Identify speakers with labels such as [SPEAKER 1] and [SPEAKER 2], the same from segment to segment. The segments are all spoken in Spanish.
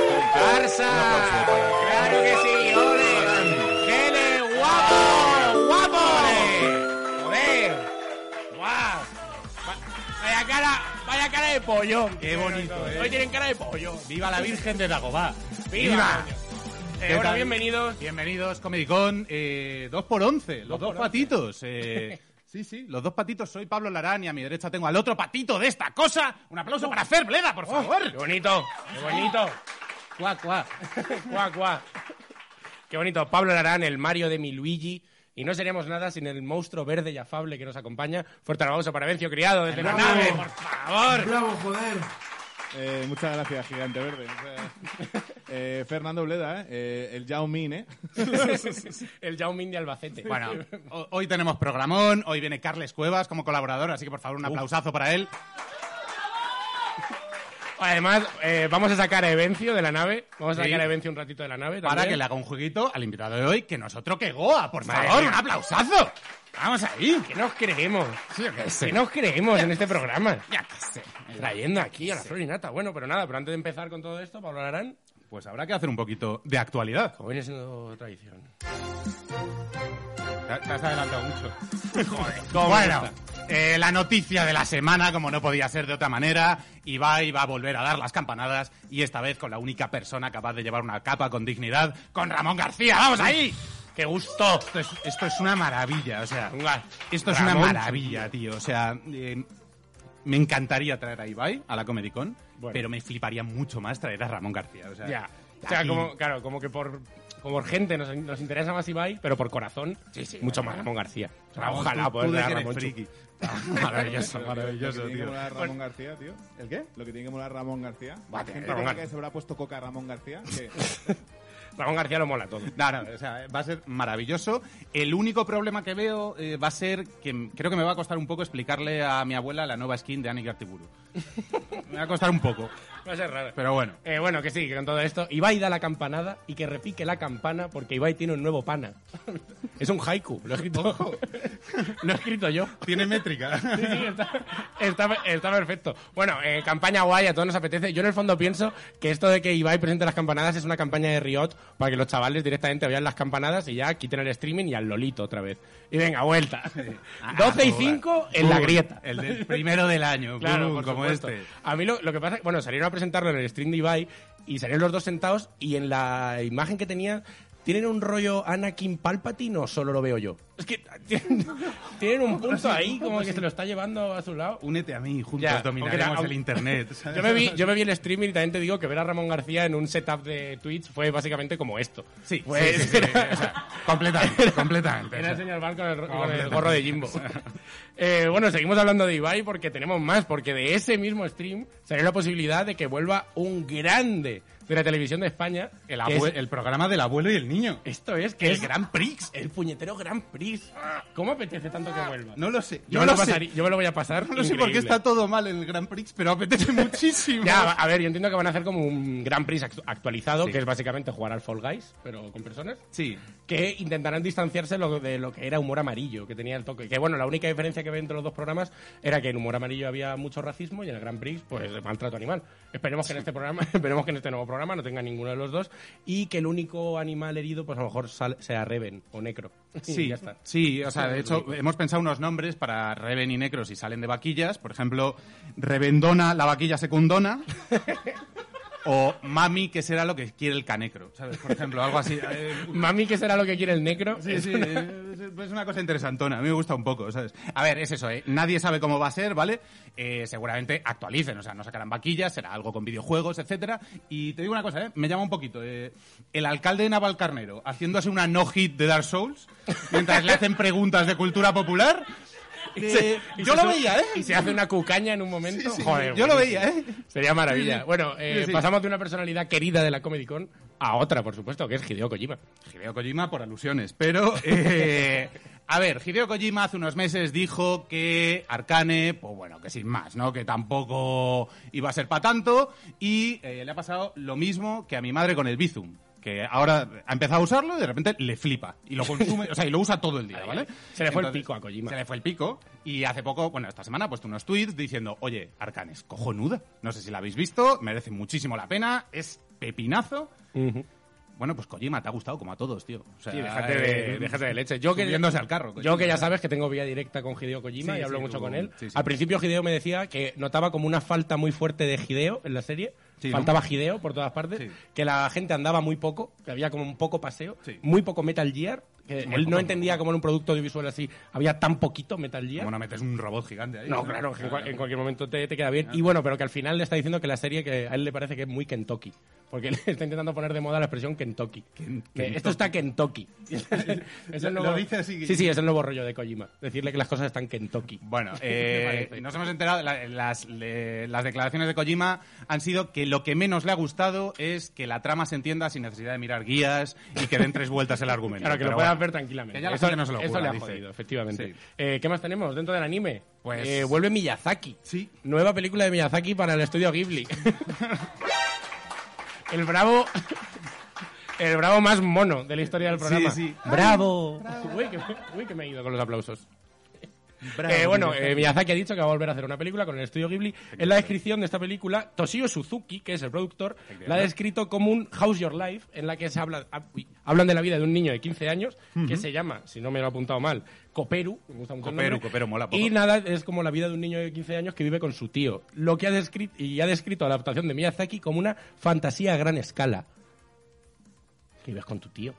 [SPEAKER 1] Barça. Claro que sí, ole. Gene, guapo, guapo. Ole. Guau. Va- Vaya cara, vaya cara de pollón.
[SPEAKER 2] Qué bonito, eh.
[SPEAKER 1] Hoy tienen cara de pollón.
[SPEAKER 2] ¡Viva la Virgen de Dagobá!
[SPEAKER 1] Viva.
[SPEAKER 2] ¡Viva!
[SPEAKER 1] coño. Eh,
[SPEAKER 2] ¿Qué
[SPEAKER 1] bueno,
[SPEAKER 2] tal?
[SPEAKER 1] bienvenidos.
[SPEAKER 2] Bienvenidos, Comedicón. Eh, dos por once, los dos, patitos. eh, sí, sí, los dos patitos. Soy Pablo Larán y a mi derecha tengo al otro patito de esta cosa. Un aplauso para Fer Bleda, por favor.
[SPEAKER 1] Oh. Qué bonito, qué bonito.
[SPEAKER 2] Cuá, cuá.
[SPEAKER 1] Guau, guau. Qué bonito. Pablo Larán, el Mario de mi Luigi. Y no seríamos nada sin el monstruo verde y afable que nos acompaña. Fuerte aplauso para Vencio Criado desde la
[SPEAKER 3] Bravo.
[SPEAKER 1] nave, por favor.
[SPEAKER 3] ¡Bravo, joder!
[SPEAKER 4] Eh, muchas gracias, Gigante Verde. Muchas gracias. Eh, Fernando Bleda, ¿eh? Eh, el Yao Min, ¿eh?
[SPEAKER 1] El Yao Ming de Albacete.
[SPEAKER 2] Bueno, ho- hoy tenemos programón, hoy viene Carles Cuevas como colaborador, así que por favor un aplausazo para él.
[SPEAKER 1] Además, eh, vamos a sacar a Evencio de la nave. Vamos a
[SPEAKER 2] Sí.
[SPEAKER 1] sacar a Evencio un ratito de la nave.
[SPEAKER 2] Para
[SPEAKER 1] también.
[SPEAKER 2] que le haga un jueguito al invitado de hoy, que nosotros que Goa, por
[SPEAKER 1] Madre
[SPEAKER 2] favor,
[SPEAKER 1] mía.
[SPEAKER 2] un aplausazo. Vamos ahí.
[SPEAKER 1] ¿Qué nos creemos?
[SPEAKER 2] Sí, que
[SPEAKER 1] ¿Qué
[SPEAKER 2] sí.
[SPEAKER 1] nos creemos en este programa?
[SPEAKER 2] Ya que sé.
[SPEAKER 1] Trayendo aquí a la flor y nata. Bueno, pero nada, pero antes de empezar con todo esto, Pablo Larán,
[SPEAKER 2] Pues habrá que hacer un poquito de actualidad.
[SPEAKER 1] como viene siendo tradición.
[SPEAKER 2] Te te has adelantado mucho. bueno, eh, la noticia de la semana, como no podía ser de otra manera, Ibai va a volver a dar las campanadas y esta vez con la única persona capaz de llevar una capa con dignidad, con Ramón García. ¡Vamos ahí! ¡Qué gusto! Esto es, esto es una maravilla, o sea,
[SPEAKER 1] Venga,
[SPEAKER 2] esto es
[SPEAKER 1] Ramón.
[SPEAKER 2] una maravilla, tío. O sea, eh, me encantaría traer a Ibai a la Comedy Con,
[SPEAKER 1] Bueno.
[SPEAKER 2] pero me fliparía mucho más traer a Ramón García. O sea,
[SPEAKER 1] Ya. O sea,
[SPEAKER 2] aquí-
[SPEAKER 1] como, claro, como que por, como por gente nos, nos interesa más Ibai, pero por corazón, mucho más Ramón García. O sea,
[SPEAKER 2] Ramón,
[SPEAKER 1] ojalá
[SPEAKER 2] tú-
[SPEAKER 1] poder
[SPEAKER 2] tú de
[SPEAKER 1] ver a
[SPEAKER 2] que eres
[SPEAKER 1] Ramón Chu.
[SPEAKER 2] friki.
[SPEAKER 1] Maravilloso,
[SPEAKER 4] Lo que
[SPEAKER 1] maravilloso,
[SPEAKER 4] tiene que
[SPEAKER 1] tío.
[SPEAKER 4] molar Ramón García, tío. ¿El qué? Lo que tiene que molar Ramón García.
[SPEAKER 1] Va,
[SPEAKER 4] La
[SPEAKER 1] tío,
[SPEAKER 4] gente
[SPEAKER 1] Ramón
[SPEAKER 4] cree
[SPEAKER 1] Gar-
[SPEAKER 4] que se habrá puesto coca a Ramón García. que- pues,
[SPEAKER 1] Ramón García lo mola todo.
[SPEAKER 2] No, no, o sea, va a ser maravilloso. El único problema que veo eh, va a ser que m- creo que me va a costar un poco explicarle a mi abuela la nueva skin de Annie Gartiburu. me va a costar un poco,
[SPEAKER 1] Va a ser raro.
[SPEAKER 2] pero bueno.
[SPEAKER 1] Eh, bueno, que sí, que con todo esto. Ibai da la campanada y que repique la campana porque Ibai tiene un nuevo pana. es un haiku, lo he escrito. lo he escrito yo.
[SPEAKER 2] Tiene métrica.
[SPEAKER 1] Sí, sí, está, está- está perfecto. Bueno, eh, campaña guay, a todos nos apetece. Yo en el fondo pienso que esto de que Ibai presente las campanadas es una campaña de Riot para que los chavales directamente vean las campanadas y ya quiten el streaming y al Lolito otra vez. Y venga, vuelta.
[SPEAKER 2] Ah,
[SPEAKER 1] 12 y 5 en la grieta.
[SPEAKER 2] El del primero del año,
[SPEAKER 1] Claro,
[SPEAKER 2] boom,
[SPEAKER 1] por
[SPEAKER 2] como
[SPEAKER 1] supuesto.
[SPEAKER 2] este.
[SPEAKER 1] A mí lo, lo que pasa es que, bueno, salieron a presentarlo en el stream de Ibai y salieron los dos sentados y en la imagen que tenía, ¿tienen un rollo Anakin Palpatine o solo lo veo yo? Es que tienen, tienen un punto ahí como que se lo está llevando a su lado.
[SPEAKER 2] Únete a mí, juntos
[SPEAKER 1] Ya,
[SPEAKER 2] dominaremos
[SPEAKER 1] aunque la-
[SPEAKER 2] el internet.
[SPEAKER 1] Yo me, vi, yo me vi el streaming y también te digo que ver a Ramón García en un setup de Twitch fue básicamente como esto.
[SPEAKER 2] Sí,
[SPEAKER 1] Fue-
[SPEAKER 2] sí, sí, sí, o sea, completamente, completamente. o
[SPEAKER 1] Era el
[SPEAKER 2] sea.
[SPEAKER 1] señor Val con el, ro- con el
[SPEAKER 2] Completamente.
[SPEAKER 1] gorro de Jimbo. Eh, bueno, seguimos hablando de Ibai porque tenemos más, porque de ese mismo stream salió la posibilidad de que vuelva un grande de la televisión de España.
[SPEAKER 2] El,
[SPEAKER 1] que es-
[SPEAKER 2] abue- el programa del abuelo y el niño.
[SPEAKER 1] esto es que
[SPEAKER 2] El
[SPEAKER 1] es
[SPEAKER 2] Gran Prix.
[SPEAKER 1] el puñetero Gran Prix. ¿Cómo apetece tanto que vuelva?
[SPEAKER 2] Ah, No lo sé.
[SPEAKER 1] yo, me
[SPEAKER 2] no
[SPEAKER 1] lo
[SPEAKER 2] lo sé.
[SPEAKER 1] pasaría- yo me lo voy a pasar.
[SPEAKER 2] No lo sé por qué
[SPEAKER 1] increíble.
[SPEAKER 2] está todo mal en el Grand Prix, pero apetece muchísimo.
[SPEAKER 1] Ya, a ver, yo entiendo que van a hacer como un Gran Prix actu- actualizado,
[SPEAKER 2] Sí.
[SPEAKER 1] que es básicamente jugar al Fall Guys, pero con personas.
[SPEAKER 2] Sí.
[SPEAKER 1] que intentarán distanciarse lo- de lo que era humor amarillo, que tenía el toque. Que bueno, la única diferencia que había entre los dos programas era que en humor amarillo había mucho racismo y en el Gran Prix, pues maltrato animal. Esperemos que en este programa, esperemos que en este nuevo programa no tenga ninguno de los dos y que el único animal herido, pues a lo mejor sal- sea Reven o Necro. Y
[SPEAKER 2] Sí,
[SPEAKER 1] ya está.
[SPEAKER 2] sí, o sea, de hecho, hemos pensado unos nombres para Reven y Necro si salen de vaquillas. Por ejemplo, Revendona, la vaquilla secundona. o Mami, que será lo que quiere el canecro, ¿sabes? Por ejemplo, algo así. eh,
[SPEAKER 1] Mami, ¿qué será lo que quiere el Necro?
[SPEAKER 2] Sí, sí, eh, es una cosa interesantona, a mí me gusta un poco, ¿sabes? A ver, es eso, ¿eh? Nadie sabe cómo va a ser, ¿vale? Eh, seguramente actualicen, o sea, no sacarán vaquillas, será algo con videojuegos, etcétera. Y te digo una cosa, ¿eh? Me llama un poquito. eh, el alcalde de Navalcarnero haciéndose una no-hit de Dark Souls, mientras le hacen preguntas de cultura popular. eh,
[SPEAKER 1] Y
[SPEAKER 2] yo
[SPEAKER 1] se
[SPEAKER 2] lo
[SPEAKER 1] su-
[SPEAKER 2] veía, ¿eh?
[SPEAKER 1] Y se hace una cucaña en un momento.
[SPEAKER 2] Sí, sí,
[SPEAKER 1] Joder,
[SPEAKER 2] yo lo
[SPEAKER 1] buenísimo.
[SPEAKER 2] veía, ¿eh?
[SPEAKER 1] Sería maravilla.
[SPEAKER 2] Sí, sí.
[SPEAKER 1] Bueno, eh,
[SPEAKER 2] Sí, sí.
[SPEAKER 1] pasamos de una personalidad querida de la Comedy Con a otra, por supuesto, que es Hideo Kojima.
[SPEAKER 2] Hideo Kojima por alusiones, pero... eh, a ver, Hideo Kojima hace unos meses dijo que Arcane, pues bueno, que sin más, ¿no? Que tampoco iba a ser para tanto y eh, le ha pasado lo mismo que a mi madre con el Bizum. Que ahora ha empezado a usarlo y de repente le flipa. Y lo consume, o sea, y lo usa todo el día, ¿vale?
[SPEAKER 1] Se le fue el pico a Kojima.
[SPEAKER 2] Se le fue el pico. Y hace poco, bueno, esta semana ha puesto unos tweets diciendo, oye, Arcanes, cojonuda. No sé si la habéis visto, merece muchísimo la pena, es pepinazo.
[SPEAKER 1] Ujú.
[SPEAKER 2] Bueno, pues Kojima, te ha gustado como a todos, tío. O sea,
[SPEAKER 1] Sí, déjate de,
[SPEAKER 2] eh,
[SPEAKER 1] déjate de leche. Yo que,
[SPEAKER 2] subiéndose al carro.
[SPEAKER 1] yo
[SPEAKER 2] Kojima.
[SPEAKER 1] que ya sabes que tengo vía directa con Hideo Kojima
[SPEAKER 2] Sí,
[SPEAKER 1] y hablo
[SPEAKER 2] sí,
[SPEAKER 1] mucho
[SPEAKER 2] tú-
[SPEAKER 1] con él.
[SPEAKER 2] sí, sí.
[SPEAKER 1] Al principio Hideo me decía que notaba como una falta muy fuerte de Hideo en la serie.
[SPEAKER 2] Sí, ¿no?
[SPEAKER 1] Faltaba Hideo por todas partes.
[SPEAKER 2] Sí.
[SPEAKER 1] Que la gente andaba muy poco, que había como un poco paseo,
[SPEAKER 2] Sí.
[SPEAKER 1] muy poco Metal Gear. Que él
[SPEAKER 2] Muy
[SPEAKER 1] no
[SPEAKER 2] poco,
[SPEAKER 1] entendía
[SPEAKER 2] muy
[SPEAKER 1] cómo en un producto audiovisual así había tan poquito Metal Gear.
[SPEAKER 2] Como no metes un robot gigante ahí.
[SPEAKER 1] No, claro, que en, cual- en cualquier momento te, te queda bien. Y bueno, pero que al final le está diciendo que la serie que a él le parece que es muy Kentucky. Porque le está intentando poner de moda la expresión Kentucky.
[SPEAKER 2] Ken-
[SPEAKER 1] Que
[SPEAKER 2] Kentucky.
[SPEAKER 1] Esto está Kentucky. Es el
[SPEAKER 2] Lo- lo dice así.
[SPEAKER 1] Sí, sí, es el nuevo rollo de Kojima. Decirle que las cosas están Kentucky.
[SPEAKER 2] Bueno,
[SPEAKER 1] ¿Qué te
[SPEAKER 2] eh,
[SPEAKER 1] parece?
[SPEAKER 2] nos hemos enterado, la- las, le- las declaraciones de Kojima han sido que lo que menos le ha gustado es que la trama se entienda sin necesidad de mirar guías y que den tres vueltas el argumento.
[SPEAKER 1] Claro, que lo
[SPEAKER 2] Pero
[SPEAKER 1] puedas
[SPEAKER 2] bueno,
[SPEAKER 1] ver tranquilamente.
[SPEAKER 2] que ya la
[SPEAKER 1] eso
[SPEAKER 2] gente no se lo
[SPEAKER 1] eso
[SPEAKER 2] ocurra,
[SPEAKER 1] le ha
[SPEAKER 2] dice.
[SPEAKER 1] jodido, efectivamente.
[SPEAKER 2] Sí.
[SPEAKER 1] Eh, ¿Qué más tenemos dentro del anime?
[SPEAKER 2] Pues-
[SPEAKER 1] Eh, vuelve Miyazaki.
[SPEAKER 2] Sí.
[SPEAKER 1] Nueva película de Miyazaki para el estudio Ghibli. el bravo... El bravo más mono de la historia del programa.
[SPEAKER 2] Sí, sí.
[SPEAKER 1] ¡Bravo! Uy, que, me- uy, que me he ido con los aplausos. Eh, bueno, eh, Miyazaki ha dicho que va a volver a hacer una película con el estudio Ghibli. En la descripción de esta película, Toshio Suzuki, que es el productor, la ha descrito como un House Your Life, en la que se habla, ah, uy, hablan de la vida de un niño de 15 años, que se llama, si no me lo he apuntado mal, Coperu. Me gusta mucho el
[SPEAKER 2] Coperu,
[SPEAKER 1] nombre.
[SPEAKER 2] Coperu, mola poco.
[SPEAKER 1] Y nada, es como la vida de un niño de 15 años que vive con su tío. Lo que ha descrito, y ha descrito la adaptación de Miyazaki como una fantasía a gran escala. Que vives con tu tío.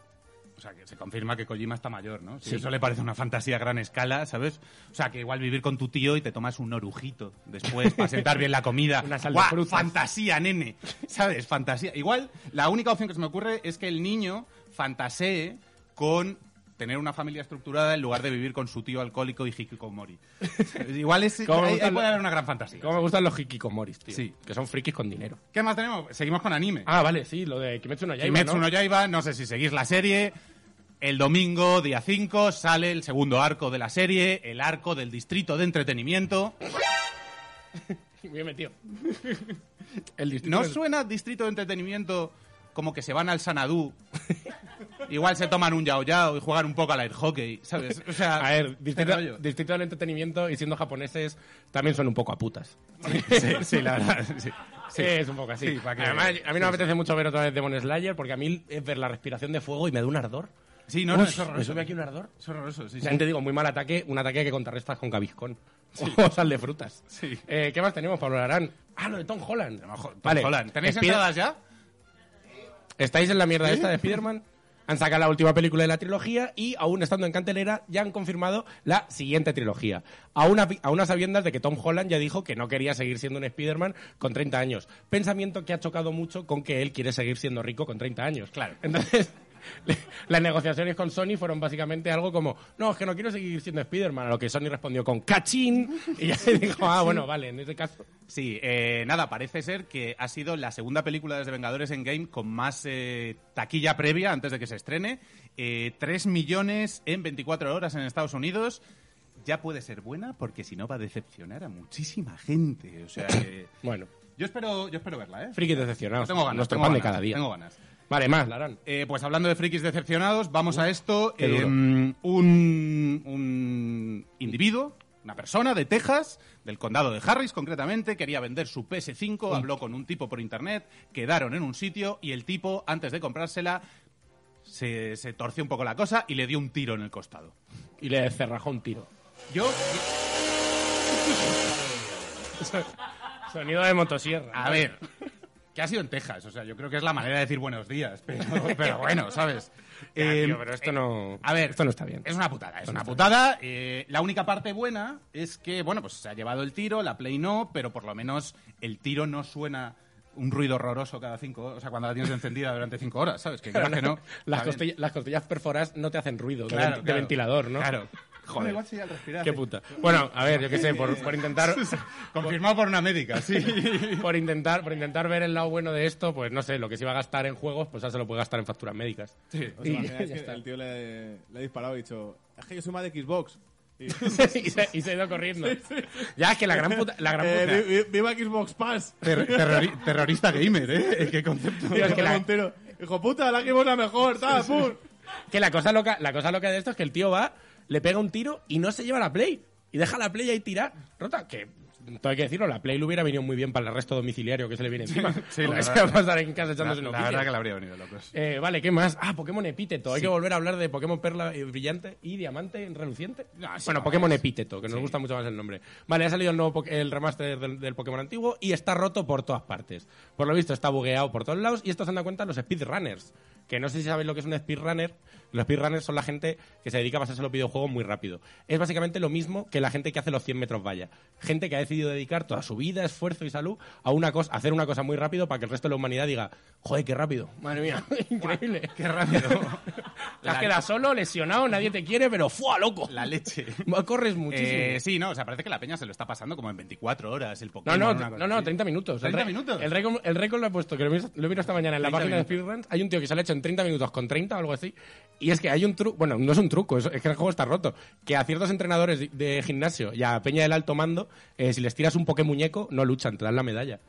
[SPEAKER 2] O sea, que se confirma que Kojima está mayor, ¿no? Si
[SPEAKER 1] Sí.
[SPEAKER 2] Eso le parece una fantasía a gran escala, ¿sabes? O sea, que igual vivir con tu tío y te tomas un orujito después para sentar bien la comida.
[SPEAKER 1] Una sal de
[SPEAKER 2] ¡Guau!
[SPEAKER 1] frutas.
[SPEAKER 2] Fantasía, nene. ¿Sabes? Fantasía. Igual, la única opción que se me ocurre es que el niño fantasee con tener una familia estructurada en lugar de vivir con su tío alcohólico y hikikomori. Igual es,
[SPEAKER 1] ¿Cómo me
[SPEAKER 2] ahí-
[SPEAKER 1] gustan
[SPEAKER 2] ahí puede
[SPEAKER 1] lo-
[SPEAKER 2] haber una gran fantasía.
[SPEAKER 1] Cómo me gustan los hikikomoris, tío.
[SPEAKER 2] Sí.
[SPEAKER 1] Que son frikis con dinero.
[SPEAKER 2] ¿Qué más tenemos? Seguimos con anime.
[SPEAKER 1] Ah, vale, sí, lo de Kimetsu no Yaiba,
[SPEAKER 2] Kimetsu
[SPEAKER 1] ¿no?
[SPEAKER 2] no Yaiba, no sé si seguís la serie. El domingo, día 5, sale el segundo arco de la serie, el arco del distrito de entretenimiento.
[SPEAKER 1] Bien metido. El distrito
[SPEAKER 2] ¿No
[SPEAKER 1] del-
[SPEAKER 2] suena distrito de entretenimiento como que se van al Sanadú? Igual se toman un yao yao y juegan un poco al air hockey, ¿sabes? O sea,
[SPEAKER 1] A ver,
[SPEAKER 2] este
[SPEAKER 1] distrito,
[SPEAKER 2] rollo.
[SPEAKER 1] distrito del entretenimiento y siendo japoneses también son un poco a putas.
[SPEAKER 2] Sí, sí, la verdad, sí.
[SPEAKER 1] Sí, es un poco así.
[SPEAKER 2] Sí, pa' que-
[SPEAKER 1] Además, a mí no me apetece mucho ver otra vez Demon Slayer porque a mí es ver la respiración de fuego y me da un ardor.
[SPEAKER 2] Sí, no, no,
[SPEAKER 1] Uf,
[SPEAKER 2] es horroroso.
[SPEAKER 1] me sube aquí un ardor.
[SPEAKER 2] Es horroroso, sí,
[SPEAKER 1] Ya
[SPEAKER 2] sí.
[SPEAKER 1] te digo, muy mal ataque, un ataque que contrarrestas con Gaviscón. O sal de frutas.
[SPEAKER 2] Sí.
[SPEAKER 1] Eh, ¿Qué más tenemos, Pablo Larán? Ah, lo de Tom Holland.
[SPEAKER 2] Ojo, Tom
[SPEAKER 1] Vale.
[SPEAKER 2] Holland, ¿Tenéis
[SPEAKER 1] Spider-
[SPEAKER 2] entradas ya?
[SPEAKER 1] Estáis en la mierda esta de Spider-Man. Han sacado la última película de la trilogía y, aún estando en cantelera, ya han confirmado la siguiente trilogía. A, una- a unas sabiendas de que Tom Holland ya dijo que no quería seguir siendo un Spider-Man con 30 años. Pensamiento que ha chocado mucho con que él quiere seguir siendo rico con 30 años.
[SPEAKER 2] Claro.
[SPEAKER 1] Entonces, le- las negociaciones con Sony fueron básicamente algo como, no, es que no quiero seguir siendo Spider-Man, a lo que Sony respondió con cachín y ya se dijo, ah, bueno, vale, en ese caso...
[SPEAKER 2] Sí, eh, nada, parece ser que ha sido la segunda película desde Vengadores en Game con más eh, taquilla previa antes de que se estrene. Eh, 3 millones en 24 horas en Estados Unidos. Ya puede ser buena porque si no va a decepcionar a muchísima gente. O sea que...
[SPEAKER 1] Bueno,
[SPEAKER 2] Yo espero, yo espero verla, ¿eh?
[SPEAKER 1] friki decepcionados.
[SPEAKER 2] Tengo ganas.
[SPEAKER 1] Nuestro
[SPEAKER 2] tengo
[SPEAKER 1] pan de
[SPEAKER 2] ganas,
[SPEAKER 1] cada día.
[SPEAKER 2] Tengo ganas.
[SPEAKER 1] Vale, más, Larán.
[SPEAKER 2] Eh, pues hablando de frikis decepcionados, vamos a esto.
[SPEAKER 1] qué duro.
[SPEAKER 2] Eh, un, un individuo, una persona de Texas, del condado de Harris concretamente, quería vender su PS5, habló con un tipo por internet, quedaron en un sitio y el tipo, antes de comprársela, se, se torció un poco la cosa y le dio un tiro en el costado.
[SPEAKER 1] Y le cerrajó un tiro.
[SPEAKER 2] Yo,
[SPEAKER 1] Sonido de motosierra.
[SPEAKER 2] a ver, que ha sido en Texas, o sea, yo creo que es la manera de decir buenos días, pero, pero bueno, ¿sabes?
[SPEAKER 1] Ya,
[SPEAKER 2] Eh,
[SPEAKER 1] tío, pero esto no.
[SPEAKER 2] A ver,
[SPEAKER 1] esto no está bien.
[SPEAKER 2] Es una putada, es
[SPEAKER 1] no
[SPEAKER 2] una
[SPEAKER 1] está
[SPEAKER 2] putada. Eh, la única parte buena es que, bueno, pues se ha llevado el tiro, la play no, pero por lo menos el tiro no suena un ruido horroroso cada cinco, o sea, cuando la tienes encendida durante cinco horas, ¿sabes? Que creas que no.
[SPEAKER 1] Las,
[SPEAKER 2] está bien.
[SPEAKER 1] costilla- las costillas perforadas no te hacen ruido de
[SPEAKER 2] Claro,
[SPEAKER 1] ven- de,
[SPEAKER 2] claro.
[SPEAKER 1] ventilador, ¿no?
[SPEAKER 2] Claro.
[SPEAKER 4] Da
[SPEAKER 2] Joder,
[SPEAKER 4] igual si al respirar.
[SPEAKER 1] Qué puta. Bueno, a ver, yo qué sé, por, por intentar.
[SPEAKER 2] confirmado por una médica, sí.
[SPEAKER 1] Por intentar, por intentar ver el lado bueno de esto, pues no sé, lo que se iba a gastar en juegos, pues ya se lo puede gastar en facturas médicas.
[SPEAKER 2] Sí.
[SPEAKER 4] ¿Os imagináis que
[SPEAKER 1] Y- ya está.
[SPEAKER 4] el tío le, le ha disparado y ha dicho, es que yo soy más de Xbox. Y-
[SPEAKER 1] y, se, y se ha ido corriendo. Ya, es que la gran puta. La gran
[SPEAKER 4] Eh,
[SPEAKER 1] puta.
[SPEAKER 4] vi- vi- viva Xbox Pass.
[SPEAKER 2] Ter- terrori- terrorista gamer, ¿eh? Qué concepto.
[SPEAKER 1] Tío, es que la-
[SPEAKER 4] Montero, hijo puta, la Xbox la mejor, tal, pum.
[SPEAKER 1] Que la cosa loca, la cosa loca de esto es que el tío va, le pega un tiro y no se lleva la play. Y deja la play ahí tirada, rota, que todo hay que decirlo, la Play le hubiera venido muy bien para el arresto domiciliario que se le viene encima.
[SPEAKER 2] sí, la
[SPEAKER 1] Porque se
[SPEAKER 2] verdad.
[SPEAKER 1] va a estar en casa
[SPEAKER 2] La,
[SPEAKER 1] echándose
[SPEAKER 2] la
[SPEAKER 1] noticias.
[SPEAKER 2] verdad que la habría venido locos.
[SPEAKER 1] Eh, vale, ¿qué más? Ah, Pokémon Epíteto. Hay
[SPEAKER 2] Sí.
[SPEAKER 1] que volver a hablar de Pokémon Perla eh, Brillante y Diamante Reluciente.
[SPEAKER 2] Ah, sí,
[SPEAKER 1] bueno,
[SPEAKER 2] no,
[SPEAKER 1] Pokémon
[SPEAKER 2] es-
[SPEAKER 1] Epíteto, que nos
[SPEAKER 2] sí.
[SPEAKER 1] gusta mucho más el nombre. Vale, ha salido el, nuevo po- el remaster del, del Pokémon antiguo y está roto por todas partes. Por lo visto, está bugueado por todos lados y esto se han dado cuenta los speedrunners. Que no sé si sabéis lo que es un speedrunner. Los speedrunners son la gente que se dedica a pasarse los videojuegos muy rápido. Es básicamente lo mismo que la gente que hace los 100 metros valla. Gente que ha decidido dedicar toda su vida, esfuerzo y salud a una cosa, a hacer una cosa muy rápido para que el resto de la humanidad diga, joder, qué rápido. Madre mía, increíble.
[SPEAKER 2] Qué rápido.
[SPEAKER 1] Te has quedado solo, lesionado, nadie te quiere, pero ¡fua, loco!
[SPEAKER 2] la leche.
[SPEAKER 1] Corres muchísimo.
[SPEAKER 2] Eh, sí, no, o sea, parece que la peña se lo está pasando como en 24 horas el
[SPEAKER 1] No,
[SPEAKER 2] Pokémon.
[SPEAKER 1] no,
[SPEAKER 2] una
[SPEAKER 1] no,
[SPEAKER 2] cosa
[SPEAKER 1] no,
[SPEAKER 2] así.
[SPEAKER 1] 30 minutos. El
[SPEAKER 2] 30
[SPEAKER 1] re-
[SPEAKER 2] minutos.
[SPEAKER 1] El récord, el récord lo he puesto, que lo he, visto, lo he mirado esta mañana en la
[SPEAKER 2] 30
[SPEAKER 1] página de Speedruns. Hay un tío que se lo ha hecho en 30 minutos con 30 o algo así. Y es que hay un truco, bueno, no es un truco, es, es que el juego está roto. Que a ciertos entrenadores de, de gimnasio y a Peña del Alto Mando, eh, si les tiras un poké muñeco, no luchan, te dan la medalla.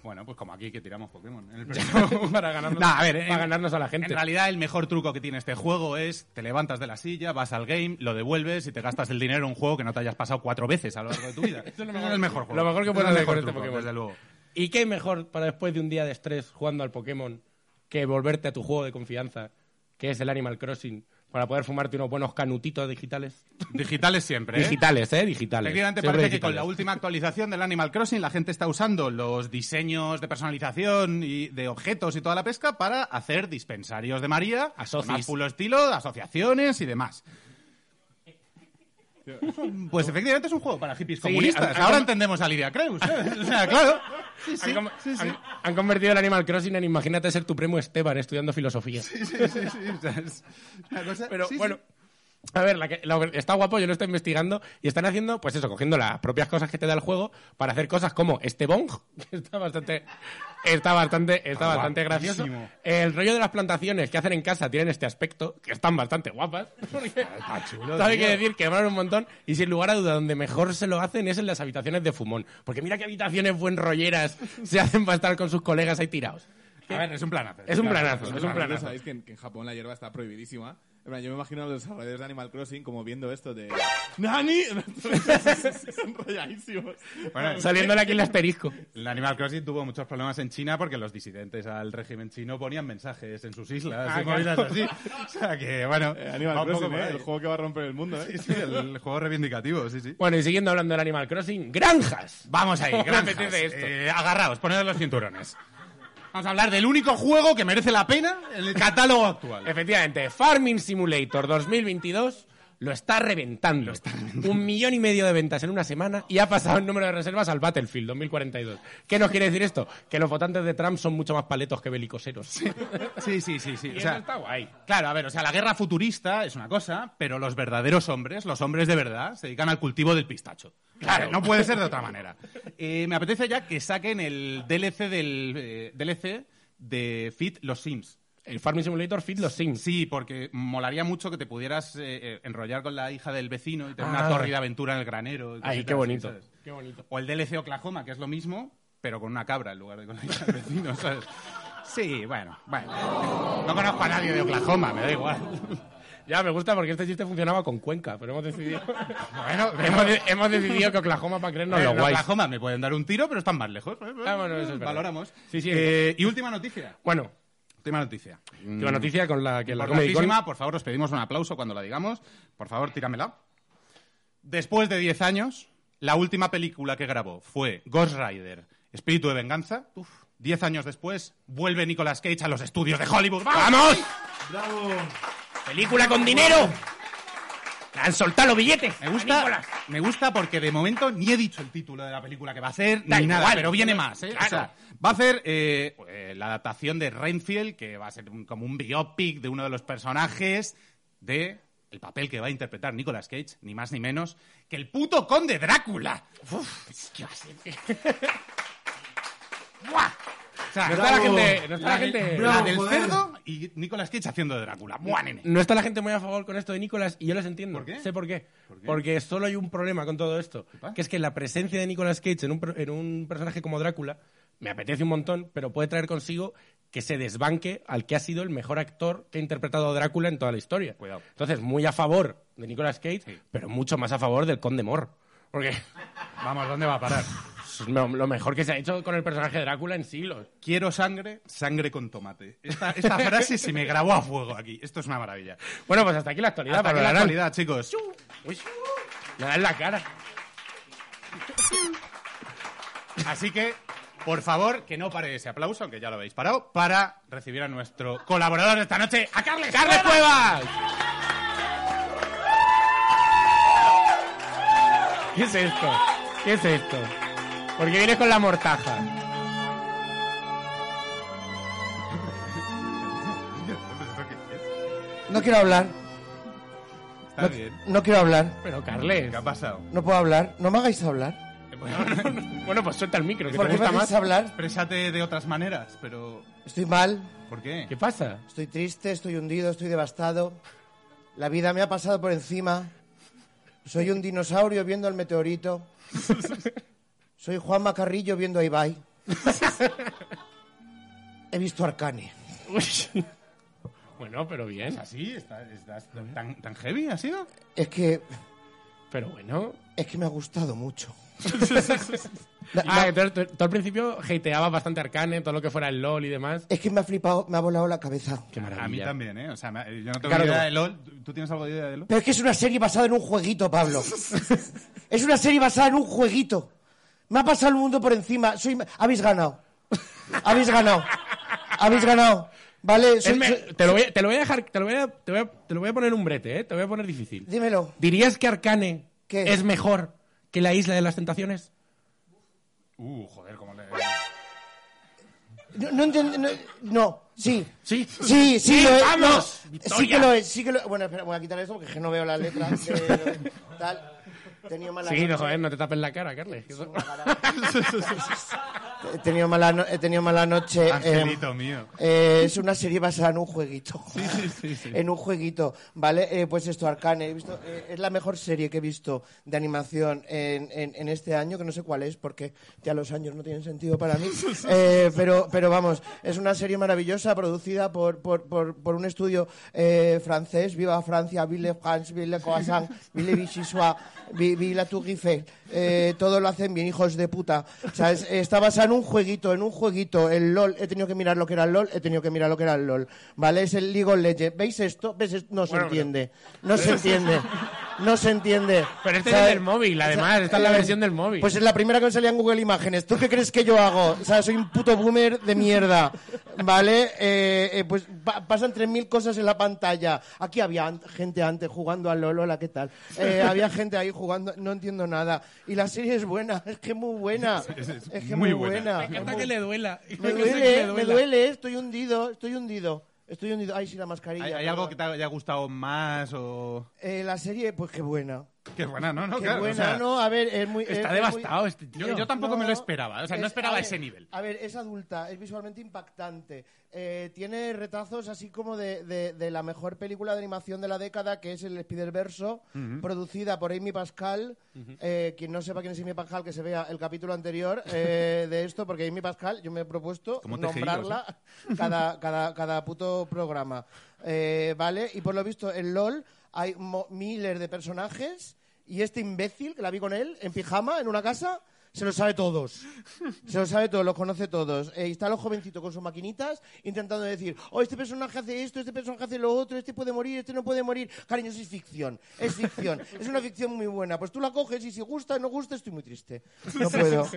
[SPEAKER 2] Bueno, pues como aquí que tiramos Pokémon. En el programa.
[SPEAKER 1] Para ganarnos-
[SPEAKER 2] Nah, a ver,
[SPEAKER 1] para ganarnos a la gente.
[SPEAKER 2] En realidad, el mejor truco que tiene este juego es te levantas de la silla, vas al game, lo devuelves y te gastas el dinero en un juego que no te hayas pasado cuatro veces a lo largo de tu vida. Eso
[SPEAKER 1] lo
[SPEAKER 2] es
[SPEAKER 1] mejor-
[SPEAKER 2] el mejor juego.
[SPEAKER 1] lo mejor que
[SPEAKER 2] Eso
[SPEAKER 1] puedes
[SPEAKER 2] es el
[SPEAKER 1] hacer con
[SPEAKER 2] mejor
[SPEAKER 1] este
[SPEAKER 2] truco,
[SPEAKER 1] Pokémon.
[SPEAKER 2] desde luego.
[SPEAKER 1] ¿Y qué mejor para después de un día de estrés jugando al Pokémon que volverte a tu juego de confianza, que es el Animal Crossing, para poder fumarte unos buenos canutitos digitales?
[SPEAKER 2] Digitales siempre, ¿eh?
[SPEAKER 1] Digitales, ¿eh? Digitales.
[SPEAKER 2] Efectivamente,
[SPEAKER 1] Siempre
[SPEAKER 2] parece que con
[SPEAKER 1] digitales.
[SPEAKER 2] la última actualización del Animal Crossing la gente está usando los diseños de personalización y de objetos y toda la pesca para hacer dispensarios de María,
[SPEAKER 1] Asocis.
[SPEAKER 2] más puro estilo, asociaciones y demás. Pues efectivamente es un juego para hippies comunistas.
[SPEAKER 1] han- han-
[SPEAKER 2] Ahora entendemos a Lidia Creus. ¿eh? O sea, claro. Sí, sí,
[SPEAKER 1] Han, com-
[SPEAKER 2] sí, sí.
[SPEAKER 1] han- han convertido el Animal Crossing en imagínate ser tu primo Esteban estudiando filosofía.
[SPEAKER 2] Sí, sí, sí, o sea, es una cosa-
[SPEAKER 1] Pero
[SPEAKER 2] sí, sí.
[SPEAKER 1] bueno. A ver, la que- la- está guapo, yo lo estoy investigando y están haciendo, pues eso, cogiendo las propias cosas que te da el juego para hacer cosas como este bong, que está bastante, está bastante, está
[SPEAKER 2] Está
[SPEAKER 1] bastante gracioso.
[SPEAKER 2] guapísimo.
[SPEAKER 1] El rollo de las plantaciones que hacen en casa tienen este aspecto, que están bastante guapas. porque-
[SPEAKER 2] Está chulo,
[SPEAKER 1] Todo hay
[SPEAKER 2] tío.
[SPEAKER 1] que decir, quemaron un montón. Y sin lugar a duda, donde mejor se lo hacen es en las habitaciones de fumón. Porque mira qué habitaciones buen rolleras se hacen para estar con sus colegas ahí tirados.
[SPEAKER 2] A ver, es un planazo.
[SPEAKER 1] Es un planazo, es
[SPEAKER 2] es un
[SPEAKER 1] un
[SPEAKER 4] Vosotros
[SPEAKER 1] planazo.
[SPEAKER 4] sabéis que en, que en Japón la hierba está prohibidísima. En plan, Yo me imagino a los desarrolladores de Animal Crossing como viendo esto de... ¡Nani! Enrolladísimos.
[SPEAKER 2] Bueno, eh,
[SPEAKER 1] Saliéndole aquí el asterisco.
[SPEAKER 2] El Animal Crossing tuvo muchos problemas en China porque los disidentes al régimen chino ponían mensajes en sus islas
[SPEAKER 1] Ah,
[SPEAKER 2] y movidas
[SPEAKER 1] claro.
[SPEAKER 2] así. O sea que, bueno,
[SPEAKER 4] Eh, Animal
[SPEAKER 2] va un poco
[SPEAKER 4] Crossing,
[SPEAKER 2] por
[SPEAKER 4] ¿eh?
[SPEAKER 2] ahí.
[SPEAKER 4] el juego que va a romper el mundo. ¿eh?
[SPEAKER 2] Sí, sí, el juego reivindicativo, sí, sí.
[SPEAKER 1] Bueno, y siguiendo hablando del Animal Crossing, granjas.
[SPEAKER 2] Vamos ahí,
[SPEAKER 1] Me
[SPEAKER 2] granjas.
[SPEAKER 1] apetece esto.
[SPEAKER 2] Eh, agarraos, poned los cinturones. Vamos a hablar del único juego que merece la pena en el catálogo actual.
[SPEAKER 1] Efectivamente, Farming Simulator 2022 lo está reventando. Un millón y medio de ventas en una semana y ha pasado el número de reservas al Battlefield 2042. ¿Qué nos quiere decir esto? Que los votantes de Trump son mucho más paletos que belicoseros.
[SPEAKER 2] Sí, sí, sí, sí.
[SPEAKER 1] Y
[SPEAKER 2] O
[SPEAKER 1] eso
[SPEAKER 2] sea,
[SPEAKER 1] está guay.
[SPEAKER 2] Claro, a ver, o sea, la guerra futurista es una cosa, pero los verdaderos hombres, los hombres de verdad, se dedican al cultivo del pistacho. Claro, no puede ser de otra manera. Eh, me apetece ya que saquen el DLC del eh, DLC de Fit Los Sims.
[SPEAKER 1] El Farming Simulator Fit los Sims.
[SPEAKER 2] Sí, porque molaría mucho que te pudieras eh, eh, enrollar con la hija del vecino y tener
[SPEAKER 1] Ah.
[SPEAKER 2] una torrida aventura en el granero. y
[SPEAKER 1] Ay,
[SPEAKER 2] cositas
[SPEAKER 1] qué
[SPEAKER 2] así,
[SPEAKER 1] bonito.
[SPEAKER 2] ¿sabes?
[SPEAKER 1] Qué bonito.
[SPEAKER 2] O el DLC Oklahoma, que es lo mismo, pero con una cabra en lugar de con la hija del vecino, ¿sabes? Sí, bueno, bueno. No conozco a nadie de Oklahoma, me da igual.
[SPEAKER 1] Ya, me gusta porque este chiste funcionaba con Cuenca, pero hemos decidido. bueno, hemos, de- hemos decidido que Oklahoma para creernos
[SPEAKER 2] Eh,
[SPEAKER 1] lo
[SPEAKER 2] en
[SPEAKER 1] guay.
[SPEAKER 2] Oklahoma me pueden dar un tiro, pero están más lejos. Eh, eh,
[SPEAKER 1] Ah, bueno, eso es verdad.
[SPEAKER 2] Valoramos.
[SPEAKER 1] Sí, sí.
[SPEAKER 2] Eh, y última noticia.
[SPEAKER 1] Bueno,
[SPEAKER 2] Última noticia.
[SPEAKER 1] última noticia con la que la Comic Con-
[SPEAKER 2] Mm. Importantísima, por favor, os pedimos un aplauso cuando la digamos. Por favor, tíramela. Después de 10 años, la última película que grabó fue Ghost Rider, Espíritu de Venganza. Uf. 10 años después, vuelve Nicolas Cage a los estudios de Hollywood. ¡Vamos!
[SPEAKER 1] ¡Vamos!
[SPEAKER 4] ¡Bravo!
[SPEAKER 1] ¡Película con dinero! ¡Han soltado los billetes!
[SPEAKER 2] Me gusta,
[SPEAKER 1] Nicolás.
[SPEAKER 2] me gusta porque de momento ni he dicho el título de la película que va a hacer,
[SPEAKER 1] Da
[SPEAKER 2] ni nada,
[SPEAKER 1] igual.
[SPEAKER 2] pero viene más. ¿eh?
[SPEAKER 1] Claro.
[SPEAKER 2] O sea, va a hacer eh, eh, la adaptación de Renfield, que va a ser un- como un biopic de uno de los personajes de el papel que va a interpretar Nicolas Cage, ni más ni menos, que el puto conde Drácula. Uf, es que va a ser... ¡Buah! O sea,
[SPEAKER 1] No está la gente- no está la gente-
[SPEAKER 2] la
[SPEAKER 1] Bravo,
[SPEAKER 2] del cerdo y Nicolas Cage haciendo de Drácula. ¡Buah, nene!
[SPEAKER 1] No está la gente muy a favor con esto de Nicolás y yo les entiendo.
[SPEAKER 2] ¿Por qué?
[SPEAKER 1] Sé por qué.
[SPEAKER 2] ¿Por qué?
[SPEAKER 1] Porque solo hay un problema con todo esto.
[SPEAKER 2] pasa?
[SPEAKER 1] Que es que la presencia de Nicolas Cage en un, pro- en un personaje como Drácula me apetece un montón, pero puede traer consigo que se desbanque al que ha sido el mejor actor que ha interpretado a Drácula en toda la historia.
[SPEAKER 2] Cuidado.
[SPEAKER 1] Entonces, muy a favor de Nicolas Cage,
[SPEAKER 2] Sí.
[SPEAKER 1] pero mucho más a favor del Conde Mor. Porque
[SPEAKER 2] Vamos, ¿dónde va a parar?
[SPEAKER 1] es lo, lo mejor que se ha hecho con el personaje de Drácula en siglos.
[SPEAKER 2] Quiero sangre, sangre con tomate. Esta, esta frase se me grabó a fuego aquí. Esto es una maravilla.
[SPEAKER 1] Bueno, pues hasta aquí la actualidad.
[SPEAKER 2] Hasta aquí
[SPEAKER 1] Pablo
[SPEAKER 2] la
[SPEAKER 1] Larrán.
[SPEAKER 2] actualidad, chicos.
[SPEAKER 1] Uy, me da en la cara.
[SPEAKER 2] Así que, por favor, que no pare ese aplauso, aunque ya lo habéis parado, para recibir a nuestro colaborador de esta noche, a Carles.
[SPEAKER 1] ¡Carles Cuevas! ¿Qué es esto? ¿Qué es esto? Porque vienes con la mortaja.
[SPEAKER 3] No quiero hablar.
[SPEAKER 2] Está
[SPEAKER 3] No,
[SPEAKER 2] bien.
[SPEAKER 3] no quiero hablar.
[SPEAKER 1] Pero Carles.
[SPEAKER 2] ¿Qué ha pasado?
[SPEAKER 3] No puedo hablar. No me hagáis hablar.
[SPEAKER 1] Bueno, pues suelta el micro, que te
[SPEAKER 3] ¿Por qué me
[SPEAKER 1] gusta
[SPEAKER 3] hacéis
[SPEAKER 1] más.
[SPEAKER 3] hablar?
[SPEAKER 2] Exprésate de otras maneras, pero
[SPEAKER 3] Estoy mal,
[SPEAKER 2] ¿por qué?
[SPEAKER 1] ¿Qué pasa?
[SPEAKER 3] estoy triste, estoy hundido, estoy devastado. La vida me ha pasado por encima. Soy un dinosaurio viendo al meteorito. Soy Juan Macarrillo viendo a Ibai. He visto Arcane.
[SPEAKER 1] Uy. Bueno, pero bien.
[SPEAKER 2] ¿Así? ¿Estás, estás tan, tan heavy? ¿Ha sido?
[SPEAKER 3] Es que,
[SPEAKER 1] Pero bueno.
[SPEAKER 3] es que me ha gustado mucho.
[SPEAKER 1] Ah, entonces tú, tú al principio hateabas bastante Arcane, todo lo que fuera el LOL y demás.
[SPEAKER 3] Es que me ha flipado, me ha volado la cabeza.
[SPEAKER 1] Qué maravilla.
[SPEAKER 2] A mí también, ¿eh? O sea, me- yo no tengo
[SPEAKER 1] Claro,
[SPEAKER 2] ni idea
[SPEAKER 1] no.
[SPEAKER 2] de LOL. ¿Tú- ¿Tú tienes algo de idea de LOL?
[SPEAKER 3] Pero es que es una serie basada en un jueguito, Pablo. es una serie basada en un jueguito. Me ha pasado el mundo por encima. Soy... Habéis ganado. Habéis ganado. Habéis ganado. ¿Vale? Soy-
[SPEAKER 1] Es me-
[SPEAKER 3] soy-
[SPEAKER 1] te, lo voy, a- te lo voy a dejar, te lo voy a, te voy a- te lo voy a poner un brete, ¿eh? Te voy a poner difícil.
[SPEAKER 3] Dímelo.
[SPEAKER 1] ¿Dirías que Arcane
[SPEAKER 3] ¿Qué?
[SPEAKER 1] es mejor que la Isla de las Tentaciones?
[SPEAKER 2] Uh, joder, cómo
[SPEAKER 1] Eh,
[SPEAKER 2] le...
[SPEAKER 3] No, no entiendo. No, no. sí.
[SPEAKER 1] Sí.
[SPEAKER 3] Sí, sí, lo es.
[SPEAKER 1] vamos.
[SPEAKER 3] no.
[SPEAKER 1] Victoria.
[SPEAKER 3] sí que lo es, sí que lo es. Bueno, espera, voy a quitar esto porque es que no veo la letra. de- tal. He tenido mala
[SPEAKER 1] Sí,
[SPEAKER 3] noche.
[SPEAKER 1] no, joder, no te tapes la cara, Carles. que eso-
[SPEAKER 3] He tenido mala, no- he tenido mala noche. eh,
[SPEAKER 2] Angelito mío.
[SPEAKER 3] Eh, es una serie basada en un jueguito.
[SPEAKER 2] sí, sí, sí.
[SPEAKER 3] En un jueguito, ¿vale? Eh, pues esto, Arcane, he visto, eh, es la mejor serie que he visto de animación en, en- en este año, que no sé cuál es, porque ya los años no tienen sentido para mí. Eh, pero, pero vamos, es una serie maravillosa, producida por, por, por- por un estudio eh, francés, Viva Francia, Ville France, Ville Croissant, Ville Vichysois, Vi- Ville Tour Eiffel. Eh, todo lo hacen bien, hijos de puta. O sea, es- está basada en un jueguito, en un jueguito, el LOL. He tenido que mirar lo que era el LOL, he tenido que mirar lo que era el LOL. ¿Vale? Es el League of Legends. ¿Veis esto? ¿Ves esto? No se
[SPEAKER 1] Bueno, pero-
[SPEAKER 3] entiende. No se entiende. No se entiende.
[SPEAKER 1] Pero este
[SPEAKER 3] ¿Sabes?
[SPEAKER 1] es del móvil, además, esta es la
[SPEAKER 3] eh,
[SPEAKER 1] versión del móvil.
[SPEAKER 3] Pues es la primera que me salía en Google Imágenes. ¿Tú qué crees que yo hago? O sea, soy un puto boomer de mierda. ¿Vale? Eh, eh, pues pa- pasan 3.000 cosas en la pantalla. Aquí había an- gente antes jugando al LOL, hola, ¿qué tal? Eh, había gente ahí jugando, no entiendo nada. Y la serie es buena, es que es muy buena.
[SPEAKER 2] es- es
[SPEAKER 3] Es que
[SPEAKER 2] muy
[SPEAKER 3] muy
[SPEAKER 2] buena.
[SPEAKER 3] buena.
[SPEAKER 1] encanta que le duela.
[SPEAKER 3] Me duele, me duele, eh, estoy hundido, estoy hundido. Estoy hundido. Ay, sí, la mascarilla.
[SPEAKER 2] ¿Hay, hay algo
[SPEAKER 3] perdón.
[SPEAKER 2] que te haya gustado más o...?
[SPEAKER 3] Eh, la serie, pues qué buena.
[SPEAKER 2] Qué buena, ¿no? no
[SPEAKER 3] Qué
[SPEAKER 2] Claro, o
[SPEAKER 3] buena,
[SPEAKER 2] sea,
[SPEAKER 3] ¿no? A ver, es muy. es-
[SPEAKER 1] Está
[SPEAKER 3] es
[SPEAKER 1] devastado
[SPEAKER 3] muy-
[SPEAKER 1] este tío.
[SPEAKER 2] Yo tampoco me lo esperaba, o sea, no esperaba
[SPEAKER 3] a ver,
[SPEAKER 2] ese nivel.
[SPEAKER 3] A ver, es adulta, es visualmente impactante. eh, tiene retazos así como de, de- de la mejor película de animación de la década, que es El Spider-Verso, producida por Amy Pascal. Eh, quien no sepa quién es Amy Pascal, que se vea el capítulo anterior eh, de esto, porque Amy Pascal, yo me he propuesto
[SPEAKER 2] Como tejidos, ¿eh?
[SPEAKER 3] nombrarla cada, cada, cada puto programa. Eh, ¿Vale? Y por lo visto, en LOL hay mo- miles de personajes y este imbécil, que la vi con él, en pijama, en una casa, se los sabe todos. Se los sabe todos, los conoce todos. Eh, y está los jovencitos con sus maquinitas intentando decir, oh, este personaje hace esto, este personaje hace lo otro, este puede morir, este no puede morir. Cariño, eso es ficción, es ficción. es una ficción muy buena. Pues tú la coges y si gusta o no gusta, estoy muy triste. No puedo.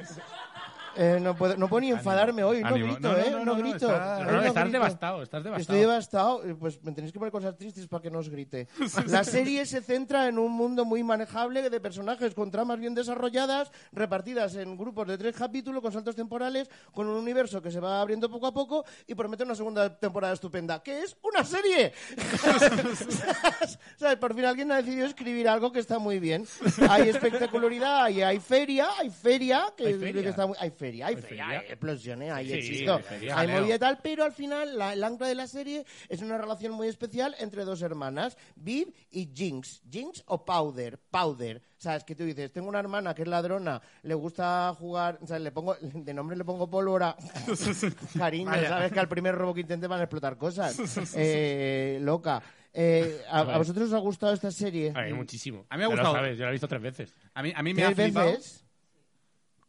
[SPEAKER 3] Eh, no puedo, no puedo ni enfadarme hoy, no
[SPEAKER 2] Ánimo.
[SPEAKER 3] grito,
[SPEAKER 2] No, no, no,
[SPEAKER 3] ¿eh?
[SPEAKER 2] no,
[SPEAKER 3] No,
[SPEAKER 2] no,
[SPEAKER 3] grito.
[SPEAKER 2] está-
[SPEAKER 3] hoy
[SPEAKER 1] No, no, estás
[SPEAKER 3] grito.
[SPEAKER 1] devastado, estás devastado.
[SPEAKER 3] Estoy devastado, eh, pues me tenéis que poner cosas tristes para que no os grite. La serie se centra en un mundo muy manejable de personajes con tramas bien desarrolladas, repartidas en grupos de tres capítulos, con saltos temporales, con un universo que se va abriendo poco a poco y promete una segunda temporada estupenda, que es una serie. ¿Sabes? Por fin alguien ha decidido escribir algo que está muy bien. Hay espectacularidad, hay, hay feria, hay feria, que,
[SPEAKER 1] Hay feria.
[SPEAKER 3] que está muy- hay feria, hay, feria,
[SPEAKER 1] feria.
[SPEAKER 3] hay explosiones, hay
[SPEAKER 1] Sí,
[SPEAKER 3] éxito,
[SPEAKER 1] hay feria,
[SPEAKER 3] hay
[SPEAKER 1] Leo.
[SPEAKER 3] movida y tal, pero al final la- el ancla de la serie es una relación muy especial entre dos hermanas, Viv y Jinx. Jinx o Powder, Powder. O sea, es que tú dices, tengo una hermana que es ladrona, le gusta jugar, o sea, le pongo, de nombre le pongo pólvora. Cariño, sabes que al primer robo que intente van a explotar cosas. Eh, loca. Eh, a, a vosotros os ha gustado esta serie?
[SPEAKER 1] A mí muchísimo.
[SPEAKER 2] A mí me ha
[SPEAKER 1] Te lo
[SPEAKER 2] gustado.
[SPEAKER 1] sabes, yo la he visto tres veces.
[SPEAKER 2] A mí, a mí me ha
[SPEAKER 3] ¿Tres
[SPEAKER 2] flipado.
[SPEAKER 3] veces?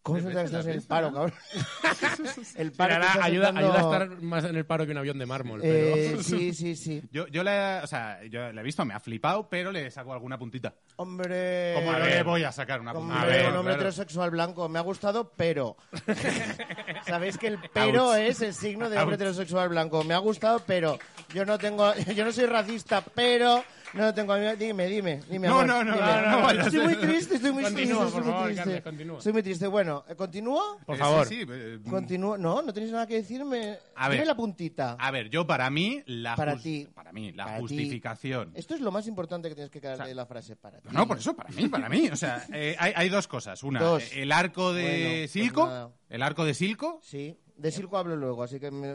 [SPEAKER 3] ¿Cómo se
[SPEAKER 2] Tres
[SPEAKER 3] te que
[SPEAKER 2] veces,
[SPEAKER 3] estás
[SPEAKER 2] la
[SPEAKER 3] en el
[SPEAKER 2] veces,
[SPEAKER 3] paro, cabrón? el
[SPEAKER 1] Pero
[SPEAKER 3] que
[SPEAKER 1] ahora
[SPEAKER 3] estás
[SPEAKER 1] ayuda,
[SPEAKER 3] soltando-
[SPEAKER 1] ayuda a estar más en el paro que un avión de mármol. pero-
[SPEAKER 3] pues Eh, sí, sí, sí.
[SPEAKER 2] Yo, yo la, o sea, yo la he visto, me ha flipado, pero le saco alguna puntita.
[SPEAKER 3] Hombre...
[SPEAKER 2] Como
[SPEAKER 1] a
[SPEAKER 2] no
[SPEAKER 1] ver.
[SPEAKER 2] le voy a sacar una
[SPEAKER 3] Como
[SPEAKER 2] puntita.
[SPEAKER 1] A
[SPEAKER 3] un
[SPEAKER 1] ver,
[SPEAKER 3] hombre
[SPEAKER 2] claro.
[SPEAKER 3] heterosexual blanco. Me ha gustado, pero. Sabéis que el pero
[SPEAKER 2] Ouch.
[SPEAKER 3] es el signo de
[SPEAKER 2] Ouch.
[SPEAKER 3] hombre heterosexual blanco. Me ha gustado, pero. Yo no tengo. Yo no soy racista, pero. No tengo. Dime, dime, dime.
[SPEAKER 2] No,
[SPEAKER 3] amor,
[SPEAKER 2] no, no,
[SPEAKER 3] dime.
[SPEAKER 2] no, no, no, no,
[SPEAKER 3] Estoy
[SPEAKER 2] no,
[SPEAKER 3] muy
[SPEAKER 2] no.
[SPEAKER 3] triste, estoy muy
[SPEAKER 1] Continúa,
[SPEAKER 3] triste.
[SPEAKER 1] por
[SPEAKER 3] estoy muy
[SPEAKER 1] favor,
[SPEAKER 3] triste.
[SPEAKER 1] Carles, continúa.
[SPEAKER 3] Estoy muy triste. Bueno, ¿eh, ¿continúo?
[SPEAKER 1] Por
[SPEAKER 2] Eh,
[SPEAKER 1] favor.
[SPEAKER 2] sí, sí, eh,
[SPEAKER 3] Continúo. No, no tenéis nada que decirme.
[SPEAKER 2] A ver.
[SPEAKER 3] Dime la puntita.
[SPEAKER 2] A ver, yo para mí la
[SPEAKER 3] Para
[SPEAKER 2] jus-
[SPEAKER 3] ti.
[SPEAKER 2] para mí la
[SPEAKER 3] Para ti.
[SPEAKER 2] justificación.
[SPEAKER 3] Esto es lo más importante que tienes que quedar
[SPEAKER 2] sea,
[SPEAKER 3] de la frase para ti.
[SPEAKER 2] No, No, por eso, para mí, para mí. O sea, eh, hay, hay dos cosas. Una,
[SPEAKER 3] Dos.
[SPEAKER 2] eh, el arco de
[SPEAKER 3] Bueno, pues
[SPEAKER 2] Silco.
[SPEAKER 3] nada.
[SPEAKER 2] el arco de Silco.
[SPEAKER 3] Sí. De circo hablo luego, así que me-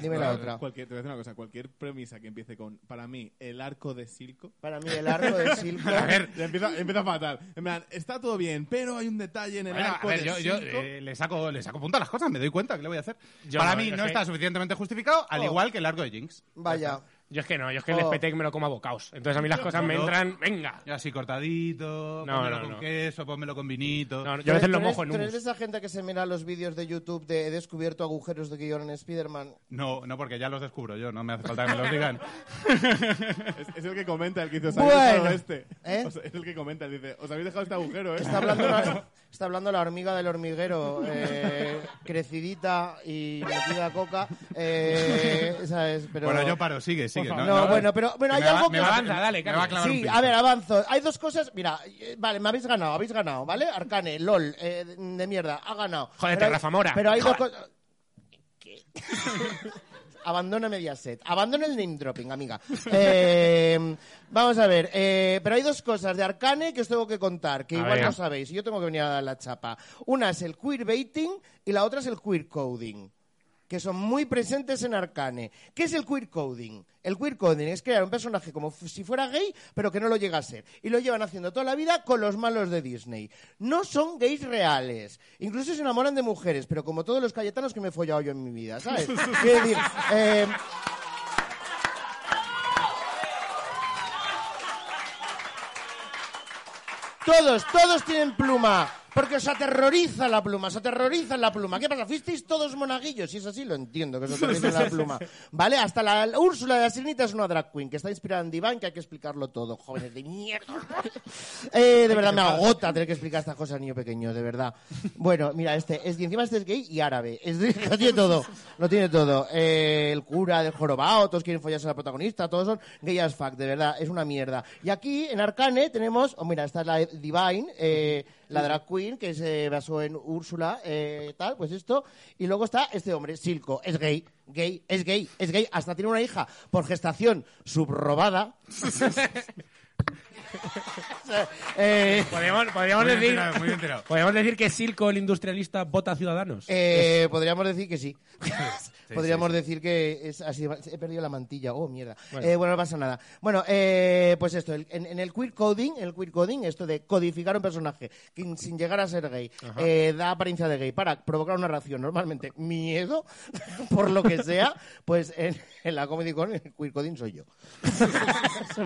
[SPEAKER 3] dime la otra.
[SPEAKER 4] Cualquier, te voy a decir una cosa, cualquier premisa que empiece con, para mí, el arco de Silco.
[SPEAKER 3] Para mí el arco de Silco.
[SPEAKER 2] A ver.
[SPEAKER 4] Ya empieza, empieza fatal. En plan, está todo bien, pero hay un detalle en el
[SPEAKER 2] Bueno, a
[SPEAKER 4] arco
[SPEAKER 2] ver,
[SPEAKER 4] de
[SPEAKER 2] yo, yo,
[SPEAKER 4] Silco.
[SPEAKER 2] eh, le, saco, le saco punta a las cosas, me doy cuenta, ¿qué le voy a hacer?
[SPEAKER 1] Yo
[SPEAKER 2] para
[SPEAKER 1] no,
[SPEAKER 2] mí
[SPEAKER 1] yo
[SPEAKER 2] no
[SPEAKER 1] sé.
[SPEAKER 2] está suficientemente justificado, al
[SPEAKER 3] Oh.
[SPEAKER 2] igual que el arco de Jinx.
[SPEAKER 3] Vaya.
[SPEAKER 1] Yo es que no, yo es que el
[SPEAKER 3] Oh.
[SPEAKER 1] espetec me lo como a bocaos. Entonces a mí las cosas me
[SPEAKER 2] no.
[SPEAKER 1] entran, venga.
[SPEAKER 2] Yo así cortadito,
[SPEAKER 1] No,
[SPEAKER 2] pónmelo
[SPEAKER 1] no,
[SPEAKER 2] con
[SPEAKER 1] no.
[SPEAKER 2] queso, pónmelo con vinito.
[SPEAKER 1] No, no, yo a veces
[SPEAKER 3] Tú
[SPEAKER 1] lo
[SPEAKER 3] eres-
[SPEAKER 1] mojo en
[SPEAKER 3] tú eres de
[SPEAKER 1] hummus.
[SPEAKER 3] esa gente que se mira los vídeos de YouTube de he descubierto agujeros de guión en Spider-Man.
[SPEAKER 2] No, no, porque ya los descubro yo, no me hace falta que me los digan.
[SPEAKER 4] Es, es el que comenta, el que hizo,
[SPEAKER 3] Bueno.
[SPEAKER 4] "¿Sabéis todo este?
[SPEAKER 3] ¿Eh?
[SPEAKER 4] O sea, es el que comenta, el dice, os habéis dejado este agujero, ¿eh?
[SPEAKER 3] Está hablando la, está hablando la hormiga del hormiguero, eh, crecidita y metida a coca. eh, ¿sabes? Pero,
[SPEAKER 2] Bueno, yo paro, sigue, sigue.
[SPEAKER 3] No, bueno, pero bueno,
[SPEAKER 2] eh, Que me
[SPEAKER 3] hay
[SPEAKER 2] va-
[SPEAKER 3] algo
[SPEAKER 2] me
[SPEAKER 3] que...
[SPEAKER 2] va a clavar-
[SPEAKER 1] dale,
[SPEAKER 2] me va a clavar un
[SPEAKER 3] Sí,
[SPEAKER 2] pin.
[SPEAKER 3] a ver, avanzo. Hay dos cosas. Mira, eh, vale, me habéis ganado, habéis ganado, ¿vale? Arcane, LOL, eh, de mierda, ha ganado.
[SPEAKER 1] Jódete,
[SPEAKER 3] Pero hay-
[SPEAKER 1] Rafa Mora.
[SPEAKER 3] Pero hay dos cosas. Abandona Mediaset. Abandona el name dropping, amiga. Eh, vamos a ver. eh, pero hay dos cosas de Arcane que os tengo que contar, que
[SPEAKER 1] A
[SPEAKER 3] igual
[SPEAKER 1] ver.
[SPEAKER 3] no sabéis. y Yo tengo que venir a dar la chapa. Una es el queerbaiting y la otra es el queer coding que son muy presentes en Arcane. ¿Qué es el queer coding? El queer coding es crear un personaje como f- si fuera gay, pero que no lo llega a ser. Y lo llevan haciendo toda la vida con los malos de Disney. No son gays reales. Incluso se enamoran de mujeres, pero como todos los cayetanos que me he follado yo en mi vida, ¿sabes? Quiero decir, eh, Todos, todos tienen pluma. Porque os aterroriza la pluma, os aterroriza la pluma. ¿Qué pasa? Fuisteis todos monaguillos, si es así, lo entiendo, que os aterroriza la pluma. ¿Vale? Hasta la, la Úrsula de la Sirenita es una drag queen, que está inspirada en Divine, que hay que explicarlo todo, jóvenes de mierda. Eh, de verdad, me agota tener que explicar estas cosas al niño pequeño, de verdad. Bueno, mira, este, es, y encima este es gay y árabe. Es, lo tiene todo, lo tiene todo. Eh, el cura del jorobado, todos quieren follarse a la protagonista, todos son gay as fuck, de verdad, es una mierda. Y aquí, en Arcane, tenemos, oh, mira, esta es la Divine, eh, la drag queen, que se basó en Úrsula, eh, tal, pues esto. Y luego está este hombre, Silco, es gay, gay, es gay, es gay, hasta tiene una hija por gestación subrobada. Eh,
[SPEAKER 1] Podríamos,
[SPEAKER 2] Muy
[SPEAKER 1] podríamos,
[SPEAKER 2] bien
[SPEAKER 1] decir,
[SPEAKER 2] tirado, muy bien tirado.
[SPEAKER 1] podríamos decir que Silco, el industrialista, vota a Ciudadanos.
[SPEAKER 3] Eh, podríamos decir que sí. podríamos decir que es así. He perdido la mantilla. Oh, mierda. Eh, Bueno, no pasa nada. Bueno, eh, pues esto. el- en, en el queer coding, el queer coding, esto de codificar un personaje que sin llegar a ser gay eh, da apariencia de gay para provocar una reacción normalmente miedo, por lo que sea, pues en, en la Comedy Con el queer coding soy yo.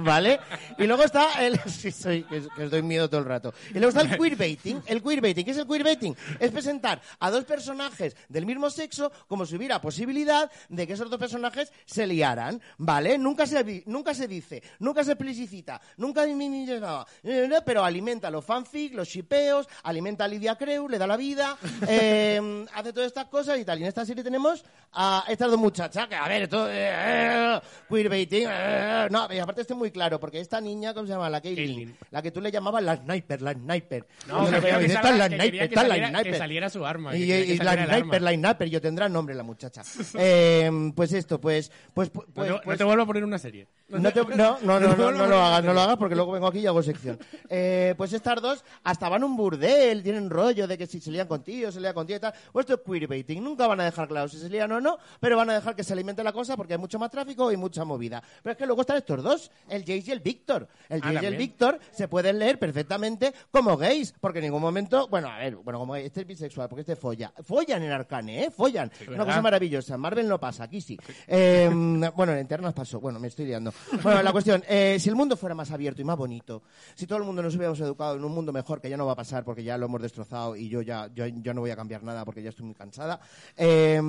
[SPEAKER 3] ¿Vale? Y luego está el. Sí, soy, que, os- que os doy miedo todo el rato. Y luego está el queerbaiting. El queerbaiting. ¿Qué es el queerbaiting? Es presentar a dos personajes del mismo sexo como si hubiera posibilidad de que esos dos personajes se liaran. ¿Vale? Nunca se, vi- nunca se dice, nunca se explicita, nunca ni- ni- ni- nada. Eh, Pero alimenta los fanfic, los shipeos, alimenta a Lidia Creu, le da la vida, eh, hace todas estas cosas y tal. Y en esta serie tenemos a estas dos muchachas que, a ver, esto. eh, eh, queerbaiting. eh, no, y aparte estoy muy claro, porque esta niña, ¿cómo se llama? La Kaylin.
[SPEAKER 1] Caitlyn.
[SPEAKER 3] La que tú le llamabas la sniper, la sniper.
[SPEAKER 1] No,
[SPEAKER 3] Yo
[SPEAKER 1] me
[SPEAKER 3] le
[SPEAKER 1] refiero
[SPEAKER 3] veía
[SPEAKER 1] que
[SPEAKER 3] y decía,
[SPEAKER 1] salga-
[SPEAKER 3] "Esta es
[SPEAKER 1] que
[SPEAKER 3] la
[SPEAKER 1] quería
[SPEAKER 3] sniper,
[SPEAKER 1] que
[SPEAKER 3] esta es la
[SPEAKER 1] saliera- que
[SPEAKER 3] sniper".
[SPEAKER 1] saliera su arma, que
[SPEAKER 3] Y,
[SPEAKER 1] quería que
[SPEAKER 3] y la
[SPEAKER 1] saliera el
[SPEAKER 3] sniper,
[SPEAKER 1] arma.
[SPEAKER 3] la sniper, yo tendrá nombre la muchacha. Eh, pues esto, pues. pues, pues,
[SPEAKER 1] no, te, no
[SPEAKER 3] pues-
[SPEAKER 1] te vuelvo a poner una serie.
[SPEAKER 3] no, te- no, no, no, no, no lo hagas, no lo hagas porque luego vengo aquí y hago sección. Eh, pues estas dos hasta van a un burdel, tienen rollo de que si se lían con tío, se lían con tío y tal. Pues esto es queerbaiting, nunca van a dejar claro si se lían o no, pero van a dejar que se alimente la cosa porque hay mucho más tráfico y mucha movida. Pero es que luego están estos dos, el Jace y el Víctor. El
[SPEAKER 1] Ah,
[SPEAKER 3] Jace y el
[SPEAKER 1] también.
[SPEAKER 3] Víctor se pueden leer perfectamente como gays, porque en ningún momento, bueno, a ver, bueno, como gay, este es bisexual, porque este folla. Follan en Arcane, ¿eh? Follan. Una
[SPEAKER 1] ¿verdad?
[SPEAKER 3] cosa maravillosa. pasa. En Marvel no pasa, aquí sí. Eh, bueno, en Eternas pasó. Bueno, me estoy liando. Bueno, la cuestión, eh, si el mundo fuera más abierto y más bonito, si todo el mundo nos hubiéramos educado en un mundo mejor, que ya no va a pasar porque ya lo hemos destrozado y yo ya yo, yo no voy a cambiar nada porque ya estoy muy cansada, eh,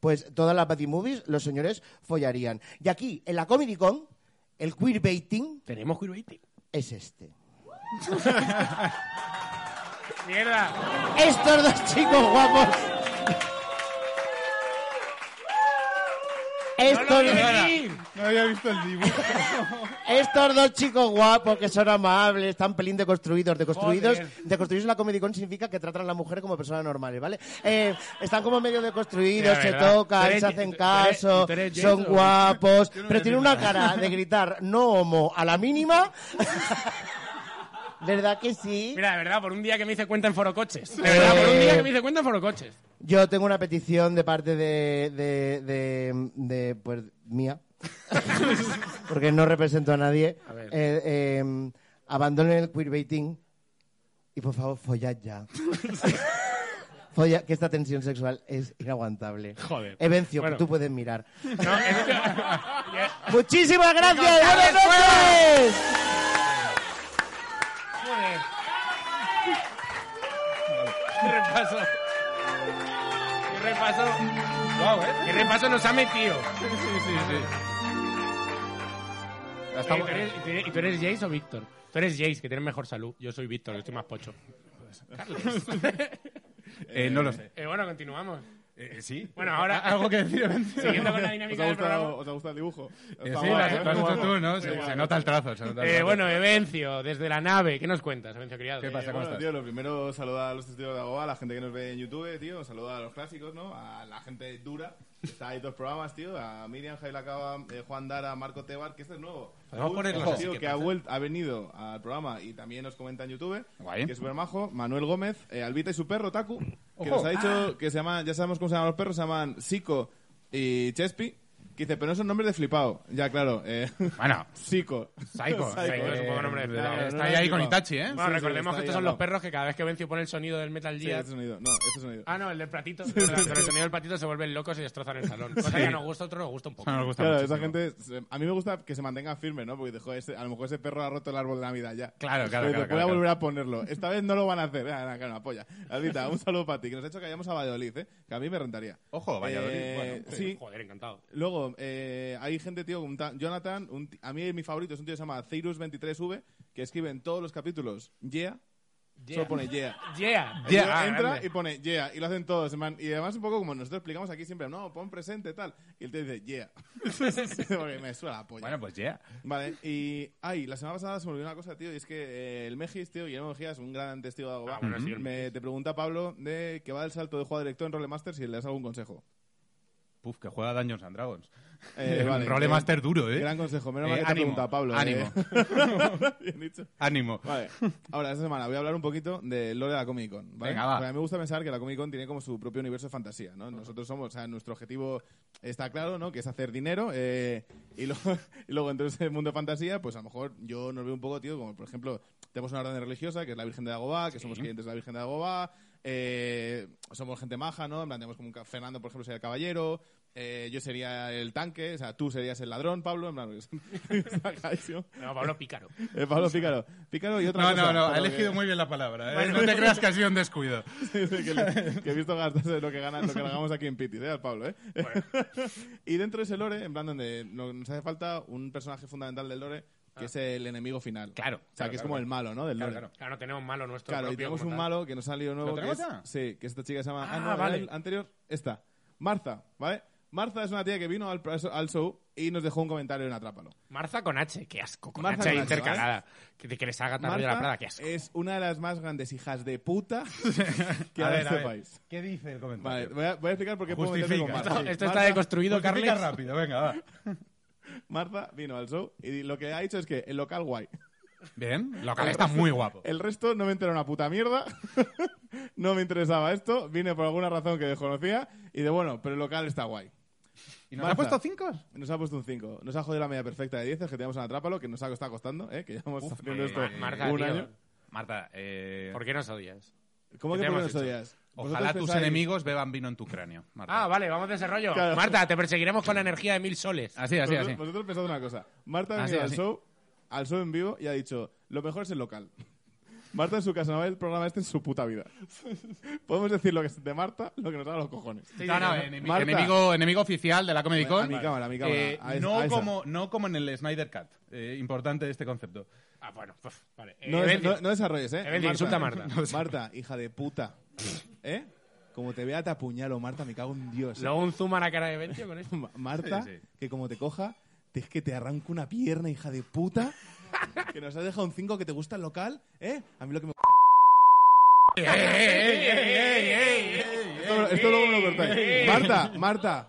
[SPEAKER 3] pues todas las Buddy Movies los señores follarían. Y aquí, en la Comedy Con, el queerbaiting
[SPEAKER 1] Tenemos queerbaiting.
[SPEAKER 3] es este.
[SPEAKER 1] ¡Mierda!
[SPEAKER 3] Estos dos chicos guapos. Estos,
[SPEAKER 4] No había visto el dibujo.
[SPEAKER 3] estos dos chicos guapos que son amables, están pelín deconstruidos. Deconstruidos,
[SPEAKER 1] Joder.
[SPEAKER 3] deconstruidos en la Comedy Con significa que tratan a la mujer como personas normales, ¿vale? Eh, están como medio deconstruidos,
[SPEAKER 1] Sí, la
[SPEAKER 3] se
[SPEAKER 1] verdad. Tú
[SPEAKER 3] tocan,
[SPEAKER 1] eres-
[SPEAKER 3] se hacen
[SPEAKER 1] tú eres-
[SPEAKER 3] caso,
[SPEAKER 1] tú eres
[SPEAKER 3] son
[SPEAKER 1] Jason.
[SPEAKER 3] guapos,
[SPEAKER 4] Yo no voy
[SPEAKER 3] pero
[SPEAKER 4] a
[SPEAKER 3] tienen
[SPEAKER 4] decir
[SPEAKER 3] una cara de gritar no homo a la mínima. ¿Verdad que sí?
[SPEAKER 1] Mira, de verdad, por un día que me hice cuenta en Forocoches. De verdad, por un día que me hice cuenta en Forocoches.
[SPEAKER 3] Yo tengo una petición de parte de, de, de, de, pues, mía, porque no represento a nadie.
[SPEAKER 1] A ver.
[SPEAKER 3] Eh, eh, abandonen el queerbaiting y por favor follad ya. Folla- que esta tensión sexual es inaguantable.
[SPEAKER 1] Joder.
[SPEAKER 3] Evencio,
[SPEAKER 1] Bueno.
[SPEAKER 3] tú puedes mirar.
[SPEAKER 1] No, es-
[SPEAKER 3] Muchísimas gracias. Buenas noches.
[SPEAKER 1] ¡Qué repaso! ¡Qué repaso! ¡Qué repaso nos ha metido!
[SPEAKER 4] Sí, sí, sí.
[SPEAKER 1] Oye,
[SPEAKER 2] Eh,
[SPEAKER 1] ¿tú eres- y tú eres- ¿Y tú eres Jace o Víctor? Tú eres Jace, que tienes mejor salud. Yo soy Víctor, que estoy más pocho.
[SPEAKER 2] Eh, no lo sé.
[SPEAKER 1] Eh, bueno, continuamos.
[SPEAKER 2] sí.
[SPEAKER 1] Bueno, ahora...
[SPEAKER 2] Algo que decir,
[SPEAKER 1] Siguiendo con la
[SPEAKER 4] ¿Os
[SPEAKER 1] dinámica
[SPEAKER 4] ha, gustado,
[SPEAKER 1] del programa...
[SPEAKER 4] ¿Os ha gustado el dibujo?
[SPEAKER 2] Eh,
[SPEAKER 4] Está
[SPEAKER 2] sí,
[SPEAKER 4] guapo,
[SPEAKER 2] la-
[SPEAKER 4] ¿eh?
[SPEAKER 2] lo has visto tú, ¿no? Se, se nota el trazo. se nota el
[SPEAKER 1] Eh,
[SPEAKER 2] trazo.
[SPEAKER 1] bueno, Evencio, desde la nave. ¿Qué nos cuentas, Evencio Criado?
[SPEAKER 2] ¿Qué
[SPEAKER 1] Eh,
[SPEAKER 2] pasa? ¿Cómo
[SPEAKER 4] Bueno,
[SPEAKER 2] estás?
[SPEAKER 4] tío, lo primero, saluda a los testigos de Agua, a la gente que nos ve en YouTube, tío. Saluda a los clásicos, ¿no? A la gente dura. que Está ahí dos programas, tío. A Miriam, Javier Lacaba, eh, Juan Dara, Marco Tebar, que este es nuevo.
[SPEAKER 2] Podemos
[SPEAKER 4] Un
[SPEAKER 2] ponerlos así,
[SPEAKER 4] tío,
[SPEAKER 2] ¿qué
[SPEAKER 4] que ha,
[SPEAKER 2] pasa?
[SPEAKER 4] vuelto, ha venido al programa y también nos comenta en YouTube.
[SPEAKER 2] Guay.
[SPEAKER 4] Que es súper majo. Manuel Gómez, eh, Albita y su perro, Taku. Que nos ha
[SPEAKER 1] Ah.
[SPEAKER 4] dicho que se llaman, ya sabemos cómo se llaman los perros, se llaman Sico y Chespi. Que dice, pero no son nombres de flipado. Ya, claro. Eh,
[SPEAKER 2] Bueno,
[SPEAKER 4] Sico.
[SPEAKER 2] Psycho.
[SPEAKER 1] Psycho, pues, es un poco nombre de
[SPEAKER 2] Eh,
[SPEAKER 1] pelado.
[SPEAKER 2] Está ahí con Itachi, ¿eh?
[SPEAKER 1] Bueno,
[SPEAKER 4] Sí, sí,
[SPEAKER 1] recordemos
[SPEAKER 4] está
[SPEAKER 1] que
[SPEAKER 4] ahí
[SPEAKER 1] estos
[SPEAKER 4] al
[SPEAKER 1] son
[SPEAKER 4] lado.
[SPEAKER 1] los perros que cada vez que Evencio pone el sonido del Metal
[SPEAKER 4] Sí,
[SPEAKER 1] Gear...
[SPEAKER 4] este sonido. No, este sonido.
[SPEAKER 1] Ah, no, el del platito. Con el sonido del platito se vuelven locos y destrozan el salón. Cosa que nos gusta, otro nos gusta un poco.
[SPEAKER 2] Eso nos gusta
[SPEAKER 4] Claro,
[SPEAKER 2] muchísimo.
[SPEAKER 4] esa gente. se- A mí me gusta que se mantengan firmes, ¿no? Porque dijo, este- a lo mejor ese perro ha roto el árbol de Navidad ya. Pero
[SPEAKER 2] Claro, claro, claro,
[SPEAKER 4] Voy a
[SPEAKER 2] claro.
[SPEAKER 4] volver a ponerlo. Esta vez no lo van a hacer. Ah, nah, claro, una polla. Albita, un saludo para ti, que nos ha hecho que vayamos a Valladolid, ¿eh? Que a mí me rentaría.
[SPEAKER 2] Ojo, Valladolid.
[SPEAKER 4] Eh,
[SPEAKER 2] Bueno,
[SPEAKER 4] sí.
[SPEAKER 1] Joder, encantado.
[SPEAKER 4] Luego, eh, hay gente, tío, como un ta- Jonathan, un ti- a mí mi favorito es un tío que se llama Cyrus23V, que escribe en todos los capítulos, yeah, solo pone yeah.
[SPEAKER 1] Yeah.
[SPEAKER 4] El tío
[SPEAKER 1] Ah,
[SPEAKER 4] entra
[SPEAKER 1] grande.
[SPEAKER 4] y pone yeah, y lo hacen todos. en plan- Y además, un poco como nosotros explicamos aquí siempre, no, pon presente, tal. Y el tío dice yeah. Porque me suena la polla.
[SPEAKER 2] Bueno, pues ya.
[SPEAKER 4] Vale, y. Ay, la semana pasada se me olvidó una cosa, tío, y es que eh, el Mejis, tío, Guillermo Mejías, un gran testigo de algo.
[SPEAKER 1] Ah, bueno, sí, el
[SPEAKER 4] me, te pregunta Pablo de que va del salto de juego directo en Role Master si le das algún consejo.
[SPEAKER 2] Puf, que juega Dungeons and Dragons.
[SPEAKER 4] Eh,
[SPEAKER 2] Un
[SPEAKER 4] vale,
[SPEAKER 2] Role
[SPEAKER 4] gran-
[SPEAKER 2] Master duro, ¿eh?
[SPEAKER 4] Gran consejo, menos
[SPEAKER 2] Eh,
[SPEAKER 4] mal que te
[SPEAKER 2] ánimo,
[SPEAKER 4] pregunta Pablo. eh.
[SPEAKER 2] ánimo.
[SPEAKER 4] Bien dicho.
[SPEAKER 2] Ánimo.
[SPEAKER 4] Vale, ahora esta semana voy a hablar un poquito de lore de la Comic Con. ¿vale?
[SPEAKER 2] Venga, va.
[SPEAKER 4] Porque a mí me gusta pensar que la Comic Con tiene como su propio universo de fantasía, ¿no? Nosotros somos, o sea, nuestro objetivo está claro, ¿no? Que es hacer dinero eh, y, luego, y luego dentro de ese mundo de fantasía, pues a lo mejor yo nos veo un poco, tío, como por ejemplo, tenemos una orden religiosa que es la Virgen de Agobá, que somos clientes de la Virgen de Agobá, eh, somos gente maja, ¿no? En plan, tenemos como un ca- Fernando, por ejemplo, sería el caballero. eh, yo sería el tanque, o sea, tú serías el ladrón, Pablo, en plan, está clarísimo.
[SPEAKER 1] No, Pablo Pícaro.
[SPEAKER 4] Eh, Pablo Pícaro. Pícaro y otra
[SPEAKER 2] No,
[SPEAKER 4] cosa.
[SPEAKER 2] no, no,
[SPEAKER 4] por
[SPEAKER 2] ha
[SPEAKER 4] lo que-
[SPEAKER 2] elegido muy bien la palabra. ¿eh? no te creas que ha sido un descuido.
[SPEAKER 4] que, le- que he visto gastarse lo que gana, lo que ganamos aquí en Pitis, ¿eh? Al Pablo, ¿eh? y dentro de ese lore, en plan donde no- nos hace falta un personaje fundamental del lore, que es el enemigo final.
[SPEAKER 2] Ah. Claro,
[SPEAKER 4] O sea,
[SPEAKER 2] claro,
[SPEAKER 4] que es
[SPEAKER 2] claro.
[SPEAKER 4] como el malo, ¿no? Del
[SPEAKER 2] Claro,
[SPEAKER 4] lore.
[SPEAKER 2] claro.
[SPEAKER 1] Claro, no tenemos malo nuestro.
[SPEAKER 4] Claro, y
[SPEAKER 1] propio
[SPEAKER 4] tenemos
[SPEAKER 1] como
[SPEAKER 4] un
[SPEAKER 1] tal.
[SPEAKER 4] malo que nos ha salido nuevo.
[SPEAKER 2] ¿Lo
[SPEAKER 4] que
[SPEAKER 2] tenemos
[SPEAKER 4] es-
[SPEAKER 2] ya?
[SPEAKER 4] sí, que esta chica se llama.
[SPEAKER 1] Ah,
[SPEAKER 4] Ah, no,
[SPEAKER 1] vale.
[SPEAKER 4] la anterior, esta. Marza, ¿vale? Marza es una tía que vino al, al show y nos dejó un comentario en Atrápalo.
[SPEAKER 1] Marza con H, qué asco. Con
[SPEAKER 4] Marza
[SPEAKER 1] H
[SPEAKER 4] con H,
[SPEAKER 1] intercalada. Que, que les haga tarde de la
[SPEAKER 4] Martha
[SPEAKER 1] Prada, qué asco.
[SPEAKER 4] es una de las más grandes hijas de puta que
[SPEAKER 2] A
[SPEAKER 4] hay en
[SPEAKER 2] ver, a
[SPEAKER 4] este
[SPEAKER 2] ver,
[SPEAKER 4] país.
[SPEAKER 2] ¿Qué dice el
[SPEAKER 4] Vale,
[SPEAKER 2] comentario?
[SPEAKER 4] voy a, voy a explicar por qué puedo meterme con
[SPEAKER 2] Justifica.
[SPEAKER 4] Marta.
[SPEAKER 1] Esto está
[SPEAKER 4] Marta-
[SPEAKER 1] deconstruido,
[SPEAKER 2] Justifica
[SPEAKER 1] Carles.
[SPEAKER 2] rápido, venga, va.
[SPEAKER 4] Marta vino al show y lo que ha dicho es que el local guay.
[SPEAKER 2] Bien, local está muy guapo.
[SPEAKER 4] El resto no me entera una puta mierda. no me interesaba esto. Vine por alguna razón que desconocía y de bueno, pero el local está guay.
[SPEAKER 2] ¿Y nos ha
[SPEAKER 4] Marta.
[SPEAKER 2] puesto cinco?
[SPEAKER 4] Nos ha puesto un 5. Nos ha jodido la media perfecta de 10, que teníamos en Atrápalo, que nos ha está costando, ¿eh? que llevamos haciendo
[SPEAKER 1] eh,
[SPEAKER 4] esto
[SPEAKER 1] Marta,
[SPEAKER 4] un
[SPEAKER 1] tío.
[SPEAKER 4] año.
[SPEAKER 2] Marta, eh...
[SPEAKER 1] ¿Por qué nos odias?
[SPEAKER 4] ¿Cómo
[SPEAKER 1] ¿Qué
[SPEAKER 4] que
[SPEAKER 1] te
[SPEAKER 4] por qué
[SPEAKER 1] hemos
[SPEAKER 4] nos
[SPEAKER 1] hecho?
[SPEAKER 4] odias?
[SPEAKER 2] Ojalá tus
[SPEAKER 4] pensáis-
[SPEAKER 2] enemigos beban vino en tu cráneo, Marta.
[SPEAKER 1] Ah, vale, vamos de ese rollo.
[SPEAKER 4] Claro.
[SPEAKER 1] Marta, te perseguiremos con la energía de mil soles.
[SPEAKER 2] Así, así,
[SPEAKER 4] vosotros,
[SPEAKER 2] así.
[SPEAKER 4] vosotros pensad una cosa. Marta ha
[SPEAKER 2] Así,
[SPEAKER 4] venido al
[SPEAKER 2] así.
[SPEAKER 4] show, al show en vivo y ha dicho, lo mejor es el local. Marta en su casa no ve el programa este en su puta vida. Podemos decir lo que es de Marta, lo que nos da los cojones.
[SPEAKER 2] No, no, enemi-
[SPEAKER 4] Marta.
[SPEAKER 2] enemigo, enemigo oficial de la Comic Con.
[SPEAKER 4] A mi cámara, a mi cámara,
[SPEAKER 2] Eh,
[SPEAKER 4] a esa-
[SPEAKER 2] no,
[SPEAKER 4] a esa.
[SPEAKER 2] como, no como en el Snyder Cut. Eh, importante este concepto.
[SPEAKER 1] Ah, bueno, pues, vale. Eh,
[SPEAKER 4] No, des-
[SPEAKER 1] Evelyn,
[SPEAKER 4] no, no desarrolles, ¿eh?
[SPEAKER 1] Evelyn, insulta a Marta.
[SPEAKER 4] Marta, hija de puta. ¿Eh? Como te vea, te apuñalo, Marta, me cago en Dios.
[SPEAKER 1] Luego un zoom a la cara de Bencio con esto.
[SPEAKER 4] Ma- Marta,
[SPEAKER 2] Sí, sí.
[SPEAKER 4] que como te coja, te- es que te arranco una pierna, hija de puta. que nos has dejado un 5 que te gusta el local, ¿eh? A mí lo que me. esto, esto luego me lo cortáis. Marta, Marta,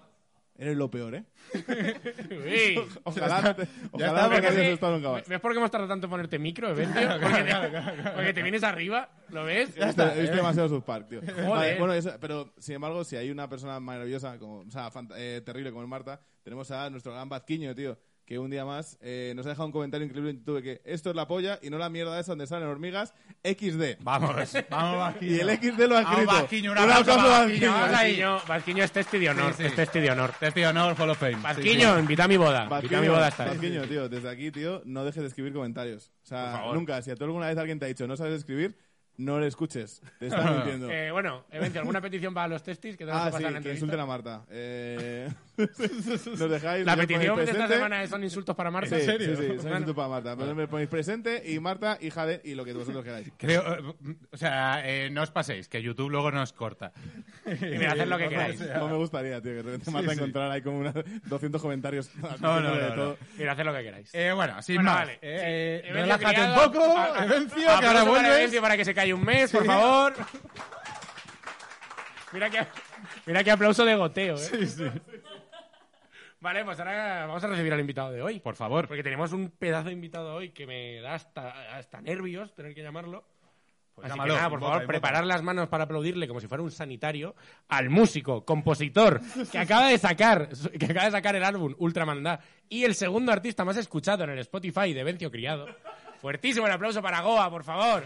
[SPEAKER 4] eres lo peor, ¿eh?
[SPEAKER 1] Uy.
[SPEAKER 4] Ojalá, te- ojalá
[SPEAKER 2] está,
[SPEAKER 4] me
[SPEAKER 1] Porque
[SPEAKER 4] hayas
[SPEAKER 1] sí.
[SPEAKER 4] asustado nunca más.
[SPEAKER 1] ¿Ves por qué hemos tardado tanto en ponerte micro, Evencio? Porque te, porque te vienes arriba, ¿lo ves?
[SPEAKER 4] He visto- he visto demasiado South Park, tío. Vale,
[SPEAKER 1] Joder.
[SPEAKER 4] bueno, eso- pero sin embargo, si hay una persona maravillosa, como, o sea, fant- eh, terrible como es Marta, tenemos a nuestro gran Vazquiño, tío, que un día más eh, nos ha dejado un comentario increíble en YouTube que esto es la polla y no la mierda esa donde salen hormigas, XD.
[SPEAKER 2] Vamos, vamos, Vasquiño.
[SPEAKER 4] Y el XD lo ha
[SPEAKER 2] Vamos,
[SPEAKER 4] escrito.
[SPEAKER 2] Vasquiño, un aplauso
[SPEAKER 4] aplauso
[SPEAKER 2] para
[SPEAKER 4] a Vasquiño.
[SPEAKER 2] Vasquiño, vamos ahí.
[SPEAKER 1] Vasquiño, Vasquiño es testi de honor,
[SPEAKER 2] Sí, sí.
[SPEAKER 1] es testi de honor.
[SPEAKER 2] Testi de honor, Hall of Fame.
[SPEAKER 1] Vasquiño, invita a mi boda, invita a mi
[SPEAKER 4] Vasquiño,
[SPEAKER 1] boda esta vez.
[SPEAKER 4] Vasquiño, tío, desde aquí, tío, no dejes de escribir comentarios. O
[SPEAKER 1] Por
[SPEAKER 4] sea,
[SPEAKER 1] favor.
[SPEAKER 4] nunca. Si a tú alguna vez alguien te ha dicho no sabes escribir, no le escuches. Te está mintiendo.
[SPEAKER 1] Eh, bueno, Evencio, ¿alguna petición para los testis que tenemos
[SPEAKER 4] Ah,
[SPEAKER 1] que
[SPEAKER 4] sí,
[SPEAKER 1] pasar en la
[SPEAKER 4] que
[SPEAKER 1] entrevista?
[SPEAKER 4] insulten a Marta. Eh, nos dejáis.
[SPEAKER 1] La
[SPEAKER 4] me ponéis
[SPEAKER 1] petición de esta
[SPEAKER 4] presente.
[SPEAKER 1] semana es- son insultos para Marta.
[SPEAKER 4] Sí,
[SPEAKER 1] ¿En
[SPEAKER 4] sí, sí, son
[SPEAKER 1] Bueno,
[SPEAKER 4] insultos para Marta. Pero me ponéis presente y Marta, hija de. y lo que vosotros queráis.
[SPEAKER 2] Creo, eh, o sea, eh, no os paséis, que YouTube luego nos corta.
[SPEAKER 1] y me haced lo que queráis.
[SPEAKER 4] No me gustaría, tío, que de repente Marta encontrara ahí como unas 200 comentarios.
[SPEAKER 2] No, no,
[SPEAKER 4] de
[SPEAKER 2] no,
[SPEAKER 4] todo.
[SPEAKER 1] Mira, haced lo que queráis.
[SPEAKER 2] Eh, bueno, sin
[SPEAKER 1] Bueno,
[SPEAKER 2] más.
[SPEAKER 1] vale,
[SPEAKER 2] Eh,
[SPEAKER 1] sí.
[SPEAKER 2] eh,
[SPEAKER 1] Evencio
[SPEAKER 2] relájate un
[SPEAKER 1] criado.
[SPEAKER 2] poco,
[SPEAKER 1] A- a-
[SPEAKER 2] Evencio, que ahora
[SPEAKER 1] aplauso para
[SPEAKER 2] vuelves.
[SPEAKER 1] Evencio para que se calle un mes, por favor. Mira que, mira que aplauso de goteo, ¿eh? Vale, pues ahora vamos a recibir al invitado de hoy.
[SPEAKER 2] Por favor.
[SPEAKER 1] Porque tenemos un pedazo de invitado hoy que me da hasta, hasta nervios tener que llamarlo. Pues así que
[SPEAKER 2] Llámalo,
[SPEAKER 1] nada, por
[SPEAKER 2] invoca,
[SPEAKER 1] favor,
[SPEAKER 2] invoca.
[SPEAKER 1] preparar las manos para aplaudirle como si fuera un sanitario al músico, compositor, que acaba de sacar, que acaba de sacar el álbum Ultramandá y el segundo artista más escuchado en el Spotify de Vencio Criado. Fuertísimo el aplauso para Goa, por favor.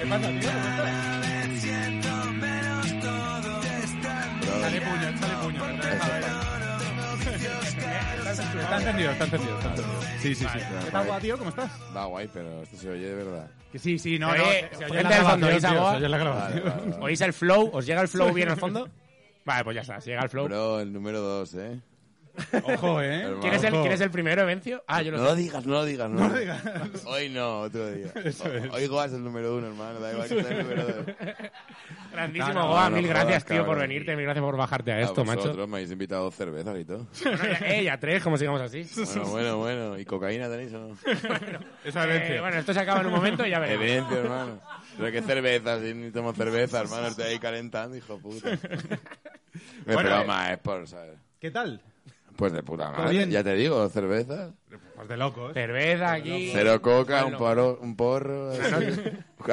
[SPEAKER 2] ¿Qué pasa, tío? Sale puño, sale puño. Está encendido, está encendido, está encendido. Sí, sí, sí. ¿Qué tal, guapa, tío? ¿Cómo estás?
[SPEAKER 5] Va guay, pero esto se oye de verdad.
[SPEAKER 2] Que sí, sí,
[SPEAKER 1] no, no, se oye en la grabación, tío, se oye en la
[SPEAKER 5] Vale, vale, vale.
[SPEAKER 1] ¿Oís el flow? ¿Os llega el flow bien al fondo? Vale, pues ya está, si llega el flow.
[SPEAKER 5] Bro, el número dos, ¿eh?
[SPEAKER 2] Ojo, ¿eh?
[SPEAKER 1] ¿Quién es, el,
[SPEAKER 2] Ojo.
[SPEAKER 1] quién es el primero, Vencio? Ah, yo
[SPEAKER 5] No
[SPEAKER 1] lo sé.
[SPEAKER 5] lo digas, no lo digas. No, lo digas. Hoy no, otro día. Hoy Goas es el número uno, hermano. Da igual que sea el número dos.
[SPEAKER 1] Grandísimo
[SPEAKER 2] No, no,
[SPEAKER 1] Goa,
[SPEAKER 5] no
[SPEAKER 1] mil
[SPEAKER 5] jodas,
[SPEAKER 1] gracias, tío, por
[SPEAKER 5] cabrón.
[SPEAKER 1] venirte, mil gracias por bajarte a esto,
[SPEAKER 5] A
[SPEAKER 1] macho.
[SPEAKER 5] vosotros me habéis invitado cervezas y todo.
[SPEAKER 1] Bueno, ya- eh, ya tres, como sigamos así.
[SPEAKER 5] Bueno, bueno, bueno. ¿Y cocaína tenéis o no?
[SPEAKER 2] Esa
[SPEAKER 1] Eh,
[SPEAKER 2] Evencio.
[SPEAKER 1] bueno, esto se acaba en un momento y ya veremos.
[SPEAKER 5] Evidencia, hermano. Pero qué cerveza, si ni tomo cerveza, hermano. Estoy ahí calentando, hijo puta. Me
[SPEAKER 2] Bueno,
[SPEAKER 5] pegaba
[SPEAKER 2] eh.
[SPEAKER 5] más, es por, ¿sabes?
[SPEAKER 2] ¿Qué tal?
[SPEAKER 5] Pues de puta
[SPEAKER 2] Todo
[SPEAKER 5] madre.
[SPEAKER 2] bien.
[SPEAKER 5] Ya te digo, cervezas.
[SPEAKER 2] Pues de locos.
[SPEAKER 1] Cerveza aquí.
[SPEAKER 5] Cero coca,
[SPEAKER 1] Bueno.
[SPEAKER 5] un, paro, un porro. así.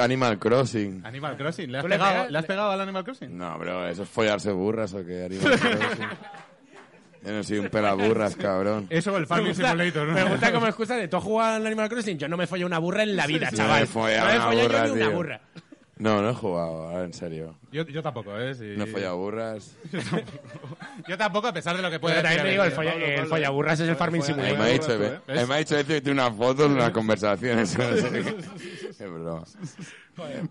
[SPEAKER 5] Animal Crossing.
[SPEAKER 2] Animal Crossing. ¿Le has,
[SPEAKER 1] ¿Tú le
[SPEAKER 2] pegado,
[SPEAKER 1] pegas?
[SPEAKER 2] ¿Le has pegado al Animal Crossing?
[SPEAKER 5] No, bro, eso es follarse burras o qué, Animal Crossing. Yo no soy un pelaburras, cabrón.
[SPEAKER 2] Eso o el Farming Simulator, ¿no?
[SPEAKER 1] me gusta como excusa de ¿tú has jugado al Animal Crossing? Yo no me follé una burra en la vida,
[SPEAKER 5] sí.
[SPEAKER 1] chaval.
[SPEAKER 5] No me follé
[SPEAKER 1] no me
[SPEAKER 5] una
[SPEAKER 1] follé
[SPEAKER 5] burra,
[SPEAKER 1] yo ni una
[SPEAKER 5] tío.
[SPEAKER 1] burra.
[SPEAKER 5] No, no he jugado, ahora, en serio.
[SPEAKER 2] Yo, yo tampoco, ¿eh? Sí.
[SPEAKER 5] No he follado burras.
[SPEAKER 2] Yo tampoco, a pesar de lo que puede
[SPEAKER 1] Pero también
[SPEAKER 2] decir
[SPEAKER 1] te digo, el, folla,
[SPEAKER 2] Evencio.
[SPEAKER 4] Pablo,
[SPEAKER 1] el
[SPEAKER 4] Pablo.
[SPEAKER 1] follaburras es el Farming
[SPEAKER 4] Folla-
[SPEAKER 5] Ahí
[SPEAKER 1] Simulator.
[SPEAKER 5] me ha dicho,
[SPEAKER 4] burras,
[SPEAKER 5] ahí me ha dicho que tiene unas fotos de unas conversaciones. eso no sé qué. Es broma.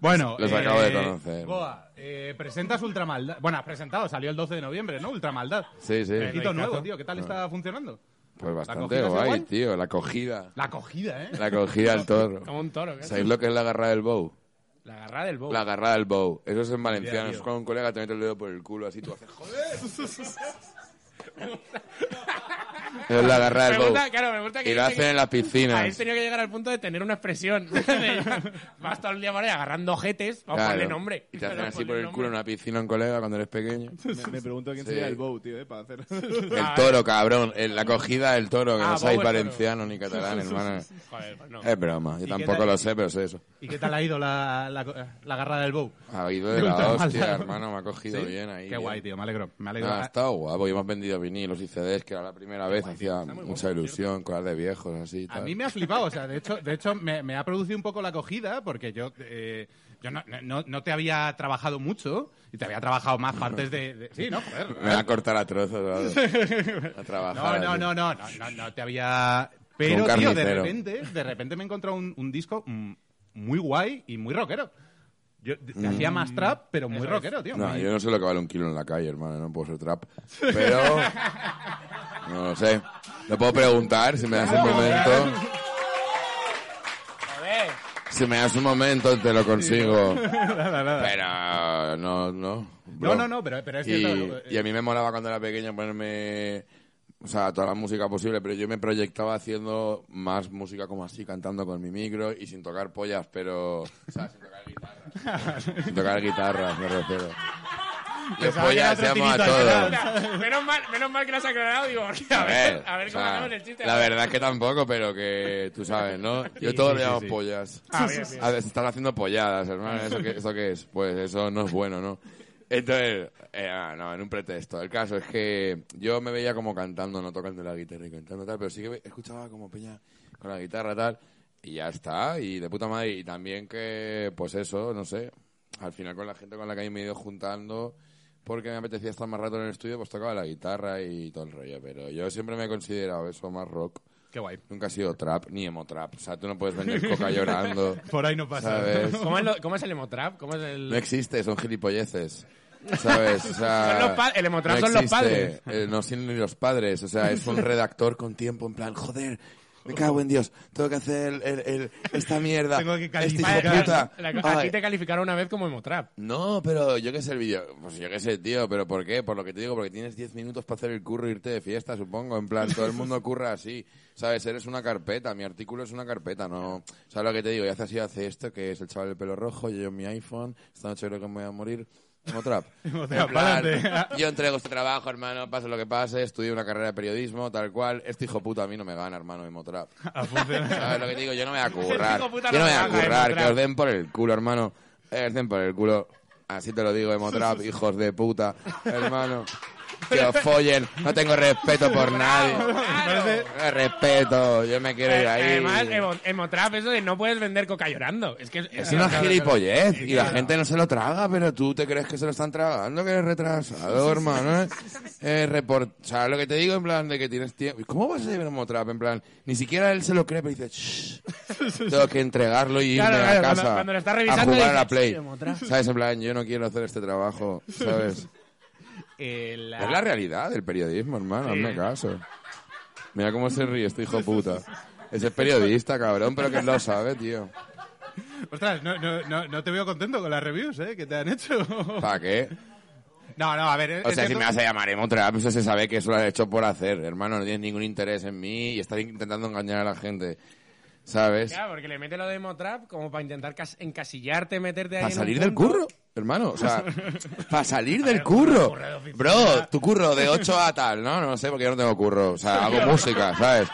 [SPEAKER 2] Bueno,
[SPEAKER 5] Los
[SPEAKER 2] eh,
[SPEAKER 5] acabo de conocer.
[SPEAKER 2] Goa, eh, presentas Ultramaldad. Bueno, has presentado, salió el 12 de noviembre, ¿no? Ultramaldad.
[SPEAKER 5] Sí, sí.
[SPEAKER 2] Hito nuevo, tío. ¿Qué
[SPEAKER 5] Ah.
[SPEAKER 2] tal está funcionando?
[SPEAKER 5] Pues
[SPEAKER 2] acogida
[SPEAKER 5] bastante
[SPEAKER 2] es
[SPEAKER 5] guay,
[SPEAKER 2] igual?
[SPEAKER 5] tío. La cogida.
[SPEAKER 2] La acogida, ¿eh?
[SPEAKER 5] La cogida al toro.
[SPEAKER 1] Como un toro, ¿qué?
[SPEAKER 5] ¿Sabéis lo que es la agarrada del bow?
[SPEAKER 1] La agarrada del bow.
[SPEAKER 5] La agarrada del bow. Eso es en valenciano.
[SPEAKER 2] tío.
[SPEAKER 5] Es cuando un colega te mete el dedo por el culo así, tú haces joder. es la agarrada
[SPEAKER 1] Me
[SPEAKER 5] del bow.
[SPEAKER 1] gusta, claro, me gusta que
[SPEAKER 5] Y lo hacen en las
[SPEAKER 1] Habéis
[SPEAKER 5] piscinas.
[SPEAKER 1] tenido que llegar al punto de tener una expresión. Vas todo el día por ahí agarrando ojetes. Vamos a
[SPEAKER 5] Claro.
[SPEAKER 1] ponerle nombre.
[SPEAKER 5] Y te hacen
[SPEAKER 1] Vamos a
[SPEAKER 5] así por
[SPEAKER 1] ponerle
[SPEAKER 5] el culo en
[SPEAKER 1] nombre.
[SPEAKER 5] una piscina a un colega cuando eres pequeño.
[SPEAKER 4] Me, me pregunto quién
[SPEAKER 5] Sí.
[SPEAKER 4] sería el bow, tío, eh, para hacer.
[SPEAKER 5] El toro, cabrón. El- La cogida del toro, que
[SPEAKER 1] Ah,
[SPEAKER 5] no sois
[SPEAKER 1] bobo el toro.
[SPEAKER 5] valenciano ni catalán, hermano.
[SPEAKER 1] Joder, pues no.
[SPEAKER 5] Es broma. Yo
[SPEAKER 2] qué
[SPEAKER 5] tampoco
[SPEAKER 2] tal?
[SPEAKER 5] lo sé, pero sé eso.
[SPEAKER 2] ¿Y qué tal ha ido la, la, la agarrada del bow?
[SPEAKER 5] Ha ido de la
[SPEAKER 2] Ultramaldad.
[SPEAKER 5] hostia, hermano. Me ha cogido
[SPEAKER 2] ¿Sí?
[SPEAKER 5] bien ahí.
[SPEAKER 2] Qué
[SPEAKER 5] bien.
[SPEAKER 2] guay, tío. Me alegro. Me alegro.
[SPEAKER 5] Ah, ha estado guapo. Y hemos vendido vinilos y CDs, que era la primera vez nos hacía mucha ilusión, cosas de viejos, así. y
[SPEAKER 2] A
[SPEAKER 5] tal.
[SPEAKER 2] mí me ha flipado, o sea, de hecho, de hecho me, me ha producido un poco la acogida porque yo, eh, yo no, no- no te había trabajado mucho y te había trabajado más partes de... de- sí, ¿no? Joder.
[SPEAKER 5] Me va a cortar a trozos, ¿vale? A
[SPEAKER 2] No,
[SPEAKER 5] trabajar.
[SPEAKER 2] no,
[SPEAKER 5] así.
[SPEAKER 2] no, no, no, no, no te había... Pero,
[SPEAKER 5] Con un
[SPEAKER 2] tío, de
[SPEAKER 5] carnicero.
[SPEAKER 2] repente, de repente me he encontrado un, un disco mm, muy guay y muy rockero. Yo te te hacía más trap, pero muy rockero, tío.
[SPEAKER 5] Mm. No,
[SPEAKER 2] Me-
[SPEAKER 5] yo no sé lo que vale un kilo en la calle, hermano, no puedo ser trap. Pero. No lo sé. Lo puedo preguntar si me das un momento. Si me das un momento, te lo consigo. Pero. No, no.
[SPEAKER 2] No, no, no, pero- pero es
[SPEAKER 5] Y-
[SPEAKER 2] cierto, eh,
[SPEAKER 5] Y a mí me molaba cuando era pequeño ponerme. O sea, toda la música posible, pero yo me proyectaba haciendo más música como así, cantando con mi micro y sin tocar pollas, pero. O sea, sin tocar guitarras. sin tocar guitarras, me refiero. Yo
[SPEAKER 2] Pensaba que era
[SPEAKER 5] pollas
[SPEAKER 2] otro
[SPEAKER 5] se amo a
[SPEAKER 2] tirito al
[SPEAKER 5] todos.
[SPEAKER 1] menos, mal, menos mal que lo has aclarado, digo, porque a, ver, a ver cómo
[SPEAKER 5] o sea,
[SPEAKER 1] acabamos el chiste.
[SPEAKER 5] La verdad es que tampoco, pero que tú sabes, ¿no? Yo todos le llamo pollas.
[SPEAKER 1] Ah, bien, bien.
[SPEAKER 5] A ver, se están haciendo polladas, hermano. ¿Eso qué, ¿Eso qué es? Pues eso no es bueno, ¿no? Entonces, eh, ah, no, en un pretexto. El caso es que yo me veía como cantando, no tocando la guitarra y cantando tal, pero sí que escuchaba como peña con la guitarra tal. Y ya está, y de puta madre. Y también que, pues eso, no sé. Al final con la gente con la que me he ido juntando, porque me apetecía estar más rato en el estudio, pues tocaba la guitarra y todo el rollo. Pero yo siempre me he considerado eso más rock.
[SPEAKER 2] Qué guay.
[SPEAKER 5] Nunca he sido trap ni emo trap. O sea, tú no puedes vender coca llorando.
[SPEAKER 2] Por ahí no pasa.
[SPEAKER 5] ¿Sabes?
[SPEAKER 1] ¿Cómo es, lo- cómo es el emotrap? ¿Cómo es el...?
[SPEAKER 5] No existe, son gilipolleces. ¿Sabes? O sea,
[SPEAKER 1] Son los pa- el emotrap son los
[SPEAKER 5] existe.
[SPEAKER 1] padres.
[SPEAKER 5] Eh, no son ni los padres. O sea, es un redactor con tiempo en plan, joder. Me cago en Dios, tengo que hacer el- el- el- esta mierda.
[SPEAKER 2] Tengo que
[SPEAKER 5] este hijo
[SPEAKER 2] calificar.
[SPEAKER 5] de puta.
[SPEAKER 1] La cosa, a ti
[SPEAKER 5] Ay,
[SPEAKER 1] te calificaron una vez como emotrap.
[SPEAKER 5] no, pero yo qué sé el vídeo. Pues yo qué sé, tío, pero ¿por qué? Por lo que te digo, porque tienes 10 minutos para hacer el curro e irte de fiesta, supongo. En plan, todo el mundo curra así. ¿Sabes? Eres una carpeta, mi artículo es una carpeta, ¿no? ¿Sabes lo que te digo? Y hace así, hace esto, que es el chaval del pelo rojo, yo en mi iPhone, esta noche creo que me voy a morir. Como trap. En
[SPEAKER 2] trap,
[SPEAKER 5] plan,
[SPEAKER 2] pa'lante.
[SPEAKER 5] yo entrego este trabajo, hermano, pase lo que pase, estudio una carrera de periodismo, tal cual. Este hijo puta a mí no me gana, hermano, emo trap.
[SPEAKER 2] A funcionar.
[SPEAKER 5] ¿Sabes lo que te digo? Yo no me voy a currar.
[SPEAKER 1] Hijo puta,
[SPEAKER 5] Yo
[SPEAKER 1] no
[SPEAKER 5] no me voy a
[SPEAKER 1] hagas
[SPEAKER 5] currar.
[SPEAKER 1] Emotrap.
[SPEAKER 5] Que os den por el culo, hermano. Eh, Os den por el culo. Así te lo digo, Emotrap, hijos de puta, hermano. Que os follen. No tengo respeto por nadie. No tengo respeto. Yo me quiero ir
[SPEAKER 1] Eh, Además,
[SPEAKER 5] ahí.
[SPEAKER 1] emo- emotrap, eso de no puedes vender coca llorando. Es que es,
[SPEAKER 5] Es una gilipollez y la gente no se lo traga, pero tú te crees que se lo están tragando, que eres retrasado, hermano. ¿eh? Eh, report- ¿Sabes lo que te digo? En plan, de que tienes tiempo. ¿Cómo vas a llevar un trap? En plan, ni siquiera él se lo cree, pero dice, "Shh, tengo que entregarlo y irme
[SPEAKER 1] Claro, claro,
[SPEAKER 5] a
[SPEAKER 1] cuando-
[SPEAKER 5] casa
[SPEAKER 1] cuando lo está revisando,
[SPEAKER 5] a jugar
[SPEAKER 1] dice,
[SPEAKER 5] a la Play.
[SPEAKER 1] "Sí, Motrap".
[SPEAKER 5] ¿Sabes? En plan, yo no quiero hacer este trabajo, ¿sabes?
[SPEAKER 2] Eh, la-
[SPEAKER 5] Es Pues la realidad del periodismo, hermano, hazme caso. Mira cómo se ríe este hijo puta. Ese es periodista, cabrón, pero que lo sabe, tío.
[SPEAKER 2] Ostras, no, no, no, no te veo contento con las reviews ¿eh? que te han hecho. no,
[SPEAKER 5] ¿Para qué?
[SPEAKER 2] no, a ver. eh, es
[SPEAKER 5] O sea, si
[SPEAKER 2] cierto-
[SPEAKER 5] me vas a llamar emotrap, pues se sabe que eso lo has hecho por hacer, hermano. No tienes ningún interés en mí y estás intentando engañar a la gente, ¿sabes?
[SPEAKER 1] Claro, porque le mete lo de emotrap como para intentar cas- encasillarte, meterte ahí
[SPEAKER 5] Para
[SPEAKER 1] en un
[SPEAKER 5] salir del
[SPEAKER 1] punto. Pues
[SPEAKER 5] curro, hermano. O sea, para salir del curro. Bro, tu curro de 8 a tal, ¿no? No sé, porque yo no tengo curro. O sea, hago música, ¿sabes?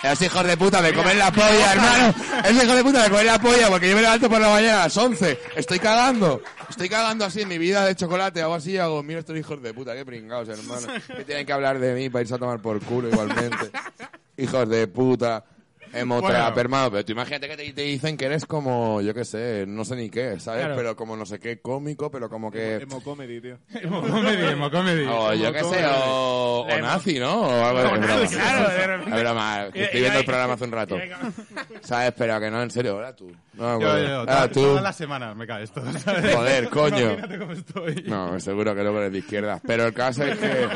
[SPEAKER 5] Esos hijos de puta me comen la polla, hermano. Esos hijos de puta me comen la polla porque yo me levanto por la mañana a las 11. Estoy cagando. Estoy cagando así en mi vida de chocolate. Hago así, hago, mira estos hijos de puta, qué pringados, hermano. Que tienen que hablar de mí para irse a tomar por culo igualmente. Hijos de puta. Emotrap,
[SPEAKER 2] Bueno.
[SPEAKER 5] hermano, pero tú imagínate que te, te dicen que eres como, yo qué sé, no sé ni qué, ¿sabes?
[SPEAKER 1] Claro.
[SPEAKER 5] Pero como no sé qué cómico, pero como que...
[SPEAKER 4] Emo comedy, tío.
[SPEAKER 2] Emo comedy, emo comedy.
[SPEAKER 5] O Oh, yo qué sé, o, o nazi, ¿no? O algo
[SPEAKER 1] O
[SPEAKER 5] es
[SPEAKER 1] nazi,
[SPEAKER 5] broma.
[SPEAKER 1] claro, de repente.
[SPEAKER 5] Es broma,
[SPEAKER 1] Eh,
[SPEAKER 5] que estoy viendo el programa hace un rato.
[SPEAKER 1] Y venga.
[SPEAKER 5] ¿Sabes? Pero que no, en serio, ahora tú. No, me
[SPEAKER 2] Yo,
[SPEAKER 5] acuerdo.
[SPEAKER 2] yo, yo,
[SPEAKER 5] Ahora
[SPEAKER 2] todas-
[SPEAKER 5] Ah, tú.
[SPEAKER 2] Todas las semanas me caes todo. ¿sabes?
[SPEAKER 5] Joder, coño.
[SPEAKER 2] Imagínate cómo estoy.
[SPEAKER 5] No, seguro que luego eres de izquierda. Pero el caso es que...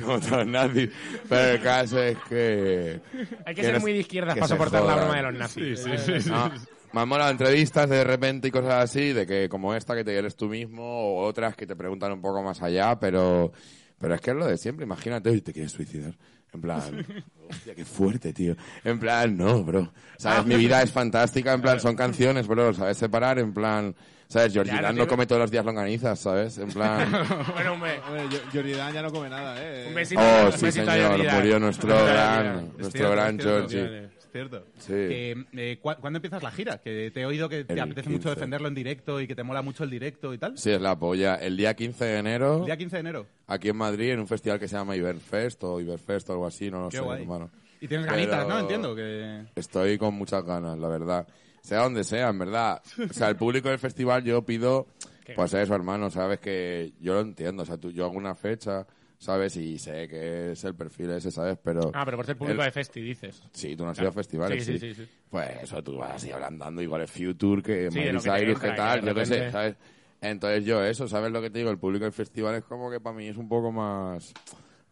[SPEAKER 5] Como todos los nazis. Pero el caso es que...
[SPEAKER 1] Hay que ser
[SPEAKER 5] no-
[SPEAKER 1] muy de izquierdas
[SPEAKER 5] que
[SPEAKER 1] para
[SPEAKER 5] se
[SPEAKER 1] soportar la
[SPEAKER 5] jodan.
[SPEAKER 1] broma de los nazis.
[SPEAKER 2] Sí, sí, sí. sí.
[SPEAKER 5] No, Ah, me han molado entrevistas de repente y cosas así, de que como esta que te eres tú mismo, o otras que te preguntan un poco más allá, pero, pero es que es lo de siempre, imagínate, hoy te quieres suicidar. En plan, hostia, qué fuerte, tío. En plan, no, bro.
[SPEAKER 2] Ah.
[SPEAKER 5] Sabes, mi vida es fantástica, en plan, son canciones, bro, sabes separar, en plan, sabes, Georgina
[SPEAKER 1] Claro,
[SPEAKER 5] no
[SPEAKER 1] tío.
[SPEAKER 5] come todos los días longanizas, ¿sabes? En plan,
[SPEAKER 1] Bueno, un, be-
[SPEAKER 4] Hombre, Yo- Jordi Dan ya no come nada, eh.
[SPEAKER 1] un besito.
[SPEAKER 5] oh,
[SPEAKER 1] un
[SPEAKER 5] sí
[SPEAKER 1] besito a
[SPEAKER 5] señor,
[SPEAKER 1] Yolida.
[SPEAKER 5] murió nuestro gran,
[SPEAKER 2] Es
[SPEAKER 5] nuestro
[SPEAKER 2] cierto,
[SPEAKER 5] gran
[SPEAKER 2] es cierto.
[SPEAKER 5] Georgie.
[SPEAKER 2] Es cierto.
[SPEAKER 5] Sí.
[SPEAKER 2] Que, eh, ¿cu- ¿Cuándo empiezas la gira? Que te he oído que te
[SPEAKER 5] El
[SPEAKER 2] apetece mucho
[SPEAKER 5] 15.
[SPEAKER 2] defenderlo en directo y que te mola mucho el directo y tal.
[SPEAKER 5] Sí, es la polla. El día 15 de enero,
[SPEAKER 2] El día 15 de enero.
[SPEAKER 5] aquí en Madrid, en un festival que se llama Iberfest o Iberfest o algo así, no lo
[SPEAKER 2] Qué
[SPEAKER 5] sé,
[SPEAKER 2] guay.
[SPEAKER 5] hermano.
[SPEAKER 2] Y tienes
[SPEAKER 5] Pero-
[SPEAKER 2] ganitas, ¿no? Entiendo que...
[SPEAKER 5] Estoy con muchas ganas, la verdad. Sea donde sea, en verdad. O sea, el público del festival yo pido, pues eso, hermano, sabes que yo lo entiendo. O sea, tú, yo hago una fecha, ¿sabes? Y sé que es el perfil ese, ¿sabes? Pero...
[SPEAKER 1] Ah, pero por ser público
[SPEAKER 5] el-
[SPEAKER 1] de Festi, dices.
[SPEAKER 5] Sí, tú no has ido a festivales.
[SPEAKER 1] Sí,
[SPEAKER 5] Sí,
[SPEAKER 1] sí, sí, sí.
[SPEAKER 5] Pues eso, tú vas así ablandando, igual es Future, que
[SPEAKER 1] Sí, de
[SPEAKER 5] Miley
[SPEAKER 1] lo que te
[SPEAKER 5] Cyrus,
[SPEAKER 1] entra,
[SPEAKER 5] que tal,
[SPEAKER 1] que de
[SPEAKER 5] yo qué sé,
[SPEAKER 1] repente-
[SPEAKER 5] ¿sabes? Entonces yo eso, ¿sabes lo que te digo? El público del festival es como que para mí es un poco más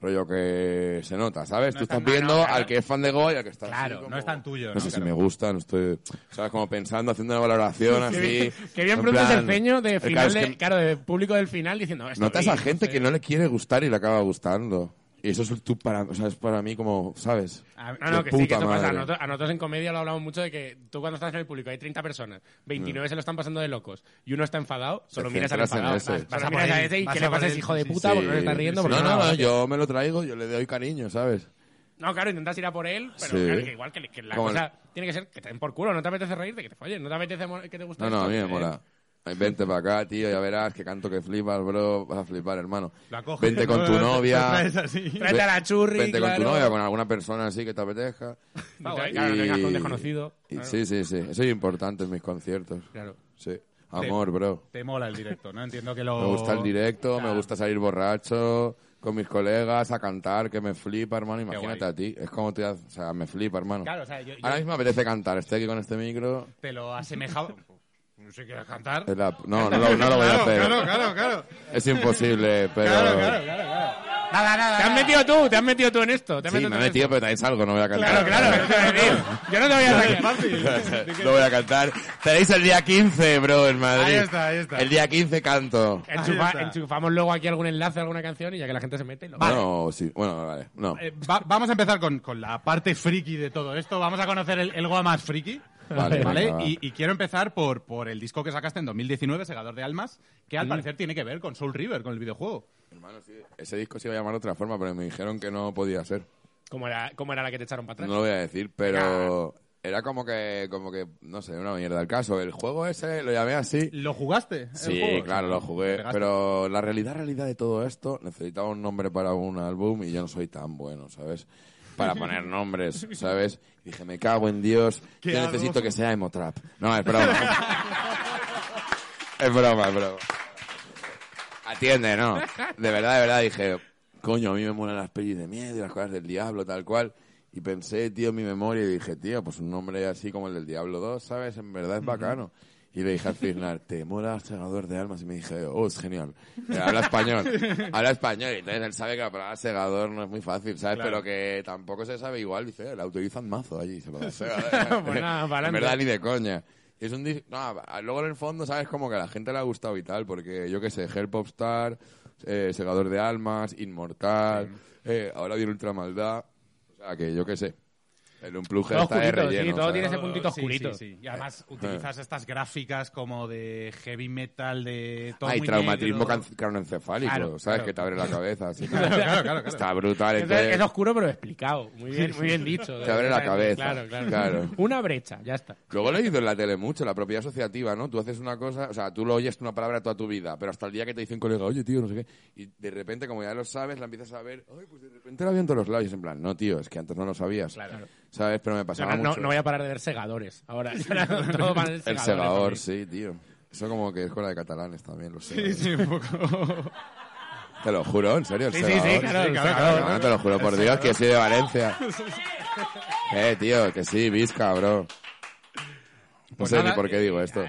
[SPEAKER 5] rollo que se nota, ¿sabes?
[SPEAKER 2] No
[SPEAKER 5] tú
[SPEAKER 2] es tan
[SPEAKER 5] estás viendo
[SPEAKER 2] mano, claro.
[SPEAKER 5] al que es fan de Goa y al que está así
[SPEAKER 2] Claro,
[SPEAKER 5] como-
[SPEAKER 2] no es tan tuyo,
[SPEAKER 5] No
[SPEAKER 2] ¿no?
[SPEAKER 5] sé si
[SPEAKER 2] Claro.
[SPEAKER 5] me gusta, no estoy, ¿sabes? Como pensando, haciendo una valoración así.
[SPEAKER 1] Que bien
[SPEAKER 5] en
[SPEAKER 1] pronto es el
[SPEAKER 5] plan,
[SPEAKER 1] ceño de
[SPEAKER 5] el
[SPEAKER 1] final,
[SPEAKER 5] caso es
[SPEAKER 1] de-
[SPEAKER 5] que
[SPEAKER 1] claro, de público del final diciendo... "Esto
[SPEAKER 5] Notas
[SPEAKER 1] vi,
[SPEAKER 5] a gente
[SPEAKER 1] sé".
[SPEAKER 5] que no le quiere gustar y le acaba gustando. Y eso es tú para, o sea, es para mí como, ¿sabes?
[SPEAKER 2] A-
[SPEAKER 1] Ah, No, no,
[SPEAKER 5] De
[SPEAKER 1] que sí, que
[SPEAKER 5] puta
[SPEAKER 1] esto pasa. A
[SPEAKER 5] madre.
[SPEAKER 1] nosotros, a nosotros en comedia lo hablamos mucho de que tú cuando estás en el público hay 30 personas, 29 se lo están pasando de locos y uno está enfadado, solo
[SPEAKER 5] Te
[SPEAKER 1] miras al
[SPEAKER 5] Mm. centras en
[SPEAKER 1] enfadado.
[SPEAKER 5] ese.
[SPEAKER 1] Vas, vas
[SPEAKER 2] Vas a
[SPEAKER 1] a mirar
[SPEAKER 2] por
[SPEAKER 1] a
[SPEAKER 2] él,
[SPEAKER 1] ese y
[SPEAKER 2] vas
[SPEAKER 1] ¿qué
[SPEAKER 2] a
[SPEAKER 1] le
[SPEAKER 2] por
[SPEAKER 1] pasa a
[SPEAKER 2] él.
[SPEAKER 1] ese hijo de
[SPEAKER 2] Sí,
[SPEAKER 1] puta porque no le está riendo? Porque
[SPEAKER 5] No, no,
[SPEAKER 1] no,
[SPEAKER 5] no, yo me lo traigo, yo le doy cariño, ¿sabes?
[SPEAKER 1] No, claro, intentas ir a por él, pero
[SPEAKER 5] Sí.
[SPEAKER 1] claro, que igual que, que la
[SPEAKER 5] Como el-
[SPEAKER 1] cosa tiene que ser que te den por culo, no te apetece reírte, que te follen, no te apetece mo- que te guste
[SPEAKER 5] No, no,
[SPEAKER 1] esto,
[SPEAKER 5] a mí me
[SPEAKER 1] que-
[SPEAKER 5] mola. Ay, Vente para acá, tío, ya verás que canto que flipas, bro. Vas a flipar, hermano.
[SPEAKER 2] La coges,
[SPEAKER 5] Vente con
[SPEAKER 2] ¿no?
[SPEAKER 5] tu
[SPEAKER 2] La
[SPEAKER 5] novia.
[SPEAKER 2] traes así.
[SPEAKER 1] Tráete a la churri,
[SPEAKER 5] Vente con tu
[SPEAKER 1] claro.
[SPEAKER 5] novia, con alguna persona así que te apetezca.
[SPEAKER 1] Ah, guay, Claro, no tengas con un desconocido.
[SPEAKER 5] y-
[SPEAKER 1] claro,
[SPEAKER 5] Sí, sí, sí. Eso es importante en mis conciertos.
[SPEAKER 1] claro.
[SPEAKER 5] Sí. Amor, bro.
[SPEAKER 2] Te mola el directo, ¿no? Entiendo que lo...
[SPEAKER 1] Oh,
[SPEAKER 5] Me gusta el directo, me
[SPEAKER 2] Claro.
[SPEAKER 5] gusta salir borracho con mis colegas a cantar, que me flipa, hermano. Imagínate
[SPEAKER 2] guay.
[SPEAKER 5] a ti. Es como te hace- O sea, me flipa, hermano.
[SPEAKER 2] Claro, o sea, yo, yo
[SPEAKER 5] Ahora mismo me apetece cantar. Estoy aquí con este micro.
[SPEAKER 2] te lo asemejaba... No sé qué cantar.
[SPEAKER 5] Es la- No, no lo, no lo voy a hacer.
[SPEAKER 2] Claro, claro, claro.
[SPEAKER 5] Es imposible, pero...
[SPEAKER 2] Claro, claro, claro, claro. Nada, nada,
[SPEAKER 1] Te has
[SPEAKER 2] nada.
[SPEAKER 1] metido tú, te has metido tú en esto. te has
[SPEAKER 5] Sí, me he
[SPEAKER 1] metido tú en
[SPEAKER 5] metido, pero también salgo, no voy a
[SPEAKER 1] Claro,
[SPEAKER 5] cantar.
[SPEAKER 1] claro, eso es decir, yo no te voy a sacar.
[SPEAKER 5] no voy a cantar. Tenéis el día 15, bro, en Madrid.
[SPEAKER 2] Ahí está, ahí está.
[SPEAKER 5] El día 15 canto.
[SPEAKER 1] Enchufa-
[SPEAKER 2] Ahí está.
[SPEAKER 1] enchufamos luego aquí algún enlace, alguna canción y ya que la gente se mete. Lo...
[SPEAKER 5] No, sí, bueno, vale, no.
[SPEAKER 2] Eh, va- vamos a empezar con, con la parte friki de todo esto. Vamos a conocer el, el Goa más friki.
[SPEAKER 5] Vale,
[SPEAKER 2] ¿vale?
[SPEAKER 5] venga, va.
[SPEAKER 2] Y, y quiero empezar por, por el disco que sacaste en 2019, Segador de Almas, que
[SPEAKER 5] Mm.
[SPEAKER 2] al parecer tiene que ver con Soul River, con el videojuego.
[SPEAKER 5] Hermano, sí, ese disco se iba a llamar de otra forma, pero me dijeron que no podía ser.
[SPEAKER 1] Como era, como era la que te echaron para atrás.
[SPEAKER 5] No lo voy a decir, pero... Era como que, como que, no sé, una mierda el caso. El juego ese lo llamé así.
[SPEAKER 2] ¿Lo jugaste? el
[SPEAKER 5] Sí,
[SPEAKER 2] juego?
[SPEAKER 5] claro, lo jugué.
[SPEAKER 2] Pegaste.
[SPEAKER 5] Pero la realidad, realidad de todo esto, necesitaba un nombre para un álbum y yo no soy tan bueno, ¿sabes? Para poner nombres, ¿sabes? Y dije, me cago en Dios,
[SPEAKER 2] ¿Qué
[SPEAKER 5] yo
[SPEAKER 2] hago?
[SPEAKER 5] necesito que sea Emotrap. No, es broma. es broma, es broma. Atiende, ¿no? De verdad, de verdad, dije, coño, a mí me molan las pelis de miedo y las cosas del diablo, tal cual. Y pensé, tío, en mi memoria y dije, tío, pues un nombre así como el del Diablo 2, ¿sabes? En verdad es bacano. Y le dije al Cisnar, ¿te mola Segador de Almas? Y me dije, oh, es genial. Eh, Habla español, habla español. Y entonces él sabe que la palabra segador no es muy fácil, ¿sabes? Pero que tampoco se sabe igual. Dice, eh, la utilizan mazo allí. Se lo segador.
[SPEAKER 1] Pues nada, pa'lante.
[SPEAKER 5] en verdad, ni de coña. Y Es un dis- no, a- luego en el fondo, ¿sabes? Como que a la gente le ha gustado y tal, porque yo qué sé, Hell Popstar, eh, Segador de Almas, Inmortal, eh, ahora viene Ultramaldad. O sea, que yo qué sé. El Unplugged
[SPEAKER 1] Todo
[SPEAKER 5] está de
[SPEAKER 1] oscurito, sí,
[SPEAKER 5] relleno.
[SPEAKER 1] todo
[SPEAKER 5] ¿sabes?
[SPEAKER 1] tiene ese puntito
[SPEAKER 2] Sí,
[SPEAKER 1] oscurito.
[SPEAKER 2] sí, sí. Y
[SPEAKER 5] Eh.
[SPEAKER 2] además utilizas estas gráficas como de heavy metal, de todo
[SPEAKER 5] Hay
[SPEAKER 2] muy
[SPEAKER 5] traumatismo
[SPEAKER 2] negro.
[SPEAKER 5] can- craneoencefálico,
[SPEAKER 2] Claro,
[SPEAKER 5] ¿sabes?
[SPEAKER 2] claro.
[SPEAKER 5] Que te abre la cabeza. así.
[SPEAKER 2] claro, claro, claro.
[SPEAKER 5] Está brutal.
[SPEAKER 1] Es,
[SPEAKER 5] entonces,
[SPEAKER 1] es oscuro pero explicado. Muy bien, muy bien dicho.
[SPEAKER 5] Te abre la cabeza,
[SPEAKER 1] Claro, claro.
[SPEAKER 5] claro.
[SPEAKER 1] Una brecha, ya está.
[SPEAKER 5] Luego lo he oído en la tele mucho, la propiedad asociativa, ¿no? Tú haces una cosa, o sea, tú lo oyes una palabra toda tu vida, pero hasta el día que te dice un colega, oye, tío, no sé qué, y de repente, como ya lo sabes, la empiezas a ver, ay, pues de repente la vi en todos los lados, y es en plan, no, tío, es que antes no lo sabías,
[SPEAKER 2] Claro.
[SPEAKER 5] ¿sabes? Pero me
[SPEAKER 1] No,
[SPEAKER 5] pasaba
[SPEAKER 1] no, no-
[SPEAKER 5] mucho.
[SPEAKER 1] no voy a parar de ver segadores. Ahora, todo van a ser
[SPEAKER 5] El
[SPEAKER 1] segadores
[SPEAKER 5] segador,
[SPEAKER 1] también.
[SPEAKER 5] sí, tío. Eso como que es con la de catalanes también, lo sé.
[SPEAKER 2] Sí, sí, un poco.
[SPEAKER 5] Te lo juro, en serio, el
[SPEAKER 1] Sí, sí, sí,
[SPEAKER 5] segador.
[SPEAKER 1] claro, el
[SPEAKER 5] No,
[SPEAKER 1] segador.
[SPEAKER 5] no, te lo juro por Dios, que soy de Valencia. Eh, tío, que sí, Vizca, bro. No
[SPEAKER 2] Pues
[SPEAKER 5] sé
[SPEAKER 2] nada,
[SPEAKER 5] ni por qué
[SPEAKER 2] eh,
[SPEAKER 5] digo esto.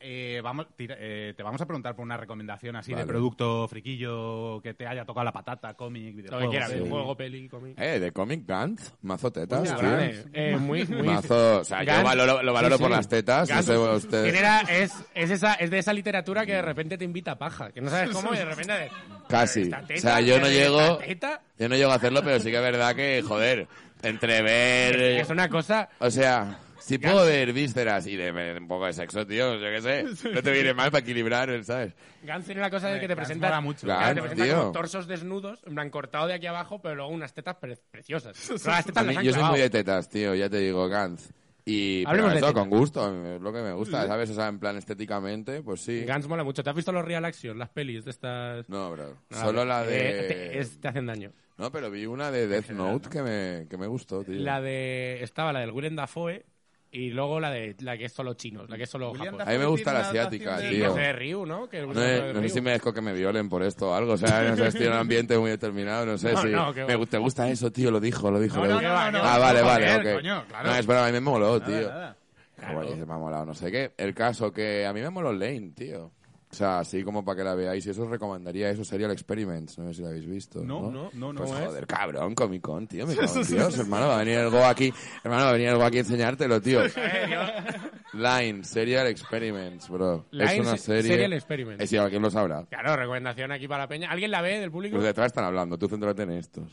[SPEAKER 2] Eh, vamos, tira- eh, te vamos a preguntar por una recomendación así de
[SPEAKER 5] Vale.
[SPEAKER 2] producto friquillo que te haya tocado la patata, cómic,
[SPEAKER 1] Lo que
[SPEAKER 2] videojuegos.
[SPEAKER 1] quieras,
[SPEAKER 2] sí.
[SPEAKER 1] videojuego, peli, cómic.
[SPEAKER 5] Eh, de Comic Gantz, mazo tetas,
[SPEAKER 1] Muy
[SPEAKER 5] tío.
[SPEAKER 1] grande. Eh, muy, muy...
[SPEAKER 5] Mazo, o sea, yo
[SPEAKER 1] Gantz.
[SPEAKER 5] valoro- lo valoro
[SPEAKER 1] Sí,
[SPEAKER 5] por
[SPEAKER 1] sí.
[SPEAKER 5] las tetas, no
[SPEAKER 1] Gantz.
[SPEAKER 5] sé ustedes.
[SPEAKER 1] ¿Quién era? Es, es, esa, es de esa literatura que de repente te invita a paja, que no sabes cómo y de repente... de-
[SPEAKER 5] Casi.
[SPEAKER 1] ¿Esta
[SPEAKER 5] O
[SPEAKER 1] teta?
[SPEAKER 5] sea, yo no
[SPEAKER 1] ¿Esta
[SPEAKER 5] llego,
[SPEAKER 1] teta?
[SPEAKER 5] yo no
[SPEAKER 2] Eh,
[SPEAKER 5] llego a hacerlo, pero sí que es verdad que, joder, entre ver,
[SPEAKER 1] Es una cosa...
[SPEAKER 5] o sea, Si puedo ver vísceras y de, de un poco de sexo, tío, yo qué sé. No te viene mal para equilibrar, el, ¿sabes?
[SPEAKER 1] Gans tiene la cosa de que te
[SPEAKER 2] eh, Gans
[SPEAKER 1] presentan
[SPEAKER 2] mola mucho.
[SPEAKER 1] Claro, te
[SPEAKER 5] Claro,
[SPEAKER 1] presentan como
[SPEAKER 5] tío.
[SPEAKER 1] torsos desnudos, en plan cortado de aquí abajo, pero luego unas tetas pre- preciosas. Pero las tetas
[SPEAKER 5] A mí-
[SPEAKER 1] las han
[SPEAKER 5] yo soy
[SPEAKER 1] clavado.
[SPEAKER 5] muy de tetas, tío, ya te digo, Gantz. Y pero
[SPEAKER 1] Hablemos de
[SPEAKER 5] eso
[SPEAKER 1] tetas.
[SPEAKER 5] con gusto, es lo que me gusta, ¿sabes? O sea, en plan estéticamente, pues sí.
[SPEAKER 1] Gans mola mucho. ¿Te has visto los Real Action, las pelis de estas?
[SPEAKER 5] No, bro.
[SPEAKER 1] No,
[SPEAKER 5] Solo la
[SPEAKER 1] eh, te,
[SPEAKER 5] de.
[SPEAKER 1] es- te hacen daño.
[SPEAKER 5] No, pero vi una de Death Note que me, que me gustó, tío.
[SPEAKER 1] La de... Estaba la del Willem Dafoe y luego la de la que es solo chinos, la que es solo
[SPEAKER 4] William
[SPEAKER 2] pues.
[SPEAKER 1] japoneses.
[SPEAKER 5] A mí me gusta la
[SPEAKER 4] Dafoe
[SPEAKER 5] asiática,
[SPEAKER 4] tiene
[SPEAKER 5] tío.
[SPEAKER 4] una adaptación
[SPEAKER 1] de Ryu, ¿no? Que el
[SPEAKER 5] No,
[SPEAKER 1] Willem Dafoe
[SPEAKER 5] eh,
[SPEAKER 1] de
[SPEAKER 5] no sé
[SPEAKER 1] Ryu.
[SPEAKER 5] si merezco que me violen por esto o algo, o sea, no sé, estoy en un ambiente muy determinado, no sé
[SPEAKER 1] No,
[SPEAKER 5] si...
[SPEAKER 1] no, qué
[SPEAKER 5] me, ¿Te gusta eso, tío? Lo dijo, lo dijo.
[SPEAKER 2] No,
[SPEAKER 5] lo
[SPEAKER 2] no,
[SPEAKER 5] dijo.
[SPEAKER 2] no, no, no,
[SPEAKER 5] ah,
[SPEAKER 2] no,
[SPEAKER 5] vale, vale,
[SPEAKER 2] joder,
[SPEAKER 5] ok.
[SPEAKER 2] coño, claro.
[SPEAKER 5] No, es broma, a mí me moló,
[SPEAKER 2] Nada,
[SPEAKER 5] tío.
[SPEAKER 2] nada.
[SPEAKER 5] Joder, se me ha molado, no sé qué. El caso que a mí me moló Lane, tío. O sea, así como para que la veáis. Y eso os recomendaría, eso sería el Experiments. No sé si lo habéis visto.
[SPEAKER 2] No,
[SPEAKER 5] No,
[SPEAKER 2] no, no, no
[SPEAKER 5] Pues
[SPEAKER 2] es.
[SPEAKER 5] joder, cabrón, Comic Con, tío. Me cago en Dios, hermano. Va a venir el Go aquí. Hermano, va a venir el Go aquí a enseñártelo, tío.
[SPEAKER 2] Eh,
[SPEAKER 5] Line, Serial Experiments, bro. es
[SPEAKER 1] Line,
[SPEAKER 5] una
[SPEAKER 1] se-
[SPEAKER 5] serie.
[SPEAKER 1] Serial Experiments.
[SPEAKER 5] Es igual, ¿quién lo sabrá?
[SPEAKER 1] Claro, recomendación aquí para la peña. ¿Alguien la ve del público?
[SPEAKER 5] Los detrás están hablando, tú céntrate en estos.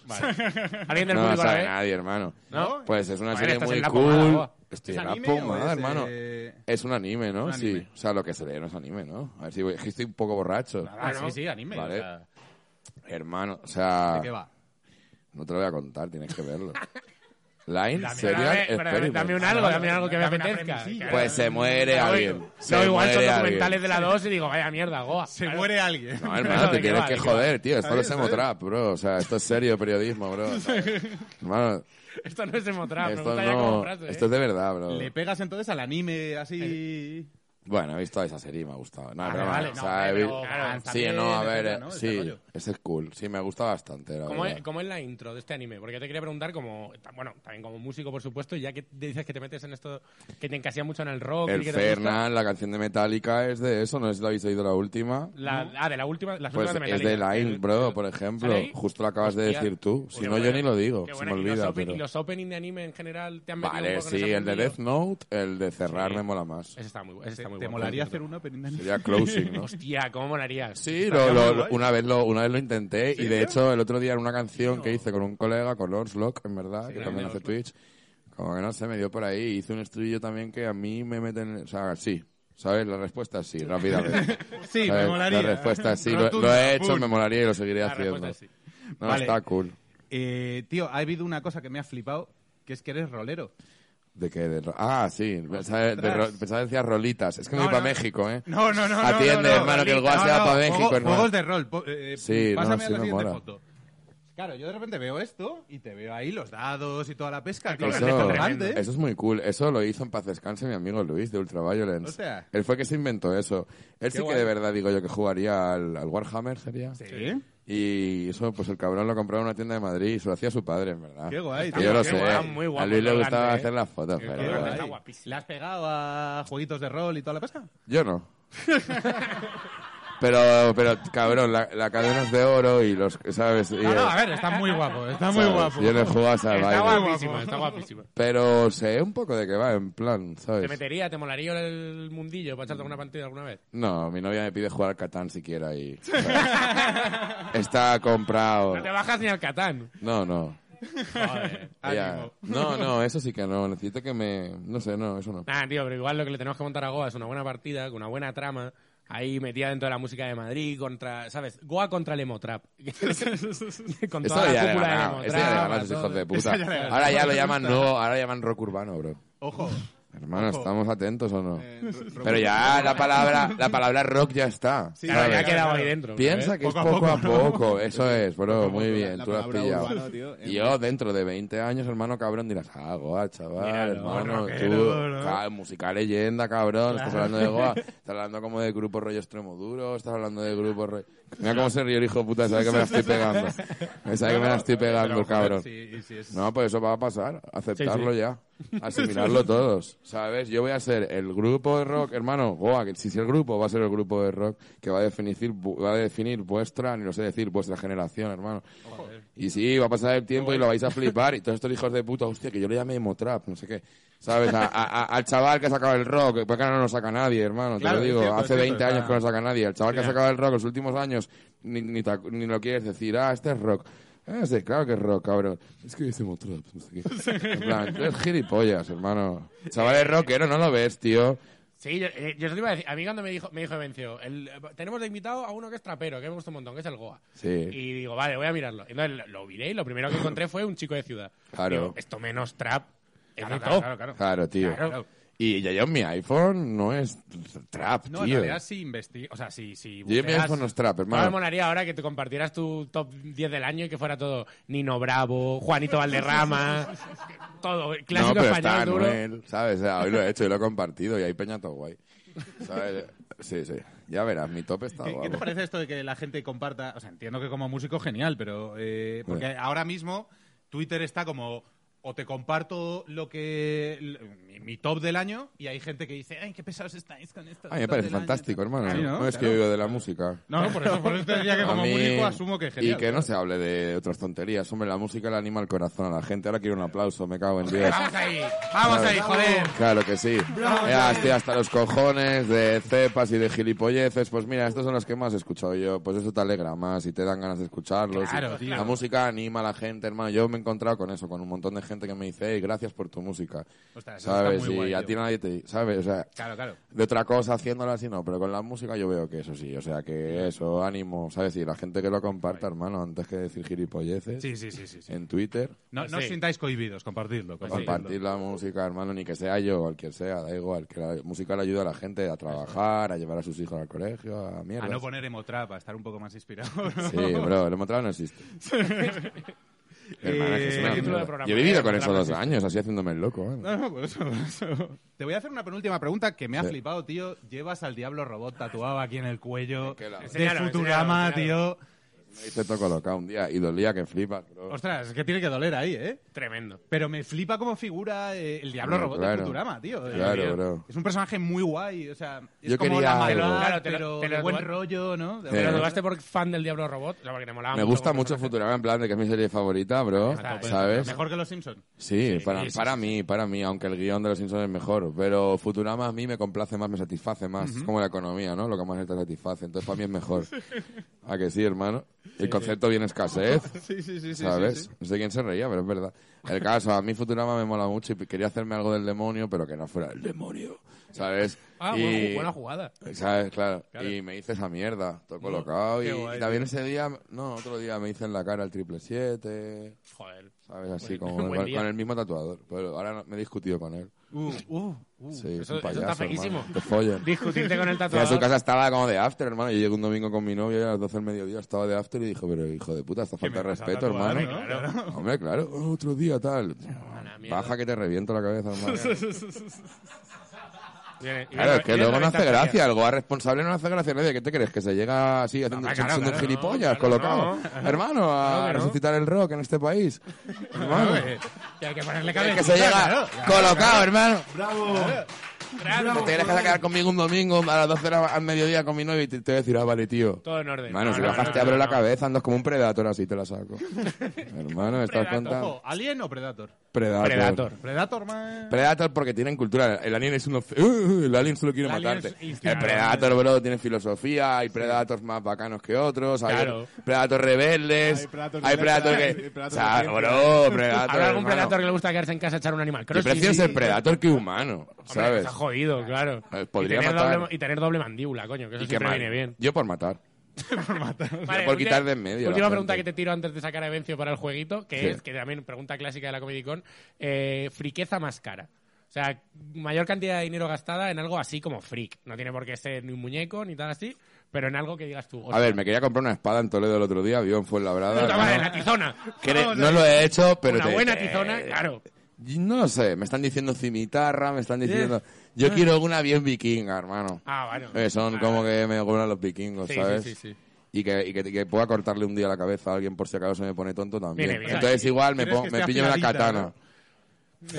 [SPEAKER 1] ¿Alguien del
[SPEAKER 5] No lo
[SPEAKER 1] público la
[SPEAKER 5] sabe
[SPEAKER 1] ve?
[SPEAKER 5] nadie, hermano.
[SPEAKER 1] ¿No?
[SPEAKER 5] Pues es una
[SPEAKER 1] Joder,
[SPEAKER 5] serie
[SPEAKER 1] estás
[SPEAKER 5] muy
[SPEAKER 1] en la
[SPEAKER 5] cool.
[SPEAKER 1] pomada, boba.
[SPEAKER 5] Estoy
[SPEAKER 2] ¿Es
[SPEAKER 5] en la
[SPEAKER 2] anime o
[SPEAKER 5] pomada,
[SPEAKER 2] es,
[SPEAKER 5] hermano.
[SPEAKER 2] eh,
[SPEAKER 5] Es un anime, ¿no?
[SPEAKER 2] un anime?
[SPEAKER 5] Sí. O sea, lo que se lee no es anime, ¿no? A ver si voy- es que estoy un poco borracho.
[SPEAKER 2] Ah,
[SPEAKER 1] ¿no?
[SPEAKER 2] sí, sí, anime.
[SPEAKER 5] Vale. Ah.
[SPEAKER 2] o sea,
[SPEAKER 5] Hermano, o sea,
[SPEAKER 2] ¿De qué va?
[SPEAKER 5] no te lo voy a contar, tienes que verlo. Line,
[SPEAKER 1] Pero a
[SPEAKER 5] serial,
[SPEAKER 1] ver, pero a ver,
[SPEAKER 5] experiment.
[SPEAKER 1] dame un algo, dame algo que me
[SPEAKER 2] Dame una
[SPEAKER 1] apetezca.
[SPEAKER 2] premisilla.
[SPEAKER 5] Pues se muere
[SPEAKER 1] Claro,
[SPEAKER 5] alguien. Se
[SPEAKER 1] No, igual son
[SPEAKER 5] muere alguien.
[SPEAKER 1] documentales de la 2 y digo, vaya mierda, Goa.
[SPEAKER 2] Se muere alguien.
[SPEAKER 5] No, hermano,
[SPEAKER 1] ¿De
[SPEAKER 5] te
[SPEAKER 1] qué
[SPEAKER 5] tienes
[SPEAKER 1] va?
[SPEAKER 5] que
[SPEAKER 1] ¿De qué va?
[SPEAKER 5] joder, tío. Esto no es emotrap, bro. O sea, esto es serio periodismo, bro. O sea, hermano,
[SPEAKER 1] Esto no es emotrap, me
[SPEAKER 5] esto
[SPEAKER 1] gusta ya como
[SPEAKER 5] no...
[SPEAKER 1] frase. ¿eh?
[SPEAKER 5] Esto es de verdad, bro.
[SPEAKER 2] Le pegas entonces al anime así.
[SPEAKER 5] Bueno, he visto esa serie y me ha gustado. No,
[SPEAKER 1] Ah, Vale,
[SPEAKER 5] broma,
[SPEAKER 1] vale,
[SPEAKER 5] o
[SPEAKER 1] no,
[SPEAKER 5] sea, he
[SPEAKER 1] pero
[SPEAKER 5] vi-
[SPEAKER 1] claro,
[SPEAKER 5] Sí,
[SPEAKER 2] también,
[SPEAKER 5] no, a ver,
[SPEAKER 2] etcétera,
[SPEAKER 5] eh,
[SPEAKER 2] ¿no? Ese
[SPEAKER 5] sí,
[SPEAKER 2] rollo.
[SPEAKER 5] ese es cool. Sí, me gusta bastante, la
[SPEAKER 1] ¿Cómo
[SPEAKER 5] verdad.
[SPEAKER 1] es, cómo es la intro de este anime? Porque yo te quería preguntar, como, bueno, también como músico, por supuesto, y ya que te dices que te metes en esto, que te encasillas mucho en el rock
[SPEAKER 5] El
[SPEAKER 1] y que te gusta,
[SPEAKER 5] Fernan, la canción de Metallica es de eso, no sé si la habéis oído la última.
[SPEAKER 1] la, Ah, de la última, las
[SPEAKER 5] Pues
[SPEAKER 1] últimas de
[SPEAKER 5] es
[SPEAKER 1] Metallica.
[SPEAKER 5] de Line,
[SPEAKER 1] El-
[SPEAKER 5] bro, por ejemplo.
[SPEAKER 1] ¿Sale ahí?
[SPEAKER 5] Justo lo acabas de
[SPEAKER 1] Hostia. Pues
[SPEAKER 5] decir tú. Si
[SPEAKER 1] Qué
[SPEAKER 5] no, yo
[SPEAKER 1] buena,
[SPEAKER 5] ni lo digo.
[SPEAKER 1] qué
[SPEAKER 5] Se
[SPEAKER 1] buena.
[SPEAKER 5] me
[SPEAKER 1] ¿Y los
[SPEAKER 5] olvida.
[SPEAKER 1] open-
[SPEAKER 5] pero-
[SPEAKER 1] ¿Y los opening de anime en general te han metido un
[SPEAKER 5] Vale,
[SPEAKER 1] poco en
[SPEAKER 5] sí,
[SPEAKER 1] ese
[SPEAKER 5] el de
[SPEAKER 1] mundillo?
[SPEAKER 5] Death Note, el de cerrar me mola más.
[SPEAKER 1] Ese está muy, ese está muy
[SPEAKER 2] Te
[SPEAKER 1] guapo,
[SPEAKER 2] molaría
[SPEAKER 1] por
[SPEAKER 2] hacer
[SPEAKER 1] cierto.
[SPEAKER 2] una película.
[SPEAKER 5] Sería closing, ¿no?
[SPEAKER 1] Hostia, ¿cómo molaría?
[SPEAKER 5] Sí, lo- lo- una, vez lo, una vez lo intenté y de hecho el otro día en una canción que hice con un colega, con Lock, en verdad, que también hace Twitch, como que no sé, me dio por ahí, hice un estribillo también que a mí me meten, o sea, sí, ¿sabes? La respuesta es sí, rápidamente.
[SPEAKER 2] Sí, me
[SPEAKER 5] ¿Sabes?
[SPEAKER 2] molaría.
[SPEAKER 5] La respuesta es sí, lo, lo
[SPEAKER 2] Rotunda,
[SPEAKER 5] he hecho,
[SPEAKER 2] pum.
[SPEAKER 5] me molaría y lo seguiré
[SPEAKER 1] La
[SPEAKER 5] haciendo.
[SPEAKER 1] respuesta es sí.
[SPEAKER 5] No,
[SPEAKER 2] Vale.
[SPEAKER 5] está cool.
[SPEAKER 2] Eh, tío, ha habido una cosa que me ha flipado, que es que eres rolero.
[SPEAKER 5] ¿De qué? De ro- ah, sí, pensaba, de ro- pensaba que decía rolitas, es que me voy
[SPEAKER 2] No,
[SPEAKER 5] para
[SPEAKER 2] no.
[SPEAKER 5] México, ¿eh?
[SPEAKER 2] No, no, no.
[SPEAKER 5] Atiende,
[SPEAKER 2] no, no,
[SPEAKER 5] hermano, que el
[SPEAKER 2] Rolita.
[SPEAKER 5] guas se va pa' México,
[SPEAKER 2] juego-
[SPEAKER 5] hermano.
[SPEAKER 2] Juegos de rol. po- eh,
[SPEAKER 5] Sí, no,
[SPEAKER 2] pásame a
[SPEAKER 5] sí
[SPEAKER 2] la
[SPEAKER 5] me
[SPEAKER 2] siguiente
[SPEAKER 5] mola.
[SPEAKER 2] foto. Claro, yo de repente veo esto y te veo ahí los dados y toda la pesca. tío,
[SPEAKER 1] Eso-
[SPEAKER 2] es acojonante.
[SPEAKER 5] Eso es muy cool. Eso lo hizo en paz descanse mi amigo Luis de Ultraviolence.
[SPEAKER 2] Hostia.
[SPEAKER 5] Él fue que se inventó eso. Él sí
[SPEAKER 2] guay.
[SPEAKER 5] que de verdad digo yo que jugaría al, al Warhammer, sería.
[SPEAKER 2] Sí.
[SPEAKER 5] Y eso, pues el cabrón lo compraba en una tienda de Madrid y se lo hacía su padre, en verdad.
[SPEAKER 2] Qué guay,
[SPEAKER 5] Que
[SPEAKER 2] tío,
[SPEAKER 5] Yo lo
[SPEAKER 2] qué
[SPEAKER 5] sé.
[SPEAKER 1] guay, muy guapo,
[SPEAKER 5] a Luis le
[SPEAKER 1] muy
[SPEAKER 5] gustaba
[SPEAKER 1] grande,
[SPEAKER 5] hacer
[SPEAKER 1] eh.
[SPEAKER 5] las fotos,
[SPEAKER 1] Qué
[SPEAKER 5] pero
[SPEAKER 1] guay.
[SPEAKER 5] bueno.
[SPEAKER 1] Está
[SPEAKER 2] Ahí.
[SPEAKER 1] guapísimo.
[SPEAKER 2] ¿Le has pegado a jueguitos de rol y toda la pesca?
[SPEAKER 5] yo no. Pero, pero cabrón, la, la cadena es de oro y los, ¿sabes? Y
[SPEAKER 2] No, no,
[SPEAKER 5] el-
[SPEAKER 2] a ver, está muy guapo, está muy
[SPEAKER 5] ¿sabes?
[SPEAKER 2] guapo.
[SPEAKER 5] Yo le jugaba a esa
[SPEAKER 1] Está
[SPEAKER 5] vaina.
[SPEAKER 1] guapísimo, está guapísimo.
[SPEAKER 5] Pero sé un poco de qué va, en plan,
[SPEAKER 1] ¿Te
[SPEAKER 5] ¿sabes?
[SPEAKER 1] metería, te molaría el mundillo para echarte alguna partida alguna vez?
[SPEAKER 5] No, mi novia me pide jugar al Catán siquiera y... o sea, está comprado.
[SPEAKER 1] No te bajas ni al Catán.
[SPEAKER 5] No, no.
[SPEAKER 1] Joder.
[SPEAKER 5] Ella-
[SPEAKER 2] Ánimo.
[SPEAKER 5] No, no, eso sí que no. Necesito que me... No sé, no, eso no.
[SPEAKER 1] Nah, tío, pero igual lo que le tenemos que montar a Goa es una buena partida, con una buena trama, ahí metida dentro de la música de Madrid, contra, ¿sabes? Goa contra el Emotrap. con
[SPEAKER 5] Eso
[SPEAKER 1] toda la
[SPEAKER 5] ya le
[SPEAKER 1] cúpula
[SPEAKER 5] ganado,
[SPEAKER 1] del
[SPEAKER 5] eso ya le
[SPEAKER 1] Emotrap.
[SPEAKER 5] ganado a sus hijos de puta.
[SPEAKER 2] Eso ya le ganó.
[SPEAKER 5] Ahora ya lo llaman nuevo, ahora llaman rock urbano, bro.
[SPEAKER 2] Ojo.
[SPEAKER 5] Hermano,
[SPEAKER 2] Ojo.
[SPEAKER 5] ¿estamos atentos o no?
[SPEAKER 4] Eh, ro- ro-
[SPEAKER 5] Pero ya la palabra, la palabra rock ya está.
[SPEAKER 2] Sí,
[SPEAKER 1] Claro, ya
[SPEAKER 5] ¿sabes?
[SPEAKER 1] ha quedado ahí
[SPEAKER 2] Claro.
[SPEAKER 1] dentro.
[SPEAKER 5] Piensa que
[SPEAKER 2] Poco a
[SPEAKER 5] es poco a
[SPEAKER 2] poco,
[SPEAKER 5] poco,
[SPEAKER 2] ¿no?
[SPEAKER 5] eso es, bro, muy bien,
[SPEAKER 4] la
[SPEAKER 5] tú lo has
[SPEAKER 4] palabra
[SPEAKER 5] pillado.
[SPEAKER 4] urbano, tío,
[SPEAKER 5] y
[SPEAKER 4] en-
[SPEAKER 5] yo dentro de 20 años, hermano cabrón, dirás, ah, Goa, chaval, hermano, tú, ca- música leyenda, cabrón, estás hablando de Goa, estás hablando como de grupo rollo extremo duro, estás haando de grupo rollo... Mira cómo se ríe el hijo puta, sabe que me la estoy pegando, me sabe que me la estoy pegando, el cabrón.
[SPEAKER 2] Sí, sí, es...
[SPEAKER 5] No, pues eso va a pasar. Aceptarlo ya. Asimilarlo todos. ¿Sabes? Yo voy a ser el grupo de rock, hermano. Goa, que si es el grupo, va a ser el grupo de rock que va a definir, vu- va a definir vuestra, ni lo sé decir, vuestra generación, hermano. Y sí, va a pasar el tiempo y lo vais a flipar. Y todos estos hijos de puta, hostia, que yo le llamé Emotrap, no sé qué. ¿Sabes? A- a- a- al chaval que ha sacado el rock, porque ahora no lo saca nadie, hermano.
[SPEAKER 2] Claro,
[SPEAKER 5] te
[SPEAKER 2] es
[SPEAKER 5] lo digo,
[SPEAKER 2] cierto,
[SPEAKER 5] hace
[SPEAKER 2] es cierto,
[SPEAKER 5] 20 años
[SPEAKER 2] está-
[SPEAKER 5] que no lo saca nadie. El chaval que ha sacado el rock los últimos años, ni, ni, te ac- ni lo quieres decir, ah, este es rock. Ah, sí, claro que es rock, cabrón. Es que hicimos trap, no sé qué. En plan, tú eres gilipollas, hermano. Chaval, es rockero, no lo ves, tío.
[SPEAKER 1] Sí, yo, eh, yo os iba a decir, a mí cuando me dijo, me dijo Vencio, el, eh, tenemos de invitado a uno que es trapero, que me gusta un montón, que es el Goa.
[SPEAKER 5] Sí.
[SPEAKER 1] Y digo, vale, voy a mirarlo. Entonces lo, lo miré y lo primero que encontré fue un chico de ciudad.
[SPEAKER 5] Claro.
[SPEAKER 1] Digo, esto menos trap. es de todo.
[SPEAKER 2] claro, claro.
[SPEAKER 5] Claro, tío.
[SPEAKER 1] Claro.
[SPEAKER 5] Y ya yo mi iPhone no es trap,
[SPEAKER 2] No, en
[SPEAKER 5] tío.
[SPEAKER 2] realidad sí investiga. O sea, sí, sí.
[SPEAKER 5] Yo mi
[SPEAKER 2] buceas-
[SPEAKER 5] iPhone no es trap,
[SPEAKER 1] No me
[SPEAKER 5] hermano.
[SPEAKER 1] molaría ahora que te compartieras tu top 10 del año y que fuera todo Nino Bravo, Juanito Valderrama, todo,
[SPEAKER 5] No,
[SPEAKER 1] clásico
[SPEAKER 5] pero
[SPEAKER 1] español
[SPEAKER 5] está
[SPEAKER 1] duro.
[SPEAKER 5] Anuel, ¿sabes? O sea, hoy lo he hecho y lo he compartido y hay peña todo guay. ¿Sabes? Sí, sí. Ya verás, mi top está
[SPEAKER 2] ¿Qué, qué te
[SPEAKER 5] guapo.
[SPEAKER 2] parece esto de que la gente comparta? O sea, entiendo que como músico genial, pero eh, porque ahora mismo Twitter está como o te comparto lo que l- mi, mi top del año y hay gente que dice, ay, qué pesados estáis con esto.
[SPEAKER 5] A mí me parece fantástico, hermano.
[SPEAKER 2] Sí, ¿no?
[SPEAKER 5] No es que
[SPEAKER 2] Claro.
[SPEAKER 5] vivo de la música.
[SPEAKER 2] No, no, por eso, por eso te decía que
[SPEAKER 5] A
[SPEAKER 2] como
[SPEAKER 5] mí-
[SPEAKER 2] músico asumo que es genial.
[SPEAKER 5] Y que no se hable de otras tonterías. Hombre, la música le anima el corazón a la gente. Ahora quiero un aplauso, me cago en Dios.
[SPEAKER 2] Vamos ahí, vamos ahí, joder.
[SPEAKER 5] Claro que sí. Ya estoy hasta los cojones de cepas y de gilipolleces. Pues mira, estos son los que más he escuchado yo. Pues eso te alegra más y te dan ganas de escucharlos.
[SPEAKER 2] Claro,
[SPEAKER 5] Y
[SPEAKER 2] tío.
[SPEAKER 5] La música anima a la gente, hermano. Yo me he encontrado con eso, con un montón de gente que me dice, hey, gracias por tu música.
[SPEAKER 2] Ostras, eso está
[SPEAKER 5] ¿Sabes?
[SPEAKER 2] muy
[SPEAKER 5] y
[SPEAKER 2] guay,
[SPEAKER 5] a
[SPEAKER 2] tío.
[SPEAKER 5] ti nadie te... ¿Sabes? O sea,
[SPEAKER 2] Claro, claro.
[SPEAKER 5] de otra cosa haciéndola así no, pero con la música yo veo que eso sí. O sea, que eso, ánimo, ¿sabes? Y la gente que lo comparta, hermano, antes que decir gilipolleces.
[SPEAKER 2] Sí, sí, sí, sí. sí.
[SPEAKER 5] En Twitter.
[SPEAKER 2] No, no os
[SPEAKER 1] Sí.
[SPEAKER 2] sintáis cohibidos, compartidlo. compartidlo.
[SPEAKER 5] Compartir la música, hermano, ni que sea yo o el que sea, da igual. Que la música le ayuda a la gente a trabajar, a llevar a sus hijos al colegio, a mierda.
[SPEAKER 2] A Ah, no poner emotrap, a estar un poco más inspirado.
[SPEAKER 5] Sí, bro, el emotrado no existe. Hermano, es que es
[SPEAKER 2] Eh,
[SPEAKER 5] una
[SPEAKER 2] título de
[SPEAKER 5] mierda.
[SPEAKER 1] programa,
[SPEAKER 5] yo he
[SPEAKER 1] eh,
[SPEAKER 5] vivido con eso
[SPEAKER 1] programa
[SPEAKER 5] dos años, así haciéndome el loco. ¿eh?
[SPEAKER 2] No, no, por eso, por eso. Te voy a hacer una penúltima pregunta que me ha
[SPEAKER 5] Sí.
[SPEAKER 2] flipado, tío. Llevas al Diablo Robot tatuado aquí en el cuello.
[SPEAKER 5] Es que la-
[SPEAKER 2] De
[SPEAKER 1] Enséñalo,
[SPEAKER 2] Futurama,
[SPEAKER 1] enséñalo,
[SPEAKER 2] tío.
[SPEAKER 5] Me hice todo colocado un día y dolía que flipas, bro.
[SPEAKER 2] Ostras, es que tiene que doler ahí, ¿eh?
[SPEAKER 1] Tremendo.
[SPEAKER 2] Pero me flipa como figura eh, el Diablo
[SPEAKER 5] No,
[SPEAKER 2] Robot de
[SPEAKER 5] claro.
[SPEAKER 2] Futurama, tío. Eh,
[SPEAKER 5] Claro, bro.
[SPEAKER 2] Es un personaje muy guay, o sea, es
[SPEAKER 5] Yo
[SPEAKER 2] como
[SPEAKER 5] quería
[SPEAKER 2] la maldad,
[SPEAKER 5] algo.
[SPEAKER 1] Claro, te lo-
[SPEAKER 2] pero
[SPEAKER 1] te lo
[SPEAKER 2] de buen
[SPEAKER 1] dual-
[SPEAKER 2] rollo, ¿no?
[SPEAKER 1] ¿Te
[SPEAKER 2] De
[SPEAKER 5] Sí.
[SPEAKER 2] buen
[SPEAKER 1] lo
[SPEAKER 5] Eh.
[SPEAKER 2] rollo.
[SPEAKER 1] dudaste por fan del Diablo Robot? O sea, porque te molaba
[SPEAKER 5] Me gusta
[SPEAKER 1] como
[SPEAKER 5] mucho
[SPEAKER 1] personaje.
[SPEAKER 5] Futurama, en plan de que es mi serie favorita, bro.
[SPEAKER 1] está, está.
[SPEAKER 5] ¿Sabes?
[SPEAKER 2] Mejor que los Simpsons.
[SPEAKER 5] Sí, para,
[SPEAKER 1] sí, sí,
[SPEAKER 5] para mí, para mí, aunque el guión de Los Simpsons es mejor, pero Futurama a mí me complace más, me satisface más, es como la economía, ¿no? Lo que más te satisface, entonces para mí es mejor. ¿A que sí, hermano? El concepto viene escasez,
[SPEAKER 2] Sí, sí, sí, sí.
[SPEAKER 5] ¿sabes? No sé quién se reía, pero es verdad. El caso, a mí Futurama me mola mucho y quería hacerme algo del demonio, pero que no fuera el demonio, ¿sabes?
[SPEAKER 1] Ah,
[SPEAKER 5] Y-
[SPEAKER 1] bueno, buena jugada. Mm.
[SPEAKER 5] ¿Sabes? Claro. Y me hice esa mierda, todo colocado.
[SPEAKER 1] qué
[SPEAKER 5] Y,
[SPEAKER 1] guay,
[SPEAKER 5] y también ese día, no, otro día me hice en la cara el triple siete.
[SPEAKER 1] Joder.
[SPEAKER 5] ¿Sabes? Así
[SPEAKER 1] Buen-
[SPEAKER 5] como
[SPEAKER 1] buen
[SPEAKER 5] con,
[SPEAKER 1] día.
[SPEAKER 5] con el mismo tatuador. Pero ahora no- me he discutido con él.
[SPEAKER 2] Uh, uh, uh.
[SPEAKER 5] Sí, es
[SPEAKER 1] eso-
[SPEAKER 5] un
[SPEAKER 1] eso
[SPEAKER 5] payaso.
[SPEAKER 1] está feísimo.
[SPEAKER 5] hermano. Te follan.
[SPEAKER 1] Discutirte con el
[SPEAKER 5] Fui a su
[SPEAKER 1] tatuador.
[SPEAKER 5] casa estaba como de after, hermano. Yo llegué un domingo con mi novia y a las 12 del mediodía estaba de after y dijo, pero hijo de puta, esta falta de respeto, hermano. Hombre, claro, oh, otro día tal.
[SPEAKER 1] la mierda.
[SPEAKER 5] Baja que te reviento la cabeza, hermano.
[SPEAKER 1] Viene-
[SPEAKER 5] Claro,
[SPEAKER 1] viene-
[SPEAKER 5] es que
[SPEAKER 1] viene
[SPEAKER 5] luego no hace
[SPEAKER 1] reventando
[SPEAKER 5] gracia. El goa responsable no hace gracia a nadie. ¿Qué te crees? ¿Que se llega así haciendo
[SPEAKER 1] claro,
[SPEAKER 5] siendo un
[SPEAKER 1] claro,
[SPEAKER 5] gilipollas
[SPEAKER 1] claro,
[SPEAKER 5] colocado? Hermano, a
[SPEAKER 1] Claro que no.
[SPEAKER 5] resucitar el rock en este país. hermano,
[SPEAKER 1] ya. Que hay que ponerle
[SPEAKER 5] que
[SPEAKER 1] cabeza.
[SPEAKER 5] se llega colocado, hermano.
[SPEAKER 1] Claro.
[SPEAKER 5] te tienes que quedar conmigo un domingo a las 12 de la- al mediodía con mi novia y te, te voy a decir, ah, vale, tío.
[SPEAKER 1] Todo en orden.
[SPEAKER 5] Hermano,
[SPEAKER 1] No,
[SPEAKER 5] si
[SPEAKER 1] no,
[SPEAKER 5] bajas
[SPEAKER 1] no,
[SPEAKER 5] te abro
[SPEAKER 1] no,
[SPEAKER 5] la
[SPEAKER 1] no.
[SPEAKER 5] cabeza, andas como un predator así, te la saco. hermano, ¿me estás contando?
[SPEAKER 2] Ojo, ¿Alien o Predator?
[SPEAKER 5] Predator.
[SPEAKER 1] Predator.
[SPEAKER 2] Predator, man.
[SPEAKER 5] Predator porque tienen cultura. El alien es uno. Uh, uh, el alien solo quiere
[SPEAKER 2] El alien
[SPEAKER 5] matarte.
[SPEAKER 2] es instinto.
[SPEAKER 5] El Predator, bro, tiene filosofía. Hay Predators más bacanos que otros. Hay
[SPEAKER 1] Claro.
[SPEAKER 5] Predators rebeldes.
[SPEAKER 4] Hay
[SPEAKER 5] Hay
[SPEAKER 4] Predators
[SPEAKER 5] Predator,
[SPEAKER 4] de verdad, hay
[SPEAKER 5] que.
[SPEAKER 4] Predators
[SPEAKER 5] o sea,
[SPEAKER 4] de
[SPEAKER 5] bro, Predator.
[SPEAKER 1] Habrá algún
[SPEAKER 5] hermano.
[SPEAKER 1] predator que le gusta quedarse en casa a echar un animal.
[SPEAKER 5] Yo
[SPEAKER 1] Crossing.
[SPEAKER 5] prefiero
[SPEAKER 1] Sí,
[SPEAKER 5] ser
[SPEAKER 1] sí.
[SPEAKER 5] Predator que humano,
[SPEAKER 1] Hombre,
[SPEAKER 5] ¿sabes?
[SPEAKER 1] Está jodido, claro.
[SPEAKER 5] Eh, podría
[SPEAKER 1] y, tener
[SPEAKER 5] matar.
[SPEAKER 1] Doble, y tener doble mandíbula, coño, que eso
[SPEAKER 5] Y
[SPEAKER 1] siempre
[SPEAKER 5] quemar.
[SPEAKER 1] viene bien.
[SPEAKER 5] Yo por matar.
[SPEAKER 1] Vale,
[SPEAKER 5] por
[SPEAKER 1] última-
[SPEAKER 5] quitar de en medio a la
[SPEAKER 1] Última
[SPEAKER 5] gente.
[SPEAKER 1] pregunta que te tiro antes de sacar a Vencio para el jueguito, que
[SPEAKER 5] Sí.
[SPEAKER 1] es, que también pregunta clásica de la Comedy Con, eh, friqueza más cara. O sea, mayor cantidad de dinero gastada en algo así como freak. No tiene por qué ser ni un muñeco ni tal así, pero en algo que digas tú.
[SPEAKER 5] A ver, me quería comprar una espada en Toledo el otro día, vivo en Fuenlabrada.
[SPEAKER 1] puta madre,
[SPEAKER 5] hermano.
[SPEAKER 1] la tizona.
[SPEAKER 5] Que
[SPEAKER 1] Vamos a
[SPEAKER 5] ne- no
[SPEAKER 1] ver.
[SPEAKER 5] lo he hecho, pero...
[SPEAKER 1] Una
[SPEAKER 5] te-
[SPEAKER 1] buena
[SPEAKER 5] te-
[SPEAKER 1] tizona, claro. Eh,
[SPEAKER 5] No lo sé, me están diciendo cimitarra, me están diciendo... Yo quiero una bien vikinga, hermano.
[SPEAKER 1] Ah, bueno.
[SPEAKER 5] Eh, son
[SPEAKER 1] Ah,
[SPEAKER 5] como que me cobran los vikingos,
[SPEAKER 1] Sí, sí,
[SPEAKER 5] ¿sabes?
[SPEAKER 1] sí, sí.
[SPEAKER 5] Y que, y que- que pueda cortarle un día la cabeza a alguien por si acaso se me pone tonto también.
[SPEAKER 1] Viene bien.
[SPEAKER 5] Entonces igual me,
[SPEAKER 2] ¿Quieres
[SPEAKER 5] pon-
[SPEAKER 2] que
[SPEAKER 5] me
[SPEAKER 2] esté
[SPEAKER 5] pillo una
[SPEAKER 2] afiladita,
[SPEAKER 5] katana.
[SPEAKER 2] no?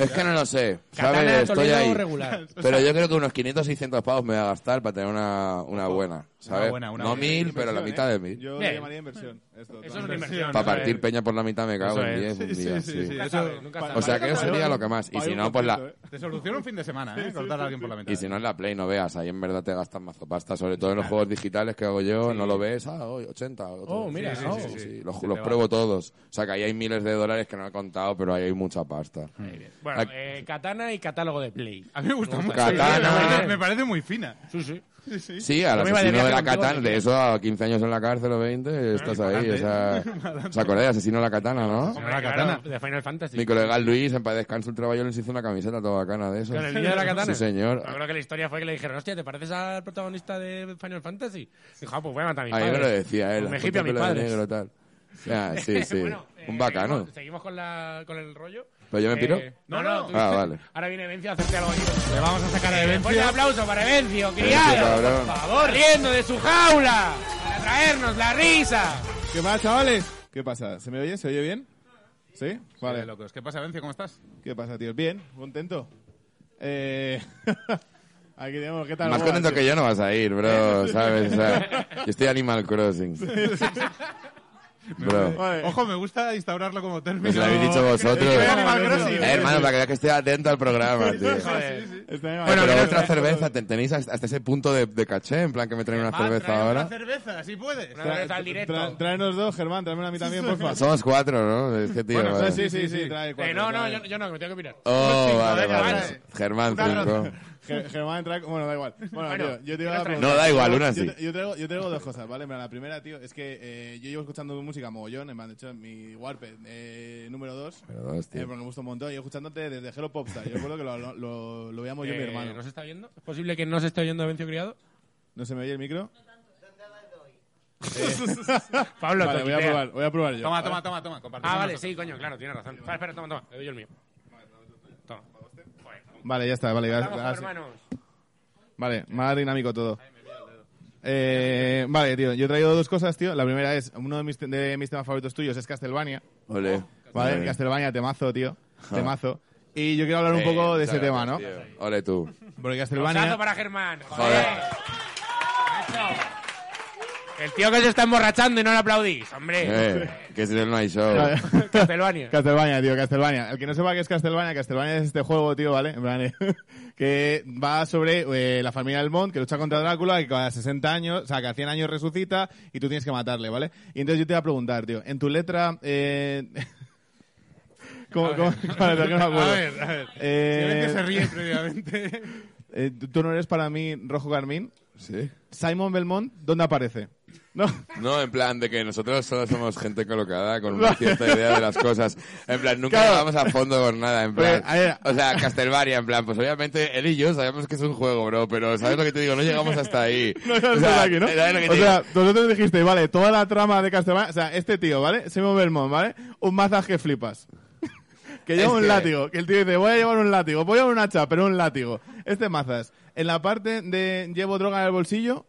[SPEAKER 5] Es que no lo sé.
[SPEAKER 1] Katana,
[SPEAKER 5] ¿Sabes? Estoy
[SPEAKER 1] Toledo,
[SPEAKER 5] ahí.
[SPEAKER 1] regular.
[SPEAKER 5] Pero yo creo que unos 500, 600 pavos me voy a gastar para tener una, una buena. ¿Sabes?
[SPEAKER 2] buena, una
[SPEAKER 5] no
[SPEAKER 2] buena.
[SPEAKER 5] mil, pero la
[SPEAKER 1] ¿eh?
[SPEAKER 5] mitad de mil.
[SPEAKER 4] Yo
[SPEAKER 1] Bien.
[SPEAKER 4] le llamaría inversión. Esto,
[SPEAKER 1] Eso es
[SPEAKER 4] totalmente.
[SPEAKER 1] una inversión.
[SPEAKER 5] Para
[SPEAKER 1] ¿sabes?
[SPEAKER 5] partir peña por la mitad me cago
[SPEAKER 2] Eso
[SPEAKER 5] en
[SPEAKER 2] es.
[SPEAKER 5] 10 un día. sí.
[SPEAKER 1] Nunca
[SPEAKER 2] Eso-
[SPEAKER 1] sabes, nunca
[SPEAKER 5] O
[SPEAKER 1] sabes.
[SPEAKER 5] sea que eso sería lo que más. Y
[SPEAKER 4] Para
[SPEAKER 5] si
[SPEAKER 4] un
[SPEAKER 5] no, pues la,
[SPEAKER 4] poquito, ¿eh?
[SPEAKER 2] Te soluciona un fin de semana, ¿eh? Cortar a alguien por la mitad.
[SPEAKER 5] Y si no es la Play, no veas. Ahí en verdad te gastan mazopasta. Sobre todo en los juegos digitales que hago yo, no lo ves. Ah, hoy 80. otro
[SPEAKER 1] Oh,
[SPEAKER 5] día.
[SPEAKER 1] mira,
[SPEAKER 5] Sí,
[SPEAKER 1] oh.
[SPEAKER 5] sí, sí, sí.
[SPEAKER 2] Sí,
[SPEAKER 5] Los,
[SPEAKER 2] se
[SPEAKER 5] los
[SPEAKER 2] te va.
[SPEAKER 5] pruebo todos. O sea, que ahí hay miles de dólares que no he contado, pero ahí hay mucha pasta.
[SPEAKER 1] Bueno,
[SPEAKER 5] Ah,
[SPEAKER 1] eh, katana y catálogo de Play.
[SPEAKER 2] A mí me gusta mucho.
[SPEAKER 5] Katana.
[SPEAKER 2] Me parece- Me parece muy fina.
[SPEAKER 1] Sí, sí.
[SPEAKER 5] Sí, al
[SPEAKER 1] No me iba a
[SPEAKER 5] asesino
[SPEAKER 1] decir
[SPEAKER 5] de la
[SPEAKER 1] contigo,
[SPEAKER 5] katana,
[SPEAKER 1] Miguel.
[SPEAKER 5] de eso a 15 años en la cárcel o 20, estás ahí. O sea, ¿Os acordáis? Asesino de la katana, ¿no?
[SPEAKER 1] Hombre,
[SPEAKER 2] la
[SPEAKER 1] claro,
[SPEAKER 2] katana.
[SPEAKER 1] De Final Fantasy.
[SPEAKER 5] Mi colega Luis, en paz descanso ultra yo les hizo una camiseta toda bacana de eso.
[SPEAKER 1] ¿Con el niño de la katana?
[SPEAKER 5] Sí, señor.
[SPEAKER 1] Yo creo que la historia fue que le dijeron, hostia, ¿te pareces al protagonista de Final Fantasy? Dijo, ah, pues voy a matar a mi
[SPEAKER 5] A mí
[SPEAKER 1] padre.
[SPEAKER 5] me lo decía él.
[SPEAKER 1] Me hippie a mi
[SPEAKER 5] pelo de
[SPEAKER 1] padre.
[SPEAKER 5] negro, tal. Ya, sí, sí.
[SPEAKER 1] Bueno, eh,
[SPEAKER 5] Un bacano.
[SPEAKER 1] Seguimos, seguimos con, la, con el rollo. Eh,
[SPEAKER 5] ¿Pero yo me piro?
[SPEAKER 1] No, no. tú-
[SPEAKER 5] Ah, vale.
[SPEAKER 1] Ahora viene Vencio a hacerte algo aquí.
[SPEAKER 2] Le vamos a sacar a
[SPEAKER 1] Eh,
[SPEAKER 2] Evencio.
[SPEAKER 1] Ponle un aplauso para Vencio,
[SPEAKER 5] Vencio,
[SPEAKER 1] criado.
[SPEAKER 5] cabrón.
[SPEAKER 1] Por favor, riendo de su jaula. Para traernos la risa.
[SPEAKER 4] ¿eh? ¿Qué más, chavales? ¿Qué pasa? ¿Se me oye? ¿Se oye bien? ¿Sí?
[SPEAKER 2] Vale,
[SPEAKER 4] Vale.
[SPEAKER 2] locos. ¿Qué pasa, Evencio? ¿Cómo estás?
[SPEAKER 4] ¿Qué pasa, tíos? ¿Bien? ¿Contento? Eh... Aquí tenemos, ¿qué tal?
[SPEAKER 5] Más
[SPEAKER 4] Boba,
[SPEAKER 5] contento
[SPEAKER 4] tío?
[SPEAKER 5] que yo no vas a ir, bro, ¿sabes? O sea, yo estoy Animal Crossing. Bro.
[SPEAKER 4] Vale.
[SPEAKER 2] Ojo, me gusta instaurarlo como término.
[SPEAKER 5] Pues lo habéis dicho vosotros.
[SPEAKER 2] Soy Animal Crossing.
[SPEAKER 5] Eh, hermano, para que veas que estoy atento al programa, tío.
[SPEAKER 1] Joder.
[SPEAKER 4] Está bien,
[SPEAKER 5] Bueno,
[SPEAKER 4] vale.
[SPEAKER 5] pero vuestra cerveza, ten- tenéis hasta hasta ese punto de, de caché, en plan que me traen una
[SPEAKER 2] Ah, tráeme
[SPEAKER 5] cerveza
[SPEAKER 2] una
[SPEAKER 5] ahora.
[SPEAKER 2] cerveza, si puedes.
[SPEAKER 1] Una vez al directo.
[SPEAKER 4] Tra- Tráenos dos, Germán, tráeme a mí también, por favor.
[SPEAKER 5] Somos cuatro, ¿no? Es que, tío,
[SPEAKER 2] Bueno,
[SPEAKER 5] vale.
[SPEAKER 4] Sí, sí, sí, trae cuatro.
[SPEAKER 1] Eh, no, no,
[SPEAKER 4] trae.
[SPEAKER 1] yo, yo no, que me tengo que mirar.
[SPEAKER 5] Oh, vale,
[SPEAKER 2] venga,
[SPEAKER 5] vale.
[SPEAKER 2] vale.
[SPEAKER 5] Germán,
[SPEAKER 2] Una
[SPEAKER 5] cinco.
[SPEAKER 4] Ge- Germán trae... Bueno, da igual. Bueno,
[SPEAKER 1] Bueno,
[SPEAKER 4] tío, yo te iba a
[SPEAKER 1] yo traigo-
[SPEAKER 4] preguntar.
[SPEAKER 5] No, da igual,
[SPEAKER 4] Yo-
[SPEAKER 5] una
[SPEAKER 4] yo
[SPEAKER 5] sí.
[SPEAKER 4] te- Yo traigo, yo traigo dos cosas, ¿vale? Mira, la primera, tío, es que eh, yo llevo escuchando música mogollón, me han dicho en mi Warped eh, número 2.
[SPEAKER 5] Pero dos, tío.
[SPEAKER 4] Eh, porque me gusta un montón. Yo escuchándote desde Hello Popstar. Yo recuerdo que lo, lo, lo, lo veíamos yo y mi
[SPEAKER 1] Eh,
[SPEAKER 4] hermano.
[SPEAKER 1] ¿No se está viendo? ¿Es posible que no se esté oyendo Vencio Criado?
[SPEAKER 4] ¿No se me oye el micro?
[SPEAKER 1] Eh, Pablo,
[SPEAKER 4] vale, voy a
[SPEAKER 1] coquetea.
[SPEAKER 4] probar, voy a probar yo.
[SPEAKER 2] Toma, toma, toma, toma. compartimos
[SPEAKER 1] Ah, vale,
[SPEAKER 2] nosotros.
[SPEAKER 1] sí, coño, claro, tienes razón. Espera, espera, toma, toma, le doy yo el mío. Toma. Joder,
[SPEAKER 4] Vale, ya está, vale. ya-
[SPEAKER 1] Vamos,
[SPEAKER 4] ah, sí.
[SPEAKER 1] hermanos.
[SPEAKER 4] Vale, más dinámico todo. Eh, vale, tío, yo he traído dos cosas, tío. La primera es, uno de mis, te- de mis temas favoritos tuyos es Castlevania.
[SPEAKER 5] Ole.
[SPEAKER 4] Vale,
[SPEAKER 5] Ole.
[SPEAKER 4] Castlevania, temazo, tío. Temazo. Y yo quiero hablar un poco
[SPEAKER 5] Eh,
[SPEAKER 4] de ese
[SPEAKER 5] muchas
[SPEAKER 4] tema, ¿no?
[SPEAKER 5] gracias, tío. Ole tú.
[SPEAKER 4] Porque
[SPEAKER 1] Pasazo
[SPEAKER 4] Castlevania...
[SPEAKER 1] para Germán. Joder.
[SPEAKER 5] Joder.
[SPEAKER 1] Eso. El tío que se está emborrachando y no le aplaudís, hombre.
[SPEAKER 5] Eh, que si no, no hay show.
[SPEAKER 1] Castelvania.
[SPEAKER 4] Castlevania, tío, Castlevania. El que no sepa qué es Castlevania, Castlevania es este juego, tío, ¿vale? En plan, eh, que va sobre eh, la familia del Mont que lucha contra Drácula y cada 60 años, o sea, cada 100 años resucita y tú tienes que matarle, ¿vale? Y entonces yo te iba a preguntar, tío, en tu letra... Eh... ¿Cómo, cómo? Vale, pero que no me acuerdo.
[SPEAKER 2] A ver, a ver.
[SPEAKER 4] Eh,
[SPEAKER 2] Evencio se ríe previamente.
[SPEAKER 4] eh, tú- tú no eres para mí Rojo Carmín.
[SPEAKER 5] ¿Sí?
[SPEAKER 4] Simon Belmont, ¿dónde aparece? No,
[SPEAKER 5] No, en plan de que nosotros solo somos gente colocada con una cierta idea de las cosas. En plan, nunca
[SPEAKER 4] Claro.
[SPEAKER 5] vamos a fondo con nada, en plan.
[SPEAKER 4] Oye, a ver.
[SPEAKER 5] O sea, Castelvaria, en plan, pues obviamente él y yo sabemos que es un juego, bro, pero ¿sabes lo que te digo? No llegamos hasta ahí.
[SPEAKER 4] no, no,
[SPEAKER 5] O
[SPEAKER 4] no,
[SPEAKER 5] sea,
[SPEAKER 4] aquí, ¿no?
[SPEAKER 5] ¿sabes lo que
[SPEAKER 4] O
[SPEAKER 5] te
[SPEAKER 4] sea,
[SPEAKER 5] digo?
[SPEAKER 4] vosotros dijisteis, vale, toda la trama de Castlevania, o sea, este tío, ¿vale? Simon Belmont, ¿vale? Un mazas que flipas. Que lleva
[SPEAKER 5] Es
[SPEAKER 4] un
[SPEAKER 5] que-
[SPEAKER 4] látigo, que el tío dice, voy a llevar un látigo, voy a llevar un hacha, pero un látigo. Este mazas. En la parte de llevo droga en el bolsillo,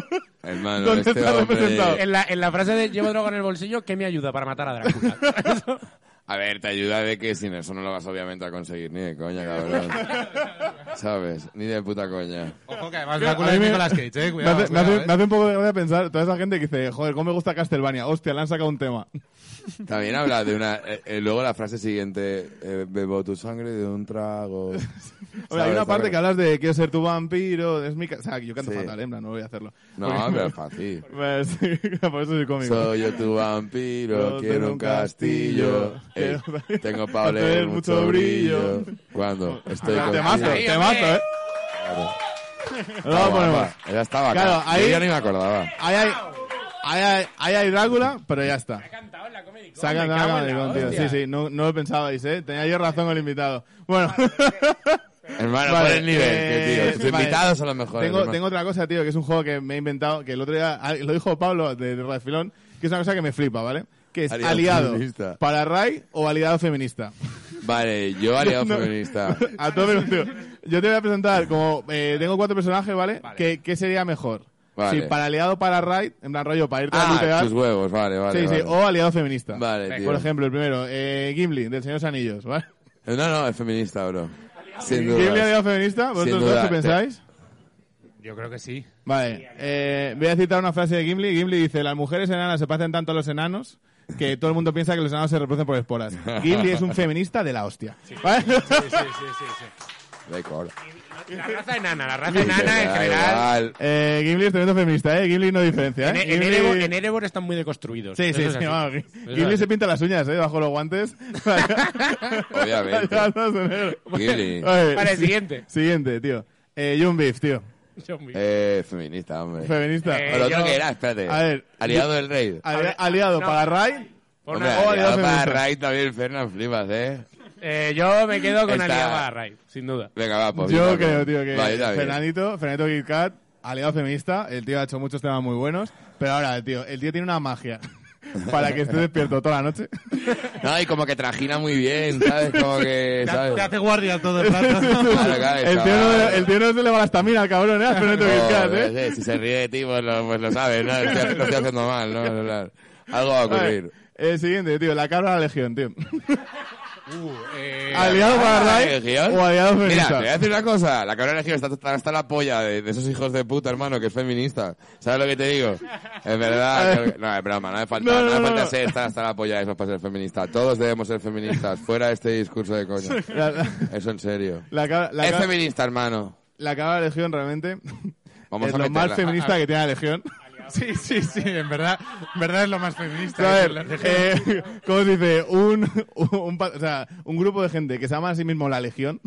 [SPEAKER 5] Hermano,
[SPEAKER 4] ¿dónde
[SPEAKER 5] este
[SPEAKER 4] está
[SPEAKER 5] hombre-
[SPEAKER 4] representado?
[SPEAKER 1] En la, en la frase de llevo droga en el bolsillo, ¿qué me ayuda para matar a Drácula?
[SPEAKER 5] A ver, te ayuda de que sin eso no lo vas obviamente a conseguir ni de coña, cabrón. ¿Sabes? Ni de puta coña.
[SPEAKER 2] Ojo, que además
[SPEAKER 4] A
[SPEAKER 2] Drácula
[SPEAKER 4] mí
[SPEAKER 2] es
[SPEAKER 4] me-
[SPEAKER 2] Nicolas Cage, eh.
[SPEAKER 4] me,
[SPEAKER 2] Cuidado,
[SPEAKER 4] hace, me
[SPEAKER 2] cuidado,
[SPEAKER 4] hace-
[SPEAKER 2] eh.
[SPEAKER 4] me hace un poco de gracia pensar, toda esa gente que dice, joder, ¿cómo me gusta Castlevania? Hostia, le han sacado un tema.
[SPEAKER 5] También habla de una... eh, eh, luego la frase siguiente, eh, bebo tu sangre de un trago.
[SPEAKER 4] Oye, hay una
[SPEAKER 5] ¿Sabes?
[SPEAKER 4] parte que hablas de quiero ser tu vampiro, es mi... ca-". O sea, yo canto
[SPEAKER 5] Sí.
[SPEAKER 4] fatal, ¿eh? En plan, no voy a hacerlo.
[SPEAKER 5] No, pero es fácil.
[SPEAKER 4] Pues, sí, por eso soy cómico.
[SPEAKER 5] Soy yo tu vampiro,
[SPEAKER 4] Yo
[SPEAKER 5] quiero un castillo. Ey,
[SPEAKER 4] quiero-
[SPEAKER 5] tengo pa' oler
[SPEAKER 4] tener
[SPEAKER 5] mucho
[SPEAKER 4] mucho brillo.
[SPEAKER 5] brillo. Cuando estoy
[SPEAKER 4] Te mazo,
[SPEAKER 5] contigo.
[SPEAKER 4] te mazo, ¿eh? No lo ponemos.
[SPEAKER 5] Guapa, Ella estaba acá.
[SPEAKER 4] Claro, ahí-
[SPEAKER 5] Yo ya ni me acordaba.
[SPEAKER 4] Ahí hay, ahí hay, ahí hay Drácula, pero ya está.
[SPEAKER 1] cantado en la Comedy Con,
[SPEAKER 4] Sacan
[SPEAKER 1] me
[SPEAKER 4] la
[SPEAKER 1] cago en
[SPEAKER 4] Comedy
[SPEAKER 1] la
[SPEAKER 4] Con, tío.
[SPEAKER 1] hostia.
[SPEAKER 4] Sí, sí, no, no lo pensabais, ¿eh? Tenía yo razón con el invitado. Bueno.
[SPEAKER 5] Hermano,
[SPEAKER 4] Vale,
[SPEAKER 5] por el nivel, que,
[SPEAKER 4] eh,
[SPEAKER 5] tío. Tus
[SPEAKER 4] vale.
[SPEAKER 5] invitados son los mejores.
[SPEAKER 4] Tengo,
[SPEAKER 5] hermano.
[SPEAKER 4] tengo otra cosa, tío, que es un juego que me he inventado, que el otro día ah, lo dijo Pablo de, de Radio Filón, que es una cosa que me flipa, ¿vale? Que es
[SPEAKER 5] Aliado
[SPEAKER 4] aliado,
[SPEAKER 5] feminista.
[SPEAKER 4] para Ray o aliado feminista.
[SPEAKER 5] Vale, yo aliado
[SPEAKER 4] No.
[SPEAKER 5] feminista.
[SPEAKER 4] A tope, tío. Yo te voy a presentar como eh, tengo cuatro personajes, ¿vale? ¿Qué, qué sería mejor?
[SPEAKER 5] Vale.
[SPEAKER 4] Si para aliado para Raid, en plan rollo, para irte a
[SPEAKER 5] Ah,
[SPEAKER 4] lootear.
[SPEAKER 5] tus huevos, vale, vale.
[SPEAKER 4] sí, oh. sí,
[SPEAKER 5] vale.
[SPEAKER 4] o aliado feminista.
[SPEAKER 5] Vale, tío.
[SPEAKER 4] Por ejemplo, el primero, eh, Gimli, del Señor de los Anillos, ¿vale?
[SPEAKER 5] No, no, es feminista, bro. Sin
[SPEAKER 4] ¿Quién le ha
[SPEAKER 5] duda.
[SPEAKER 4] dado feminista? ¿Vosotros
[SPEAKER 5] Sin duda,
[SPEAKER 4] dos qué
[SPEAKER 5] te-
[SPEAKER 4] pensáis?
[SPEAKER 2] Yo creo que sí.
[SPEAKER 4] Vale, eh, voy a citar una frase de Gimli. Gimli dice, las mujeres enanas se parecen tanto a los enanos que todo el mundo piensa que los enanos se reproducen por esporas. Gimli es un feminista de la hostia. ¿Vale?
[SPEAKER 5] Da igual.
[SPEAKER 1] La raza enana, la raza enana en
[SPEAKER 5] Da
[SPEAKER 1] general.
[SPEAKER 5] igual.
[SPEAKER 4] Eh, Gimli es tremendo feminista, ¿eh? Gimli no diferencia,
[SPEAKER 1] En,
[SPEAKER 4] ¿eh?
[SPEAKER 1] en
[SPEAKER 4] Gimli-
[SPEAKER 1] Erebor, en Erebor están muy deconstruidos.
[SPEAKER 4] Sí, sí,
[SPEAKER 1] Eso es
[SPEAKER 4] sí.
[SPEAKER 1] así.
[SPEAKER 4] vamos, Gim-
[SPEAKER 1] Eso es
[SPEAKER 4] Gimli
[SPEAKER 1] así.
[SPEAKER 4] se pinta las uñas, ¿eh? Bajo los guantes.
[SPEAKER 5] Obviamente. Gimli.
[SPEAKER 4] Vale,
[SPEAKER 1] Vale,
[SPEAKER 4] sí.
[SPEAKER 1] siguiente.
[SPEAKER 4] Siguiente, tío. Eh, Young Beef, tío.
[SPEAKER 1] Yo mismo.
[SPEAKER 5] Eh, feminista, hombre.
[SPEAKER 4] Feminista.
[SPEAKER 1] Eh,
[SPEAKER 5] ¿Pero
[SPEAKER 1] yo-
[SPEAKER 5] otro que era? Espérate.
[SPEAKER 4] A ver,
[SPEAKER 5] Aliado
[SPEAKER 4] yo-
[SPEAKER 5] del rey.
[SPEAKER 4] Ali-
[SPEAKER 1] a ver,
[SPEAKER 4] aliado
[SPEAKER 1] no.
[SPEAKER 4] para Ray.
[SPEAKER 1] Por
[SPEAKER 5] Hombre,
[SPEAKER 1] nada.
[SPEAKER 4] Oh,
[SPEAKER 5] aliado
[SPEAKER 4] aliado
[SPEAKER 5] para
[SPEAKER 4] feminista.
[SPEAKER 5] Ray también, Fernan, flipas, ¿eh?
[SPEAKER 1] Eh, yo me quedo con
[SPEAKER 5] Está-
[SPEAKER 1] Aliaba Array, sin duda.
[SPEAKER 5] Venga, va, pues.
[SPEAKER 4] Yo
[SPEAKER 5] venga,
[SPEAKER 4] creo,
[SPEAKER 5] pues.
[SPEAKER 4] tío, que
[SPEAKER 5] Va, yo también.
[SPEAKER 4] Fernandito, Fernandito Kit Kat, aliado feminista, el tío ha hecho muchos temas muy buenos, pero ahora, tío, el tío tiene una magia para que esté despierto toda la noche.
[SPEAKER 5] No, y como que trajina muy bien, ¿sabes? Como que, ¿sabes?
[SPEAKER 1] guardia todo el rato.
[SPEAKER 5] Claro, claro,
[SPEAKER 4] el, tío no,
[SPEAKER 5] chaval.
[SPEAKER 4] el tío no se le va la estamina al cabrón, ¿eh? al Fernandito Kit Kat,
[SPEAKER 5] Joder,
[SPEAKER 4] ¿eh?
[SPEAKER 5] sí, si se ríe de ti, pues lo, pues lo sabes, ¿no? Lo estoy, lo estoy haciendo mal, ¿no? Claro. Algo va a ocurrir.
[SPEAKER 4] El Eh, siguiente, tío, la cabra de la legión, tío.
[SPEAKER 5] Uh,
[SPEAKER 2] Eh,
[SPEAKER 4] aliado para Ray
[SPEAKER 5] ¿Legión?
[SPEAKER 4] o aliado
[SPEAKER 5] Mira, te
[SPEAKER 4] feminista.
[SPEAKER 5] voy a decir una cosa. La cabrona legión está está hasta la polla de, de esos hijos de puta, hermano, que es feminista. ¿Sabes lo que te digo? Es verdad. creo que- No, es broma. No hace falta,
[SPEAKER 4] No,
[SPEAKER 5] no,
[SPEAKER 4] no,
[SPEAKER 5] hace
[SPEAKER 4] no,
[SPEAKER 5] falta
[SPEAKER 4] no.
[SPEAKER 5] ser estar hasta la polla de esos para ser feminista. Todos debemos ser feministas. Fuera este discurso de coño.
[SPEAKER 4] La, la-
[SPEAKER 5] Eso en serio.
[SPEAKER 4] la cabra, la
[SPEAKER 5] es
[SPEAKER 4] cabra-
[SPEAKER 5] feminista, hermano.
[SPEAKER 4] la cabra de la legión realmente
[SPEAKER 5] Vamos
[SPEAKER 4] es
[SPEAKER 5] a
[SPEAKER 4] lo más
[SPEAKER 5] meterla. Ah,
[SPEAKER 4] feminista que tiene la legión.
[SPEAKER 2] sí, sí, sí, en verdad, en verdad es lo más feminista.
[SPEAKER 4] A
[SPEAKER 2] La
[SPEAKER 4] ver,
[SPEAKER 2] legión.
[SPEAKER 4] eh, ¿cómo se dice? Un, un pa- o sea, un grupo de gente que se llama a sí mismo la Legión,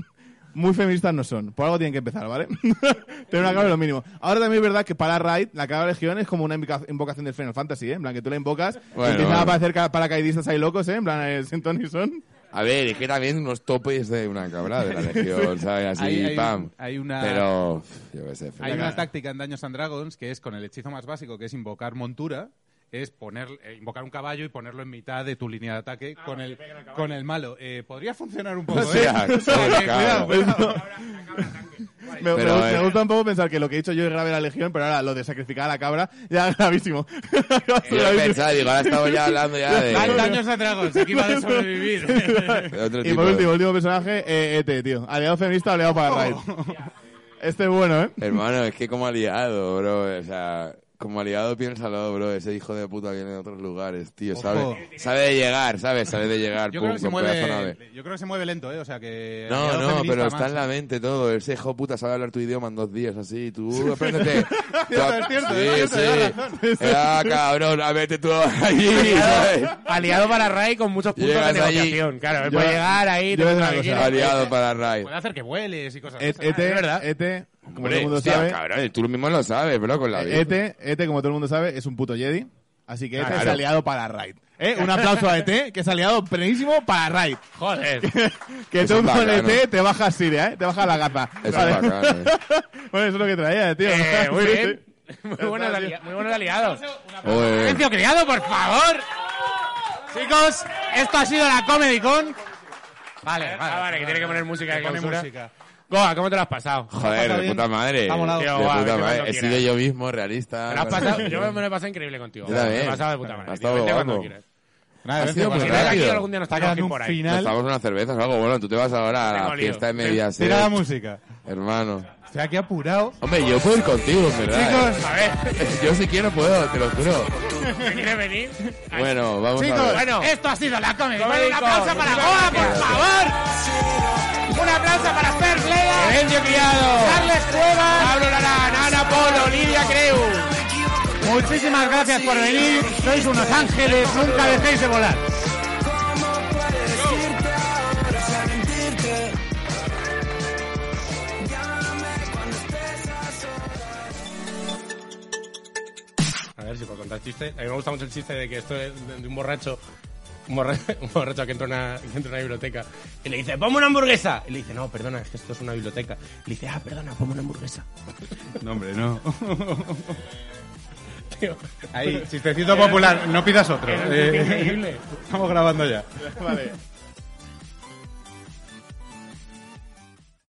[SPEAKER 4] muy feministas no son. Por algo tienen que empezar, ¿vale? Tener una cabra es lo mínimo. Ahora también es verdad que para Raid, la cabra Legión es como una invoca- invocación del Final Fantasy, ¿eh? En plan, que tú la invocas, y
[SPEAKER 5] Bueno,
[SPEAKER 4] empiezan
[SPEAKER 5] bueno.
[SPEAKER 4] a aparecer ca- paracaidistas ahí locos, ¿eh? En plan, eh, Senton y Son.
[SPEAKER 5] A ver, es que también unos topes de una cabra de la legión, ¿sabes? Así,
[SPEAKER 2] Hay- hay un-
[SPEAKER 5] pam.
[SPEAKER 2] hay una-
[SPEAKER 5] Pero, pff, yo qué sé.
[SPEAKER 2] Hay
[SPEAKER 5] Fernan.
[SPEAKER 2] una táctica en Daños and Dragons que es con el hechizo más básico, que es invocar montura, es poner, eh, invocar un caballo y ponerlo en mitad de tu línea de ataque con, Ah, el, con el malo. Eh, podría funcionar un poco,
[SPEAKER 5] O sea,
[SPEAKER 2] ¿eh?
[SPEAKER 5] sí,
[SPEAKER 2] Eh,
[SPEAKER 5] claro.
[SPEAKER 2] cuidado, cuidado.
[SPEAKER 4] Me, me
[SPEAKER 5] Pero,
[SPEAKER 4] gusta-
[SPEAKER 5] eh.
[SPEAKER 4] me gusta un poco pensar que lo que he dicho yo es grave la Legión, pero ahora lo de sacrificar a la cabra, ya es gravísimo.
[SPEAKER 5] Eh, Yo lo pensaba, digo, ahora estamos ya hablando ya
[SPEAKER 2] Hay
[SPEAKER 5] de,
[SPEAKER 2] Daños and Dragons, aquí va a sobrevivir.
[SPEAKER 5] de otro
[SPEAKER 4] Y
[SPEAKER 5] Este tipo.
[SPEAKER 4] por
[SPEAKER 5] de-
[SPEAKER 4] último, último personaje, eh, ET, tío. Aliado feminista, aliado para Raid. Este es bueno, ¿eh?
[SPEAKER 5] Hermano, es que como aliado, bro, o sea, como aliado piénsalo, bro, ese hijo de puta viene de otros lugares, tío,
[SPEAKER 2] Ojo.
[SPEAKER 5] sabe, sabe de llegar, sabe, sabe de llegar,
[SPEAKER 2] Yo
[SPEAKER 5] pum,
[SPEAKER 2] creo, que se
[SPEAKER 5] con pedazo nave.
[SPEAKER 2] mueve, yo creo que se mueve lento, ¿eh? O sea que...
[SPEAKER 5] No,
[SPEAKER 2] aliado
[SPEAKER 5] no,
[SPEAKER 2] feminista
[SPEAKER 5] pero
[SPEAKER 2] más.
[SPEAKER 5] está en la mente todo. Ese hijo de puta sabe hablar tu idioma en dos días así. Tú, apréndete.
[SPEAKER 4] Cierto, es cierto, es cierto, lleva razón.
[SPEAKER 5] sí. Ah, cabrón, a vete tú allí, ¿sabes?
[SPEAKER 1] Aliado para Ray con muchos puntos
[SPEAKER 5] Llegas
[SPEAKER 1] de
[SPEAKER 5] allí.
[SPEAKER 1] negociación. Claro, él
[SPEAKER 4] Yo-
[SPEAKER 1] puede llegar ahí,
[SPEAKER 4] yo voy a decir una
[SPEAKER 1] lo que
[SPEAKER 4] cosa.
[SPEAKER 1] quiera.
[SPEAKER 5] Aliado para Rai.
[SPEAKER 2] Puede hacer que vueles y cosas
[SPEAKER 5] Eh,
[SPEAKER 4] Et,
[SPEAKER 2] de esas.
[SPEAKER 4] Ete,
[SPEAKER 5] este-
[SPEAKER 4] Ete, E como todo el mundo
[SPEAKER 5] hostia,
[SPEAKER 4] sabe, Eh, E
[SPEAKER 5] cabrón, tú mismo lo sabes, bro, con la vida.
[SPEAKER 4] Ete, Ete, como todo el mundo sabe, es un puto Jedi. Así que Ete
[SPEAKER 5] Claro.
[SPEAKER 4] es aliado para Raid. ¿Eh? Un aplauso a Ete, que es aliado plenísimo para Raid.
[SPEAKER 1] Joder.
[SPEAKER 4] Que tú
[SPEAKER 5] Eso es
[SPEAKER 4] con
[SPEAKER 5] bacano.
[SPEAKER 4] Ete te bajas Siria, ¿eh? Te bajas la gata.
[SPEAKER 5] Eso
[SPEAKER 4] Vale.
[SPEAKER 5] es bacán, eh.
[SPEAKER 4] bueno, eso es lo que traía, tío.
[SPEAKER 1] Eh, muy
[SPEAKER 4] Sí,
[SPEAKER 1] bien.
[SPEAKER 4] sí.
[SPEAKER 5] este-
[SPEAKER 1] Muy buenos,
[SPEAKER 4] Está
[SPEAKER 1] alia-
[SPEAKER 4] bien.
[SPEAKER 1] muy buenos aliados.
[SPEAKER 5] Joder.
[SPEAKER 1] Silencio criado, por favor. Chicos, esto ha sido la Comedy Con.
[SPEAKER 2] Vale,
[SPEAKER 1] Ah, vale, que tiene que poner música de
[SPEAKER 2] Pone
[SPEAKER 1] clausura.
[SPEAKER 2] música.
[SPEAKER 1] Goa, ¿cómo te lo has pasado?
[SPEAKER 5] Joder, de puta madre.
[SPEAKER 2] Ha molado.
[SPEAKER 5] De
[SPEAKER 1] Tío, guau,
[SPEAKER 5] puta
[SPEAKER 1] vete
[SPEAKER 5] madre.
[SPEAKER 1] cuando
[SPEAKER 5] He sido
[SPEAKER 1] quieras.
[SPEAKER 5] yo mismo realista.
[SPEAKER 1] Te lo has pasado, yo me lo he pasado increíble contigo.
[SPEAKER 5] Yo
[SPEAKER 1] Me
[SPEAKER 5] también.
[SPEAKER 1] lo he pasado de puta madre.
[SPEAKER 5] Ha estado
[SPEAKER 1] Vete cuando
[SPEAKER 5] guapo.
[SPEAKER 1] quieras.
[SPEAKER 2] Nada,
[SPEAKER 5] Ha
[SPEAKER 2] vente,
[SPEAKER 5] sido
[SPEAKER 2] vale.
[SPEAKER 1] Si
[SPEAKER 5] muy
[SPEAKER 1] no era aquí,
[SPEAKER 5] rápido.
[SPEAKER 1] algún día nos
[SPEAKER 2] Está
[SPEAKER 1] tenemos que
[SPEAKER 2] quedando
[SPEAKER 1] ir
[SPEAKER 2] un
[SPEAKER 1] por ahí.
[SPEAKER 5] Nos
[SPEAKER 2] final.
[SPEAKER 5] damos unas cervezas o algo. Bueno, tú te vas ahora a
[SPEAKER 1] Tengo
[SPEAKER 5] la
[SPEAKER 1] lío.
[SPEAKER 5] fiesta de medias. eh,
[SPEAKER 2] Tira la música.
[SPEAKER 5] Hermano.
[SPEAKER 2] Estoy aquí apurado.
[SPEAKER 5] Hombre, yo puedo ir contigo, en verdad. eh.
[SPEAKER 2] Chicos,
[SPEAKER 1] A ver,
[SPEAKER 5] Yo si quiero puedo, te lo juro.
[SPEAKER 1] ¿me quiere venir?
[SPEAKER 5] Bueno, vamos a
[SPEAKER 1] Chicos,
[SPEAKER 5] ver.
[SPEAKER 1] bueno, esto ha sido la Comedy Con. Un aplauso para
[SPEAKER 2] Viva
[SPEAKER 1] Goa,
[SPEAKER 2] la
[SPEAKER 1] por favor. Un aplauso para Fer Bleda. Silencio criado. Carles Cuevas. Pablo Larán, Ana Polo, Lidia Creu.
[SPEAKER 2] Muchísimas gracias por venir. Sois unos ángeles. Nunca dejéis de volar.
[SPEAKER 1] A ver si puedo contar chistes. A mí me gusta mucho el chiste de que esto es de de un borracho. Un borra- un borracho que entra, a una, que entra a una biblioteca y le dice, ponme una hamburguesa. Y le dice, no, perdona, es que esto es una biblioteca. Y le dice, ah, perdona, ponme una hamburguesa.
[SPEAKER 2] No, hombre, no.
[SPEAKER 1] Tío,
[SPEAKER 2] Ahí, chistecito popular. No pidas otro.
[SPEAKER 1] es
[SPEAKER 2] Eh,
[SPEAKER 1] increíble.
[SPEAKER 2] estamos grabando ya.
[SPEAKER 4] Vale.